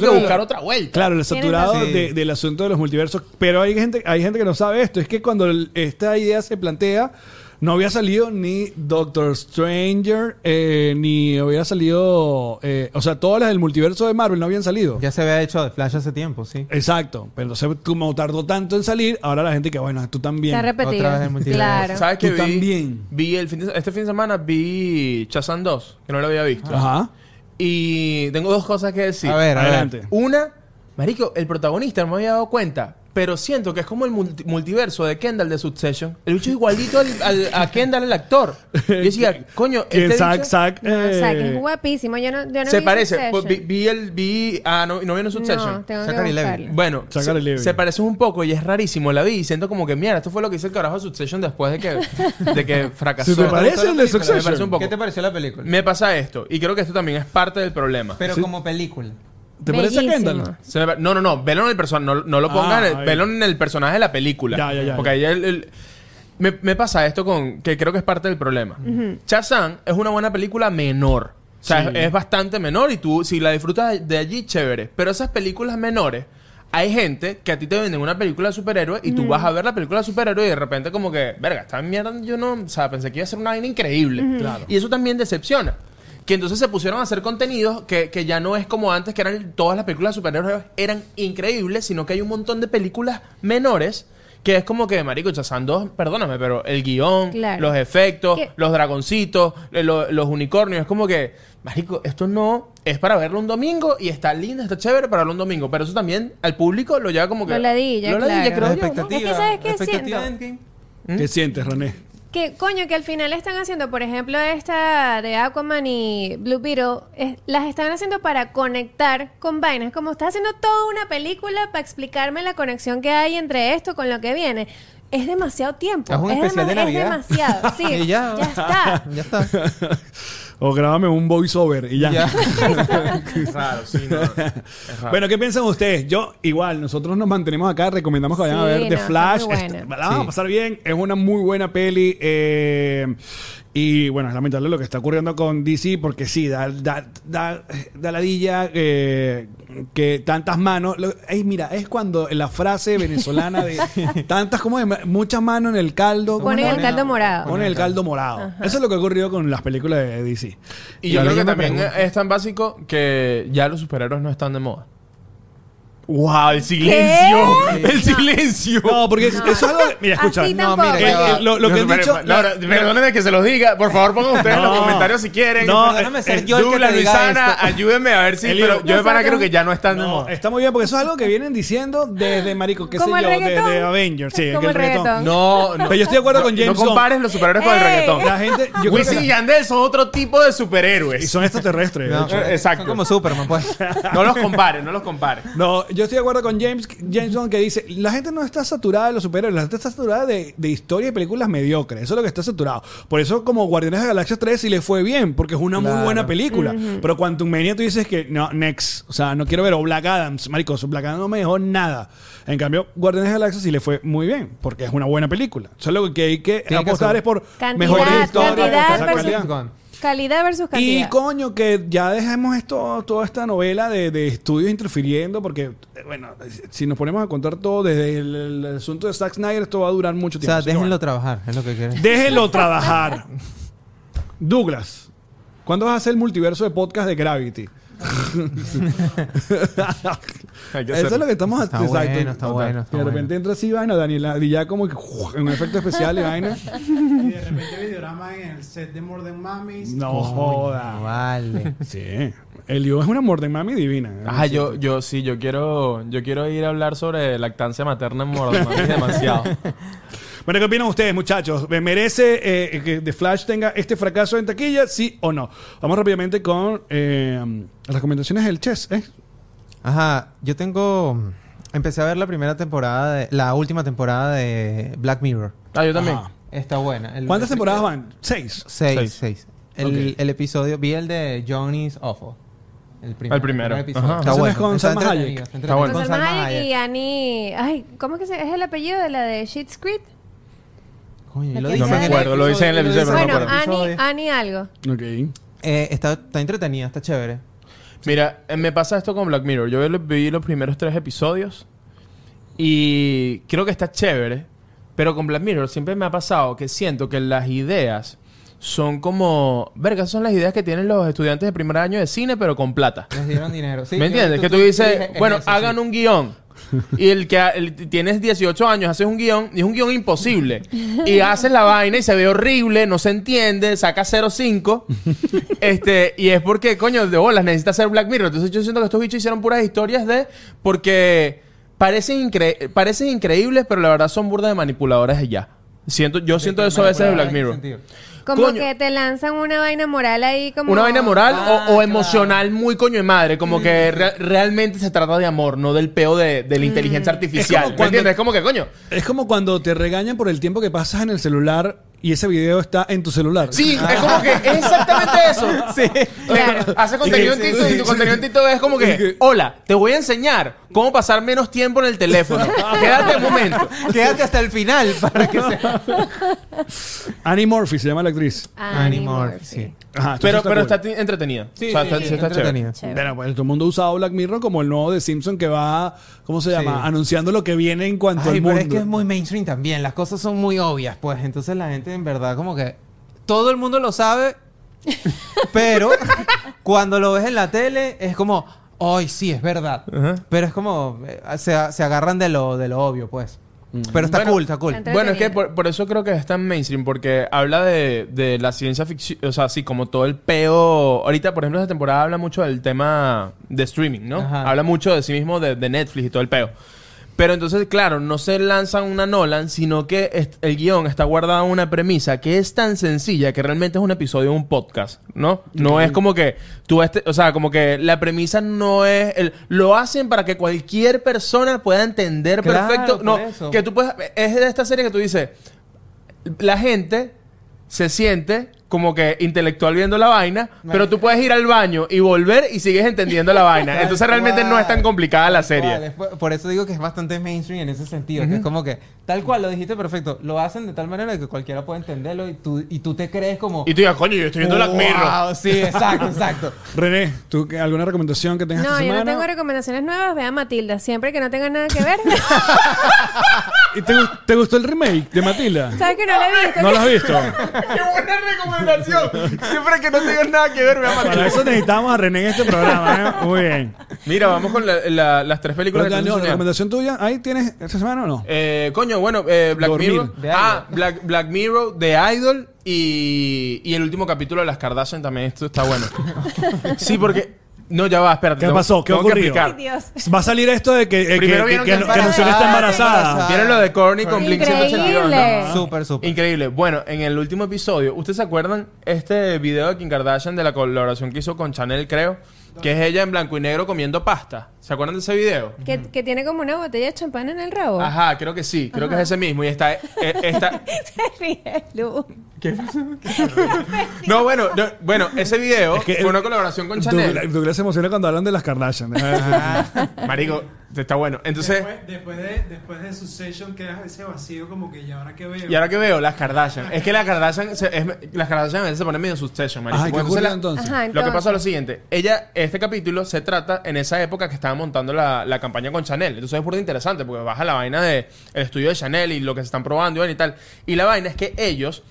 Speaker 1: Yo
Speaker 5: que
Speaker 1: creo-
Speaker 5: buscar otra vuelta.
Speaker 1: Claro, el saturado
Speaker 2: razón.
Speaker 1: de-
Speaker 2: Sí.
Speaker 1: del asunto de los multiversos. Pero hay gente, hay gente que no sabe esto. Es que cuando el- esta idea se plantea, no había salido ni Doctor Stranger, eh, ni había salido. eh, o sea, todas las del multiverso de Marvel no habían salido.
Speaker 2: Ya se había hecho de Flash hace tiempo, sí.
Speaker 1: Exacto. Pero entonces, como tardó tanto en salir, ahora la gente que, bueno, tú
Speaker 4: Se
Speaker 1: también.
Speaker 4: ha repetido.
Speaker 2: Otra vez el multiverso.
Speaker 4: Claro.
Speaker 5: ¿Sabes qué
Speaker 1: Tú
Speaker 5: vi?
Speaker 1: también.
Speaker 5: Vi el fin de- este fin de semana vi Chazan 2, que no lo había visto.
Speaker 1: Ajá.
Speaker 5: Y tengo dos cosas que decir.
Speaker 2: A ver, a
Speaker 1: Adelante.
Speaker 2: ver.
Speaker 5: Una, marico, el protagonista no me había dado cuenta, pero siento que es como el multi- multiverso de Kendall de Succession. El bicho es igualito al- al- a Kendall, el actor. Yo decía, coño,
Speaker 1: Que
Speaker 5: este
Speaker 1: Zack,
Speaker 5: bicho
Speaker 1: Zack,
Speaker 4: No, o sea, que
Speaker 1: eh,
Speaker 4: es guapísimo. Yo no, yo no
Speaker 5: se
Speaker 4: vi
Speaker 5: parece.
Speaker 4: Succession.
Speaker 5: Pues, Vi, vi el, vi, ah, no, no vieron Succession.
Speaker 4: No, tengo
Speaker 2: Zachary
Speaker 4: que
Speaker 2: Levi.
Speaker 4: buscarlo.
Speaker 5: Bueno,
Speaker 1: Zachary
Speaker 5: se,
Speaker 1: Levi.
Speaker 5: se parece un poco y es rarísimo. La vi y siento como que, mira, esto fue lo que hizo el carajo de Succession después de que, de que fracasó.
Speaker 1: ¿Se te parece el de
Speaker 5: Me parece
Speaker 1: Succession?
Speaker 5: un poco.
Speaker 2: ¿Qué te pareció la película?
Speaker 5: Me pasa esto, y creo que esto también es parte del problema.
Speaker 2: Pero como película.
Speaker 1: ¿Te parece a
Speaker 4: Bellísimo.
Speaker 1: Kendall?
Speaker 5: Se me pa- No, no, no. Velo en el personaje. No, no lo pongan.
Speaker 1: Ah,
Speaker 5: en
Speaker 1: ahí.
Speaker 5: el, velo en el personaje de la película.
Speaker 1: Ya, ya, ya,
Speaker 5: Porque
Speaker 1: ya.
Speaker 5: ahí el- el- me, me pasa esto con. que creo que es parte del problema. Shazam es una buena película menor. O sea, es, es bastante menor y tú, si la disfrutas de- de allí, chévere. Pero esas películas menores. Hay gente que a ti te venden una película de superhéroe y tú vas a ver la película de superhéroe y de repente como que, verga, esta mierda yo no, o sea, pensé que iba a ser una vaina increíble.
Speaker 1: Claro.
Speaker 5: Y eso también decepciona. Que entonces se pusieron a hacer contenidos que, que ya no es como antes, que eran todas las películas de superhéroes eran increíbles, sino que hay un montón de películas menores Que es como que, marico, Shazam 2, perdóname, pero el guión,
Speaker 4: Claro.
Speaker 5: los efectos,
Speaker 4: ¿Qué?
Speaker 5: los dragoncitos, eh, lo- los unicornios, es como que, marico, esto no es para verlo un domingo y está lindo, está chévere para verlo un domingo, pero eso también al público lo lleva como que...
Speaker 4: Lo ladilla,
Speaker 5: lo
Speaker 4: claro.
Speaker 5: ladilla, creo
Speaker 2: Las
Speaker 5: yo, ¿no?
Speaker 2: expectativas.
Speaker 4: Es que, ¿sabes qué
Speaker 2: las expectativas
Speaker 4: siento?
Speaker 2: de Endgame.
Speaker 4: ¿Mm?
Speaker 1: ¿Qué sientes, René?
Speaker 4: Que coño, que al final están haciendo, por ejemplo, esta de Aquaman y Blue Beetle, es- las están haciendo para conectar con vainas. Como está haciendo toda una película para explicarme la conexión que hay entre esto con lo que viene. Es demasiado tiempo.
Speaker 2: Haz un especial de
Speaker 4: dema-
Speaker 2: Navidad.
Speaker 4: Es demasiado. Sí,
Speaker 2: Y
Speaker 4: ya.
Speaker 2: ya.
Speaker 4: está.
Speaker 2: Ya está.
Speaker 1: O grábame un voiceover y ya.
Speaker 2: Ya.
Speaker 5: Es raro, sí, no. Es raro.
Speaker 1: Bueno, ¿qué piensan ustedes? Yo, igual, nosotros nos mantenemos acá, recomendamos que vayan a
Speaker 4: Sí,
Speaker 1: ver The
Speaker 4: no, está
Speaker 1: Flash.
Speaker 4: muy
Speaker 1: Est- la
Speaker 4: buena.
Speaker 1: vamos a
Speaker 2: Sí.
Speaker 1: pasar bien, es una muy buena peli. eh, y bueno, es lamentable lo que está ocurriendo con DC, porque sí, da, da, da, da ladilla eh, que tantas manos. lo- ey, mira, es cuando la frase venezolana de tantas, como muchas manos en el caldo. ¿cómo
Speaker 4: Ponen
Speaker 1: es la
Speaker 4: el
Speaker 1: vaina?
Speaker 4: caldo morado.
Speaker 1: Ponen el caldo morado. Eso es lo que ha ocurrido con las películas de DC.
Speaker 5: Y yo
Speaker 2: Y
Speaker 5: creo
Speaker 2: yo
Speaker 5: que
Speaker 2: me
Speaker 5: también
Speaker 2: pregunto.
Speaker 5: es tan básico que ya los superhéroes no están de moda. ¡Wow! ¡El silencio! ¡El silencio!
Speaker 1: No, porque es- eso es algo. de- mira, escucha.
Speaker 4: Así
Speaker 1: no,
Speaker 4: tampoco.
Speaker 2: mira, ya
Speaker 1: Eh,
Speaker 2: va.
Speaker 1: eh, lo, lo que han
Speaker 5: pero-
Speaker 1: dicho.
Speaker 5: no, ahora, perdónenme que se los diga. Por favor, pongan ustedes en los
Speaker 1: No.
Speaker 5: comentarios si quieren.
Speaker 1: No,
Speaker 2: Perdóname ser
Speaker 5: Eh,
Speaker 2: yo el que te
Speaker 5: Douglas,
Speaker 2: diga
Speaker 5: Luisana,
Speaker 2: esto.
Speaker 5: ayúdenme a ver si.
Speaker 1: Elio,
Speaker 5: pero yo de pana
Speaker 4: nosotros-
Speaker 5: creo que ya no están de
Speaker 1: No,
Speaker 5: moda.
Speaker 1: está muy bien porque eso es algo que vienen diciendo desde Marico, qué sé
Speaker 4: Como
Speaker 1: yo,
Speaker 4: el reggaetón.
Speaker 1: desde Avengers. Sí,
Speaker 4: Como
Speaker 1: que
Speaker 4: el reggaetón.
Speaker 5: No, no.
Speaker 1: Pero yo estoy de acuerdo
Speaker 5: No-
Speaker 1: con James
Speaker 5: No
Speaker 1: Gunn.
Speaker 5: compares los superhéroes con el
Speaker 4: ¡Ey!
Speaker 1: La
Speaker 5: reggaetón.
Speaker 1: gente, yo creo que
Speaker 5: Wisin
Speaker 1: la-
Speaker 5: y Yandel son otro tipo de
Speaker 1: y
Speaker 5: superhéroes.
Speaker 1: son extraterrestres. de
Speaker 2: No,
Speaker 1: hecho.
Speaker 5: Exacto.
Speaker 2: Son como Superman, pues.
Speaker 5: No los compares, no los compares.
Speaker 1: No, yo estoy de acuerdo con James, James Gunn que dice, la gente no está saturada de los superhéroes, la gente está saturada de, de historias y películas mediocres, eso es lo que está saturado. Por eso como Guardianes de la Galaxia 3 sí le fue bien, porque es una muy
Speaker 2: Claro.
Speaker 1: buena película. Pero Quantum Mania tú dices que no, next, o sea, no quiero ver, o Black Adams, marico, su Black Adams no me dejó nada. En cambio, Guardianes de la Galaxia sí le fue muy bien, porque es una buena película. Solo que hay que
Speaker 2: que
Speaker 1: apostar
Speaker 2: ser
Speaker 1: es por
Speaker 4: cantidad,
Speaker 1: mejores historias,
Speaker 4: cantidad
Speaker 1: por esa
Speaker 4: versus-
Speaker 1: calidad.
Speaker 4: Calidad versus
Speaker 1: Y
Speaker 4: cantidad.
Speaker 1: coño, que ya dejemos esto, toda esta novela de, de estudios interfiriendo, porque, eh, bueno, si nos ponemos a contar todo desde el, el asunto de Zack Snyder, esto va a durar mucho
Speaker 2: O
Speaker 1: tiempo.
Speaker 2: sea,
Speaker 1: Así que, bueno,
Speaker 2: déjenlo trabajar, es lo que quieren.
Speaker 1: déjenlo trabajar. Douglas, ¿cuándo vas a hacer el multiverso de podcast de Gravity?
Speaker 5: Hay que
Speaker 1: Eso es
Speaker 5: hacerlo.
Speaker 1: lo que estamos
Speaker 2: Está
Speaker 1: exacto.
Speaker 2: bueno, está bueno, está
Speaker 1: Y de repente
Speaker 2: bueno.
Speaker 1: entra así, vaina, Daniela, y ya como que ¡juj! en un efecto especial y vaina.
Speaker 7: Y de repente videorama en el set de More Than Mamis.
Speaker 1: No
Speaker 2: Coño,
Speaker 1: joda.
Speaker 2: Vale.
Speaker 1: Sí. El yo es una morden mami divina.
Speaker 5: Ah, yo, yo sí, yo quiero, yo quiero ir a hablar sobre lactancia materna en Mordomami demasiado.
Speaker 1: Bueno, ¿qué opinan ustedes, muchachos? ¿Me ¿Merece eh, que The Flash tenga este fracaso en taquilla? ¿Sí o no? Vamos rápidamente con eh, las recomendaciones del Chess, ¿eh?
Speaker 2: Ajá, yo tengo. Empecé a ver la primera temporada, de, la última temporada de Black Mirror.
Speaker 5: Ah, yo también.
Speaker 1: Ajá.
Speaker 2: Está buena. El-
Speaker 1: ¿Cuántas temporadas van? Seis.
Speaker 2: Seis,
Speaker 5: Seis.
Speaker 2: seis. El,
Speaker 1: Ok.
Speaker 2: el episodio, vi el de Johnny's Awful. El primero.
Speaker 5: El primero,
Speaker 2: episodio.
Speaker 5: ajá.
Speaker 2: Está
Speaker 1: Ese no es
Speaker 2: bueno.
Speaker 1: con
Speaker 2: está
Speaker 1: Salma Hayek.
Speaker 2: entretenido, está
Speaker 5: Está bueno.
Speaker 4: Con
Speaker 2: entretenido.
Speaker 4: Salma Hayek y Annie... Ay, ¿cómo que se, es el apellido de la de Shit's Creek?
Speaker 2: Coño,
Speaker 4: No
Speaker 2: lo
Speaker 4: me
Speaker 2: dicen en el
Speaker 5: acuerdo, lo dicen en el episodio, pero no
Speaker 4: Bueno,
Speaker 5: me acuerdo.
Speaker 4: Annie, Annie algo.
Speaker 1: Ok.
Speaker 2: Eh, está, está entretenida, está chévere.
Speaker 5: Mira, eh, me pasa esto con Black Mirror. Yo vi- vi los primeros tres episodios y creo que está chévere, pero con Black Mirror siempre me ha pasado que siento que las ideas son como, verga, son las ideas que tienen los estudiantes de primer año de cine, pero con plata.
Speaker 2: Les dieron dinero. Sí,
Speaker 5: ¿Me
Speaker 2: yo-
Speaker 5: entiendes? que tú dices,
Speaker 2: dije, es
Speaker 5: bueno,
Speaker 2: eso,
Speaker 5: hagan
Speaker 2: sí.
Speaker 5: un guión. Y el que ha- el- tienes 18 años, haces un guión, y es un guión imposible. Y haces la vaina y se ve horrible, no se entiende, saca 0.5. este, y es porque, coño, de bolas, necesitas hacer Black Mirror. Entonces yo siento que estos bichos hicieron puras historias de. Porque parecen, incre- parecen increíbles, pero la verdad son burdas de manipuladores y ya. Siento, yo siento eso a veces de
Speaker 2: Manipuladora
Speaker 5: Black
Speaker 2: en
Speaker 5: Mirror.
Speaker 2: ese sentido.
Speaker 4: Como
Speaker 5: Coño.
Speaker 4: que te lanzan una vaina moral ahí como...
Speaker 5: Una vaina moral o-
Speaker 2: Ah,
Speaker 5: o,
Speaker 2: claro.
Speaker 5: emocional muy coño de madre. Como que re- realmente se trata de amor, no del peo de, de la inteligencia artificial.
Speaker 1: Es como
Speaker 5: ¿Me
Speaker 1: cuando-
Speaker 5: entiendes? Es como que, coño.
Speaker 1: Es como cuando te regañan por el tiempo que pasas en el celular y ese video está en tu celular.
Speaker 5: Sí, es como que es exactamente eso. Sí.
Speaker 4: Claro.
Speaker 5: Hace contenido en
Speaker 1: Sí,
Speaker 5: TikTok
Speaker 1: sí,
Speaker 5: y tu
Speaker 1: sí.
Speaker 5: contenido en TikTok es como que, hola, te voy a enseñar cómo pasar menos tiempo en el teléfono. Quédate un momento.
Speaker 2: Quédate hasta el final para que sea.
Speaker 1: Annie Murphy se llama la actriz.
Speaker 4: Annie Murphy.
Speaker 2: sí.
Speaker 1: Ajá, entonces
Speaker 5: Pero está, pero
Speaker 1: cool.
Speaker 5: está ti- entretenida.
Speaker 2: Sí,
Speaker 5: O sea,
Speaker 2: sí,
Speaker 5: está,
Speaker 2: sí,
Speaker 5: sí está chévere.
Speaker 2: entretenida.
Speaker 4: Chévere.
Speaker 1: Bueno, pues todo el mundo ha usado Black Mirror como el nuevo de Simpson que va, ¿cómo se llama?
Speaker 2: Sí.
Speaker 1: Anunciando lo que viene en cuanto
Speaker 2: Ay,
Speaker 1: al
Speaker 2: pero
Speaker 1: mundo.
Speaker 2: es que es muy mainstream también. Las cosas son muy obvias, pues. Entonces la gente en verdad como que todo el mundo lo sabe, pero cuando lo ves en la tele es como, ay, sí, es verdad. Pero es como eh, se, se agarran de lo, de lo obvio, pues. Pero está
Speaker 5: Bueno,
Speaker 2: cool, está cool.
Speaker 4: Entre-
Speaker 5: Bueno, es que
Speaker 4: Entretenida.
Speaker 5: por, por eso creo que es tan mainstream, porque habla de, de la ciencia ficción, o sea, sí, como todo el peo. Ahorita, por ejemplo, esta temporada habla mucho del tema de streaming, ¿no?
Speaker 2: Ajá.
Speaker 5: Habla mucho de sí mismo, de, de Netflix y todo el peo. Pero entonces, claro, no se lanzan una Nolan, sino que est- el guión está guardado en una premisa que es tan sencilla que realmente es un episodio de un podcast, ¿no? No es como que tú, este, o sea, como que la premisa no es... El, lo hacen para que cualquier persona pueda entender
Speaker 2: Claro,
Speaker 5: perfecto.
Speaker 2: por
Speaker 5: No,
Speaker 2: eso.
Speaker 5: que tú puedes... Es de esta serie que tú dices, la gente se siente como que intelectual viendo la vaina, pero tú puedes ir al baño y volver y sigues entendiendo la vaina. Entonces realmente no es tan complicada la
Speaker 2: Vale,
Speaker 5: serie.
Speaker 2: por- por eso digo que es bastante mainstream en ese sentido. Que es como que, tal cual, lo dijiste perfecto. Lo hacen de tal manera que cualquiera puede entenderlo y tú, y tú te crees como... "Oh,
Speaker 5: Y tú digas, coño, yo estoy viendo Black Mirror.
Speaker 2: "Wow, Sí, exacto, exacto.
Speaker 1: René, ¿tú qué- alguna recomendación que tengas
Speaker 4: No,
Speaker 1: esta
Speaker 4: yo no
Speaker 1: semana?
Speaker 4: tengo recomendaciones nuevas. Vea Matilda, siempre que no tenga nada que ver.
Speaker 1: ¿Y te, gu- te gustó el remake de Matilda?
Speaker 4: ¿Sabes que no la he visto?
Speaker 1: ¿No lo has visto?
Speaker 5: ¡Qué buena recomendación! Siempre que no tengas nada que ver, me va a matar.
Speaker 1: Para eso necesitamos a René en este programa, ¿eh? Muy bien.
Speaker 5: Mira, vamos con la- la- las tres películas
Speaker 1: Pero,
Speaker 5: que
Speaker 1: Daniel,
Speaker 5: tenemos en
Speaker 1: ¿recomendación tuya? ¿Ahí tienes esta semana o no?
Speaker 5: Eh, coño, bueno, eh, Black
Speaker 1: Dormir.
Speaker 5: Mirror.
Speaker 2: De
Speaker 5: Ah,
Speaker 2: Idol.
Speaker 5: Black, Black Mirror, The Idol y, y el último capítulo de Las Kardashian también. Esto está bueno. sí, porque. No, ya va, espérate.
Speaker 1: ¿Qué
Speaker 5: tengo-
Speaker 1: pasó? ¿Qué
Speaker 5: tengo que
Speaker 1: ocurrió?
Speaker 5: explicar.
Speaker 4: Ay, Dios.
Speaker 1: Va a salir esto de que, eh, que,
Speaker 5: Primero
Speaker 1: que,
Speaker 5: vieron
Speaker 1: que-
Speaker 5: que
Speaker 1: que
Speaker 5: embarazada.
Speaker 1: Anunciaron está
Speaker 2: Ah,
Speaker 1: embarazada.
Speaker 5: ¿Vieron lo
Speaker 4: Eh.
Speaker 5: de Corny con Blink 182?
Speaker 4: Increíble.
Speaker 2: Súper, súper.
Speaker 5: Increíble. Bueno, en el último episodio, ¿ustedes se acuerdan este video de Kim Kardashian de la colaboración que hizo con Chanel, creo? Que es ella en blanco y negro comiendo pasta. ¿Se acuerdan de ese video?
Speaker 4: Que, que tiene como una botella de champán en el rabo.
Speaker 5: Ajá, creo que sí. Creo que es ese mismo. Y está... eh, está
Speaker 4: Se ríe, Lu.
Speaker 5: no, bueno, no, bueno, ese video
Speaker 1: Es que-
Speaker 5: fue una colaboración con
Speaker 1: Douglas,
Speaker 5: Chanel.
Speaker 1: Douglas se emociona cuando hablan de las Kardashian.
Speaker 5: Marico, está bueno. Entonces...
Speaker 7: después, después de, después de su session quedas ese vacío como que ya ahora que veo.
Speaker 5: Y ahora que veo, las Kardashian. Es que las Kardashian, se, es- las Kardashian a veces se ponen medio en sus sessions, marico.
Speaker 1: Ay, ¿qué
Speaker 5: Porque
Speaker 1: ocurrió
Speaker 5: la-
Speaker 1: entonces?
Speaker 4: Ajá,
Speaker 5: Lo que
Speaker 4: entonces.
Speaker 5: pasa es lo siguiente. Ella, este capítulo se trata en esa época que estaba montando la, la campaña con Chanel. Entonces es muy interesante porque baja la vaina de el estudio de Chanel y lo que se están probando y tal. Y la vaina es que ellos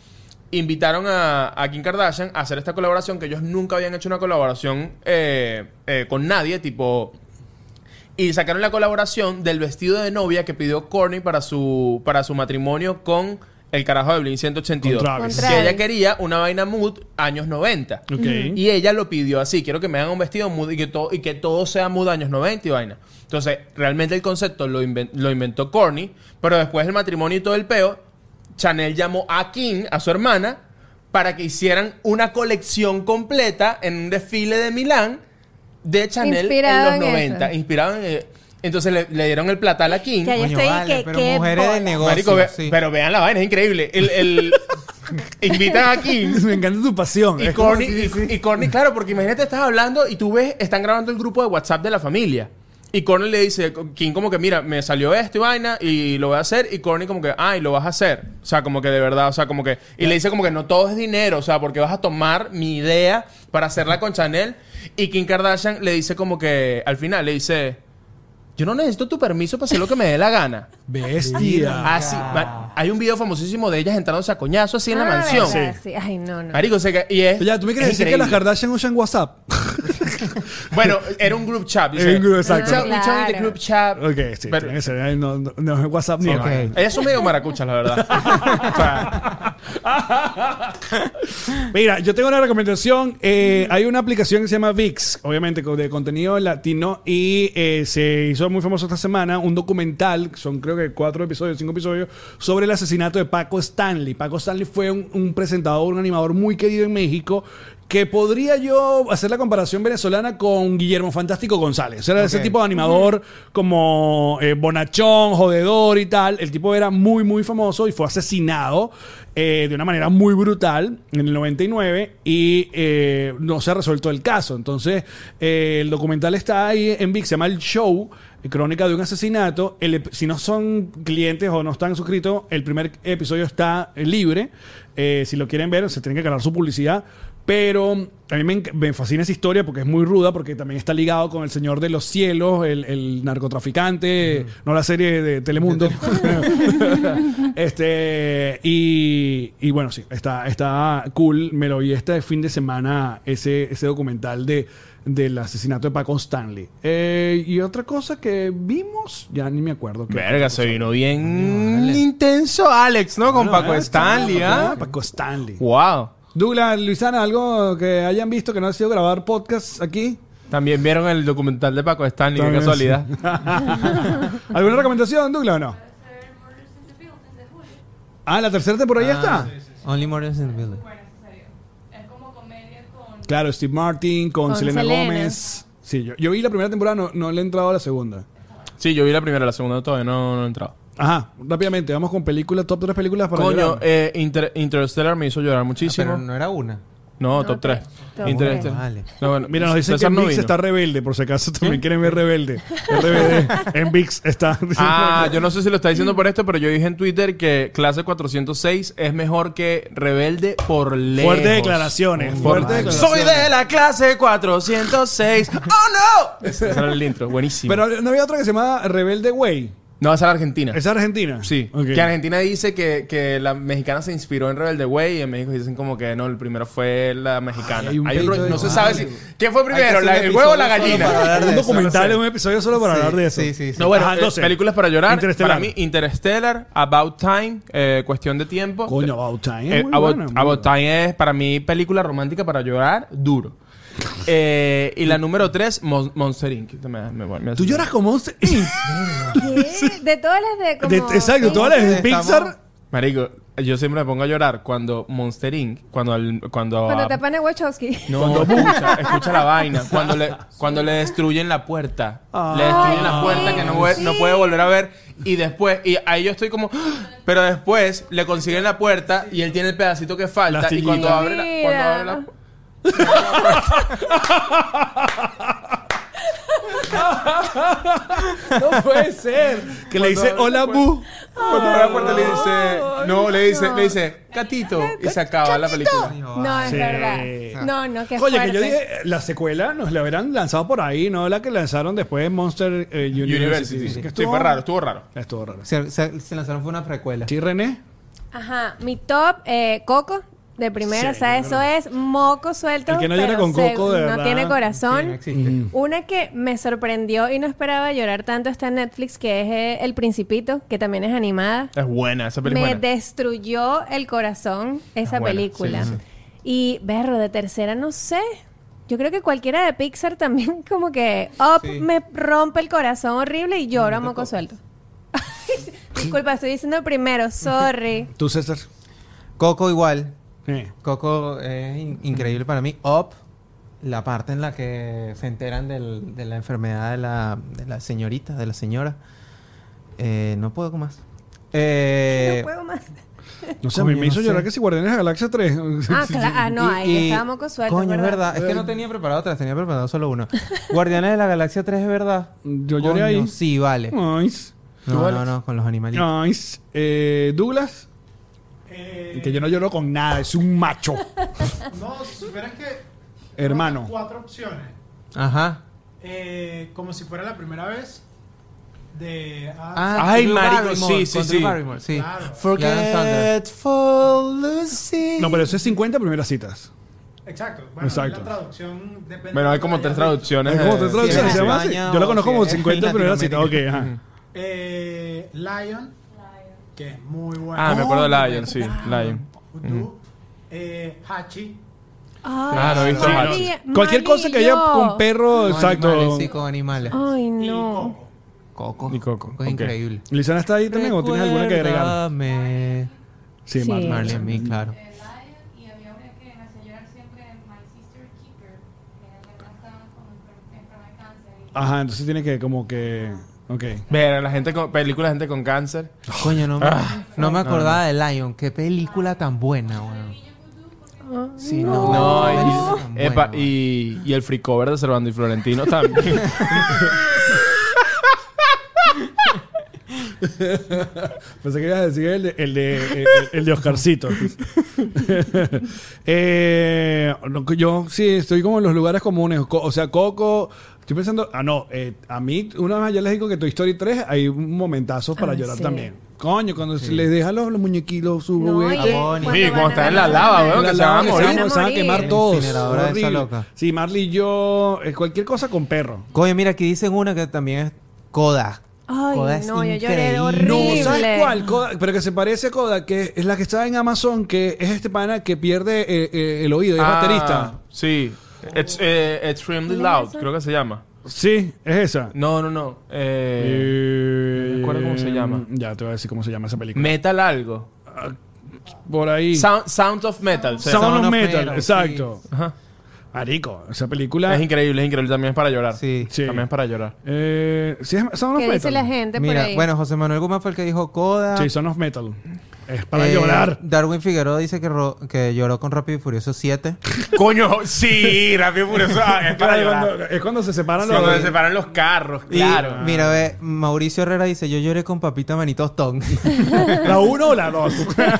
Speaker 5: invitaron a, a Kim Kardashian a hacer esta colaboración que ellos nunca habían hecho una colaboración eh, eh, con nadie, tipo... Y sacaron la colaboración del vestido de novia que pidió Courtney para su, para su matrimonio con el carajo de Blink 182.
Speaker 1: Con Travis.
Speaker 4: Con
Speaker 5: Que ella
Speaker 4: Travis.
Speaker 5: quería una vaina mood años 90.
Speaker 1: Ok.
Speaker 5: Y ella lo pidió así, quiero que me hagan un vestido mood y que todo, y que todo sea mood años 90 y vaina. Entonces, realmente el concepto lo, inven- lo inventó Corny, pero después del matrimonio y todo el peo, Chanel llamó a Kim, a su hermana, para que hicieran una colección completa en un desfile de Milán de Chanel
Speaker 4: Inspirado
Speaker 5: en
Speaker 4: en
Speaker 5: los
Speaker 4: eso.
Speaker 5: 90. Inspirado en... eh, Entonces le, le dieron el platal a Kim.
Speaker 4: Que yo
Speaker 2: Coño,
Speaker 4: estoy
Speaker 2: vale,
Speaker 4: que
Speaker 2: pero
Speaker 4: qué
Speaker 2: mujeres de
Speaker 4: bola.
Speaker 2: negocio.
Speaker 5: Marico, ve-
Speaker 2: sí.
Speaker 5: pero vean la vaina, es increíble. El, el- invitan a Kim
Speaker 1: Me encanta tu pasión.
Speaker 5: y
Speaker 1: Es como
Speaker 5: Corny,
Speaker 1: si-
Speaker 5: y- y Corny, claro, porque imagínate, estás hablando y tú ves, están grabando el grupo de WhatsApp de la familia. Y Corny le dice, King como que, mira, me salió esto y vaina y lo voy a hacer. Y Corny como que, ay, lo vas a hacer. O sea, como que de verdad, o sea, como que... Y le dice como que no todo es dinero, o sea, porque vas a tomar mi idea para hacerla con Chanel. Y Kim Kardashian le dice como que, al final, le dice, yo no necesito tu permiso para hacer lo que me dé la gana.
Speaker 4: Ah.
Speaker 1: Bestia.
Speaker 5: Así, ma- hay un video famosísimo de ellas entrándose a coñazo así en la
Speaker 4: Ah,
Speaker 5: mansión.
Speaker 4: verdad, sí. Ay, no, no.
Speaker 5: Marico, o sea, que- y es.
Speaker 1: Ya, ¿tú me quieres
Speaker 5: es
Speaker 1: decir que las
Speaker 5: increíble.
Speaker 1: Kardashian usan WhatsApp?
Speaker 5: Bueno, era un group chat. dice.
Speaker 1: Era un group,
Speaker 4: exacto.
Speaker 5: We talk- we talk in the
Speaker 4: Claro.
Speaker 5: group chat.
Speaker 1: Ok, sí,
Speaker 5: Pero-
Speaker 1: tiene que ser. eh, No, no, no es WhatsApp ni
Speaker 5: Ok.
Speaker 1: nada.
Speaker 5: Ellas son medio maracuchas, la verdad. O sea,
Speaker 1: Mira, yo tengo una recomendación. Eh, hay una aplicación que se llama VIX, obviamente con- de contenido latino, y eh, se hizo muy famoso esta semana un documental, son creo que cuatro episodios, cinco episodios, sobre el asesinato de Paco Stanley. Paco Stanley fue un, un presentador, un animador muy querido en México, que podría yo hacer la comparación venezolana con Guillermo Fantástico González. O sea, era ese
Speaker 2: Ok.
Speaker 1: tipo de animador como eh, bonachón, jodedor y tal. El tipo era muy, muy famoso y fue asesinado eh, de una manera muy brutal en el 99 y eh, no se ha resuelto el caso. Entonces, eh, el documental está ahí en VIX, se llama El Show. Crónica de un asesinato. El ep- si no son clientes o no están suscritos, el primer episodio está eh, libre. Eh, si lo quieren ver, se tienen que ganar su publicidad. Pero a mí me, enc- me fascina esa historia porque es muy ruda, porque también está ligado con el Señor de los Cielos, el, el narcotraficante, no la serie de Telemundo. este y, y bueno, sí, está, está cool. Me lo vi este fin de semana, ese, ese documental de del asesinato de Paco Stanley. Eh, y otra cosa que vimos, ya ni me acuerdo. qué
Speaker 5: Verga, se vino bien
Speaker 2: Órale.
Speaker 5: intenso Alex, ¿no? Con
Speaker 1: Bueno,
Speaker 5: Paco
Speaker 1: eh,
Speaker 5: Stanley,
Speaker 1: claro,
Speaker 5: ¿ah?
Speaker 1: Paco Stanley.
Speaker 5: Wow.
Speaker 1: Douglas, Luisana, algo que hayan visto que no ha sido grabar podcast aquí.
Speaker 5: También vieron el documental de Paco Stanley, qué
Speaker 1: También,
Speaker 5: casualidad.
Speaker 1: ¿Alguna recomendación, Douglas, o no? Ah, la tercera temporada ya está.
Speaker 2: Only Murders in the Building.
Speaker 1: Claro, Steve Martin con,
Speaker 4: Con
Speaker 1: Selena,
Speaker 4: Selena.
Speaker 1: Gómez. Sí, yo, yo vi la primera temporada, no, no le he entrado a la segunda.
Speaker 5: Sí, yo vi la primera, la segunda todavía no, no he entrado.
Speaker 1: Ajá, rápidamente, vamos con películas, top 3 películas para
Speaker 5: Coño,
Speaker 1: llorar.
Speaker 5: eh, Inter- Interstellar me hizo llorar
Speaker 2: Ah, pero
Speaker 5: muchísimo.
Speaker 2: no era una.
Speaker 5: no,
Speaker 4: No,
Speaker 5: top
Speaker 4: tres.
Speaker 5: 3.
Speaker 4: Top
Speaker 5: Interstellar.
Speaker 2: Vale.
Speaker 5: No, bueno,
Speaker 1: Mira, nos dicen que
Speaker 5: César
Speaker 1: en
Speaker 5: no
Speaker 1: VIX
Speaker 5: vino. ¿Eh?
Speaker 1: está rebelde, por si acaso también quieren ver rebelde. RBD. En VIX está.
Speaker 5: Ah, yo no sé si lo está diciendo por esto, pero yo dije en Twitter que clase 406 es mejor que rebelde por lejos.
Speaker 1: Fuertes declaraciones.
Speaker 5: Por-
Speaker 1: Fuertes declaraciones.
Speaker 5: Soy de la clase 406. ¡Oh, no! Ese era el intro. Buenísimo.
Speaker 1: Pero no había otra que se llamaba Rebelde Way.
Speaker 5: no, esa era Argentina.
Speaker 1: ¿Es argentina?
Speaker 5: Sí.
Speaker 1: Ok.
Speaker 5: Que Argentina dice que, que la mexicana se inspiró en Rebelde Way y en México dicen como que no, el primero fue la mexicana.
Speaker 1: Ay, hay un
Speaker 5: Hay un
Speaker 1: pleito
Speaker 5: ro-
Speaker 1: de-
Speaker 5: no se
Speaker 1: Ay.
Speaker 5: sabe si... ¿Quién fue
Speaker 2: Hay que
Speaker 5: primero?
Speaker 2: hacer
Speaker 5: la-
Speaker 2: un
Speaker 5: ¿El huevo o la
Speaker 2: episodio solo para
Speaker 5: gallina?
Speaker 2: hablar de
Speaker 1: Un
Speaker 2: eso,
Speaker 1: documental,
Speaker 2: no sé.
Speaker 1: un episodio solo para
Speaker 2: Sí,
Speaker 1: hablar de eso.
Speaker 2: sí, sí, sí.
Speaker 5: No, bueno,
Speaker 1: Ajá,
Speaker 5: eh,
Speaker 1: entonces,
Speaker 5: películas para llorar.
Speaker 1: Interestelar.
Speaker 5: Para mí, Interstellar, About Time, eh, Cuestión de Tiempo.
Speaker 1: Coño, About Time es
Speaker 5: Eh,
Speaker 1: muy
Speaker 5: About,
Speaker 1: buena, muy
Speaker 5: About
Speaker 1: buena.
Speaker 5: Time es para mí película romántica para llorar duro. Eh, y la número 3, Monster Inc. Me- me- me-
Speaker 1: Tú lloras como un...
Speaker 4: ¿Qué? De todas las de como...
Speaker 1: De- exacto,
Speaker 4: sí.
Speaker 1: todas las de
Speaker 2: Estamos-
Speaker 1: Pixar.
Speaker 5: Marico, yo siempre me pongo a llorar cuando Monster Inc. Cuando. al- cuando,
Speaker 4: Cuando
Speaker 5: a-
Speaker 4: tapan a Wachowski.
Speaker 5: No, escucha, escucha la vaina. Cuando le, cuando le destruyen la puerta. le destruyen la puerta que no, puede- no puede volver a ver. Y después, y ahí yo estoy como. ¡Ah! Pero después le consiguen la puerta y él tiene el pedacito que falta. Y cuando
Speaker 1: astillita.
Speaker 5: abre la, cuando abre la
Speaker 4: Mira.
Speaker 5: pu-
Speaker 1: No puede ser. Que le dice
Speaker 5: Cuando-
Speaker 1: hola, Bu.
Speaker 5: cuando abre la puerta le dice. No, Eh, le dice, le dice, gatito. Y se acaba la película.
Speaker 4: No, es
Speaker 1: Sí.
Speaker 4: verdad. No, no, qué
Speaker 1: Oye, que
Speaker 4: fuerte.
Speaker 1: yo dije, eh, la secuela nos la habrán lanzado por ahí, no la que lanzaron después en Monster eh, University.
Speaker 5: University.
Speaker 1: Que
Speaker 5: Sí, fue raro, estuvo raro.
Speaker 1: Estuvo raro.
Speaker 2: Se, se- se lanzaron fue una precuela.
Speaker 1: Sí, René.
Speaker 4: Ajá, mi top, eh, Coco, de primera,
Speaker 1: Sí,
Speaker 4: o sea, eso es moco suelto.
Speaker 1: El que no llora
Speaker 4: pero
Speaker 1: con Coco,
Speaker 4: se-
Speaker 1: de
Speaker 4: No
Speaker 1: verdad.
Speaker 4: tiene
Speaker 2: Sí, no
Speaker 4: corazón.
Speaker 2: existe.
Speaker 4: Una que me sorprendió y no esperaba llorar tanto está en Netflix, que es eh, El Principito, que también es animada.
Speaker 5: Es buena esa película.
Speaker 4: Me
Speaker 5: es buena.
Speaker 4: destruyó el corazón esa
Speaker 5: buena,
Speaker 4: película.
Speaker 5: sí, sí, sí.
Speaker 4: Y, berro, de tercera, no sé. Yo creo que cualquiera de Pixar también como que up
Speaker 2: Sí.
Speaker 4: me rompe el corazón horrible y lloro a moco suelto. Disculpa, estoy diciendo primero, sorry.
Speaker 1: Tú, César.
Speaker 2: Coco igual.
Speaker 1: Eh.
Speaker 2: Coco es in- increíble para mí. Up, la parte en la que se enteran del- de la enfermedad de la, de la señorita, de la señora. Eh, no puedo con más. Eh,
Speaker 4: no puedo más.
Speaker 1: No sé, a mí
Speaker 2: Coño,
Speaker 1: me hizo
Speaker 2: no sé.
Speaker 1: llorar que si Guardianes de la Galaxia 3.
Speaker 4: Ah, claro, ah, no,
Speaker 2: y-
Speaker 4: ahí
Speaker 2: y-
Speaker 4: estábamos con suerte.
Speaker 2: Coño, es verdad. Es que
Speaker 5: Eh.
Speaker 2: no tenía preparado tres, tenía preparado solo uno. Guardianes de la Galaxia 3 es verdad.
Speaker 1: Yo lloré ahí.
Speaker 2: Sí, vale.
Speaker 1: Nice.
Speaker 2: No, no, no, con los animalitos.
Speaker 1: Nice. Eh, Douglas.
Speaker 7: Eh,
Speaker 1: Que yo no lloro con nada, es un macho.
Speaker 7: No, si supieras que.
Speaker 1: Hermano.
Speaker 7: Cuatro opciones.
Speaker 2: Ajá.
Speaker 7: Eh, como si fuera la primera vez. De. ah,
Speaker 2: Ah,
Speaker 5: Ay,
Speaker 2: Drew Barrymore,
Speaker 5: marico, sí, sí,
Speaker 2: con Drew
Speaker 5: sí.
Speaker 2: Barrymore, sí.
Speaker 7: Claro.
Speaker 2: Adam Sandler.
Speaker 5: Forgetful Lucy.
Speaker 1: No, pero eso es 50 primeras citas.
Speaker 7: Exacto. Bueno,
Speaker 1: Exacto.
Speaker 7: la traducción depende.
Speaker 5: Bueno, hay como
Speaker 7: de la
Speaker 5: tres
Speaker 7: haya visto.
Speaker 5: traducciones.
Speaker 1: Es como
Speaker 5: eh,
Speaker 1: te
Speaker 2: traducciones.
Speaker 1: traducen,
Speaker 2: sí,
Speaker 1: se llama así.
Speaker 2: España
Speaker 1: Yo la
Speaker 2: o
Speaker 1: conozco
Speaker 2: si
Speaker 1: como
Speaker 2: es
Speaker 1: 50 primeras citas. Ok,
Speaker 2: Latinoamérica.
Speaker 1: ajá.
Speaker 7: Eh, Lion, que es muy bueno.
Speaker 5: Ah, me acuerdo de
Speaker 7: Oh,
Speaker 5: Lion, sí,
Speaker 7: verdad.
Speaker 5: Lion.
Speaker 7: Tú, eh, Hachi.
Speaker 5: Claro,
Speaker 4: Ay,
Speaker 5: Víctor
Speaker 4: Mari-
Speaker 5: Machi.
Speaker 4: Mari
Speaker 1: Cualquier cosa que
Speaker 4: y
Speaker 1: haya
Speaker 4: yo.
Speaker 1: con perro,
Speaker 2: Con
Speaker 1: exacto.
Speaker 2: animales, sí, con animales.
Speaker 4: Ay,
Speaker 7: Y
Speaker 4: no.
Speaker 7: Coco.
Speaker 2: Coco.
Speaker 5: Y Coco,
Speaker 2: Coco
Speaker 5: ok.
Speaker 2: es increíble.
Speaker 1: ¿Lisana está ahí también o tienes alguna que agregar?
Speaker 2: Recuérdame.
Speaker 1: Sí,
Speaker 4: Sí.
Speaker 1: Marley.
Speaker 2: Marley and Me, claro.
Speaker 9: y había una que me hacía llorar siempre, My Sister Keeper, que era la que estaba con enfer- enferma de cáncer. y-
Speaker 1: Ajá, entonces tiene que como que... Ok.
Speaker 5: Ver, la gente con películas de gente con cáncer.
Speaker 2: Coño, no me,
Speaker 1: Ah.
Speaker 2: no me acordaba de Lion. Qué película tan buena, weón. Sí, no.
Speaker 5: No,
Speaker 2: qué película
Speaker 5: y,
Speaker 2: tan
Speaker 5: epa,
Speaker 2: buena, weón.
Speaker 5: y, y el free cover de Servando y Florentino también.
Speaker 1: Pensé que ibas a decir el de, el de, el, el de Oscarcito. Eh, no, yo sí, estoy como en los lugares comunes. Co- O sea, Coco, Estoy pensando, ah, no, eh, a mí, una vez ya les digo que Toy Story 3 hay un momentazo para
Speaker 4: Ay,
Speaker 1: llorar
Speaker 4: Ah, sí.
Speaker 1: también. Coño, cuando se les deja los, los muñequitos, Ah, su
Speaker 4: No,
Speaker 1: juguete.
Speaker 4: y
Speaker 2: Bonnie.
Speaker 4: cuando
Speaker 5: Sí,
Speaker 4: van
Speaker 5: como
Speaker 4: a
Speaker 5: está en
Speaker 4: ver
Speaker 5: la
Speaker 4: los
Speaker 5: lava,
Speaker 4: animales.
Speaker 5: weón, que se van
Speaker 1: Se
Speaker 5: a
Speaker 1: van a, se van a quemar todos.
Speaker 2: Incineradora esa
Speaker 1: Horrible.
Speaker 2: loca.
Speaker 1: Sí, Marley y yo, eh, cualquier cosa con perro.
Speaker 2: Coño, mira, aquí dicen una que también es Kodak.
Speaker 4: Ay,
Speaker 2: Kodak es
Speaker 4: no, yo lloré
Speaker 2: increíble.
Speaker 4: horrible.
Speaker 1: No, ¿sabes cuál? Kodak, pero que se parece a Kodak, que es la que está en Amazon, que es este pana que pierde eh, eh, el oído, es
Speaker 5: Ah,
Speaker 1: baterista.
Speaker 5: Sí. Ex- eh, extremely Loud, creo que se llama.
Speaker 1: Sí, es esa.
Speaker 5: No, no, no. Eh,
Speaker 1: Eh,
Speaker 5: recuerdo cómo se llama.
Speaker 1: Ya te voy a decir cómo se llama esa película.
Speaker 5: metal algo.
Speaker 1: Por ahí.
Speaker 5: Sound, Sound of Metal. se-
Speaker 1: Sound
Speaker 2: Sound
Speaker 1: of
Speaker 2: of
Speaker 1: Metal,
Speaker 2: Metal,
Speaker 1: exacto.
Speaker 5: Ajá.
Speaker 1: Marico, esa película.
Speaker 5: Es increíble, es increíble. También es para llorar.
Speaker 2: Sí.
Speaker 1: Sí.
Speaker 5: También es para llorar.
Speaker 1: Eh, sí, es Sound of
Speaker 4: ¿Qué dice
Speaker 1: Metal.
Speaker 4: la gente por
Speaker 2: Mira,
Speaker 4: ahí?
Speaker 2: bueno, José Manuel Guzmán fue el que dijo Kodak.
Speaker 1: Sí, Sound of Metal. Es para
Speaker 2: Eh,
Speaker 1: llorar.
Speaker 2: Darwin Figueroa dice que, ro- que lloró con Rápido y Furioso 7.
Speaker 8: Coño, sí, rápido y furioso. ah, Es para
Speaker 1: Claro,
Speaker 8: llorar.
Speaker 1: cuando- es cuando se separan los.
Speaker 8: Cuando se separan los carros,
Speaker 2: Y,
Speaker 8: claro.
Speaker 2: Mira, ve, Mauricio Herrera dice, yo lloré con Papita Manitos Tong.
Speaker 1: ¿La 1 o la 2?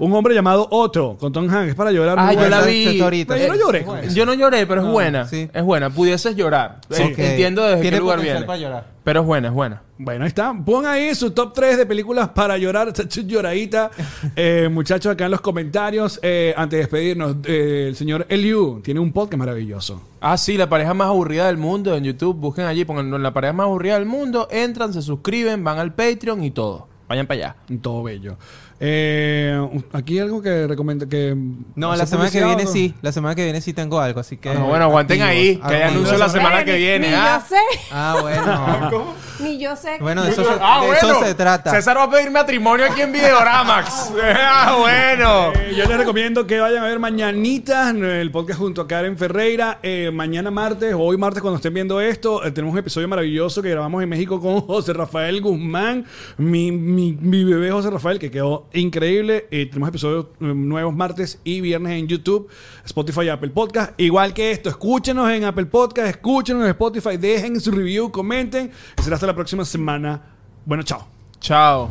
Speaker 1: Un hombre llamado Otto con Tom Hanks para llorar.
Speaker 5: Ah,
Speaker 1: muy
Speaker 5: yo
Speaker 1: buena.
Speaker 5: la
Speaker 2: Esa-
Speaker 5: vi.
Speaker 2: esa está ahorita.
Speaker 1: Pero yo no lloré. con eso.
Speaker 5: Yo no lloré, pero es
Speaker 2: No,
Speaker 5: buena.
Speaker 2: sí.
Speaker 5: Es buena. Pudieses llorar.
Speaker 1: Sí.
Speaker 5: Eh,
Speaker 2: Ok.
Speaker 5: Entiendo desde
Speaker 2: Tiene
Speaker 5: qué lugar
Speaker 2: potencial
Speaker 5: viene.
Speaker 2: para llorar.
Speaker 5: Pero es buena, es buena.
Speaker 1: Bueno, ahí está. Pon ahí su top 3 de películas para llorar. Está chu- lloradita. Eh, muchachos, acá en los comentarios. eh, antes de despedirnos, eh, el señor Eliu tiene un podcast maravilloso.
Speaker 5: Ah, sí, la pareja más aburrida del mundo en YouTube. Busquen allí, pongan la pareja más aburrida del mundo. Entran, se suscriben, van al Patreon y todo. Vayan para allá.
Speaker 1: Todo bello. Eh, aquí algo que recomiendo que...
Speaker 2: No, la
Speaker 1: ¿hacer
Speaker 2: semana que
Speaker 1: publicidad
Speaker 2: viene
Speaker 1: o no?
Speaker 2: sí. La semana que viene sí tengo algo, así que...
Speaker 5: Ah, bueno, aguanten ahí, que hay
Speaker 2: Aguanten.
Speaker 5: anuncio la semana
Speaker 4: Bueno,
Speaker 5: que
Speaker 4: ni-
Speaker 5: viene,
Speaker 4: Ni
Speaker 5: ah.
Speaker 4: yo sé,
Speaker 2: Ah, bueno.
Speaker 4: ni yo sé.
Speaker 2: bueno, de eso se,
Speaker 8: Ah,
Speaker 2: de
Speaker 8: bueno.
Speaker 2: eso se trata.
Speaker 8: César va a pedir matrimonio aquí en Videoramax. ah, bueno.
Speaker 1: Eh, Yo les recomiendo que vayan a ver mañanitas el podcast junto a Karen Ferreira. Eh, mañana martes, o hoy martes, cuando estén viendo esto, eh, tenemos un episodio maravilloso que grabamos en México con José Rafael Guzmán, mi, mi- mi bebé José Rafael, que quedó increíble. Eh, tenemos episodios eh, nuevos martes y viernes en YouTube, Spotify y Apple Podcast. Igual que esto, escúchenos en Apple Podcast, escúchenos en Spotify, dejen su review, comenten. Y será hasta la próxima semana. Bueno, chao.
Speaker 5: Chao.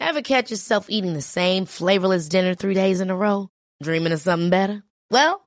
Speaker 10: Ever catch yourself eating the same flavorless dinner three days in a row? Dreaming of something better? Well,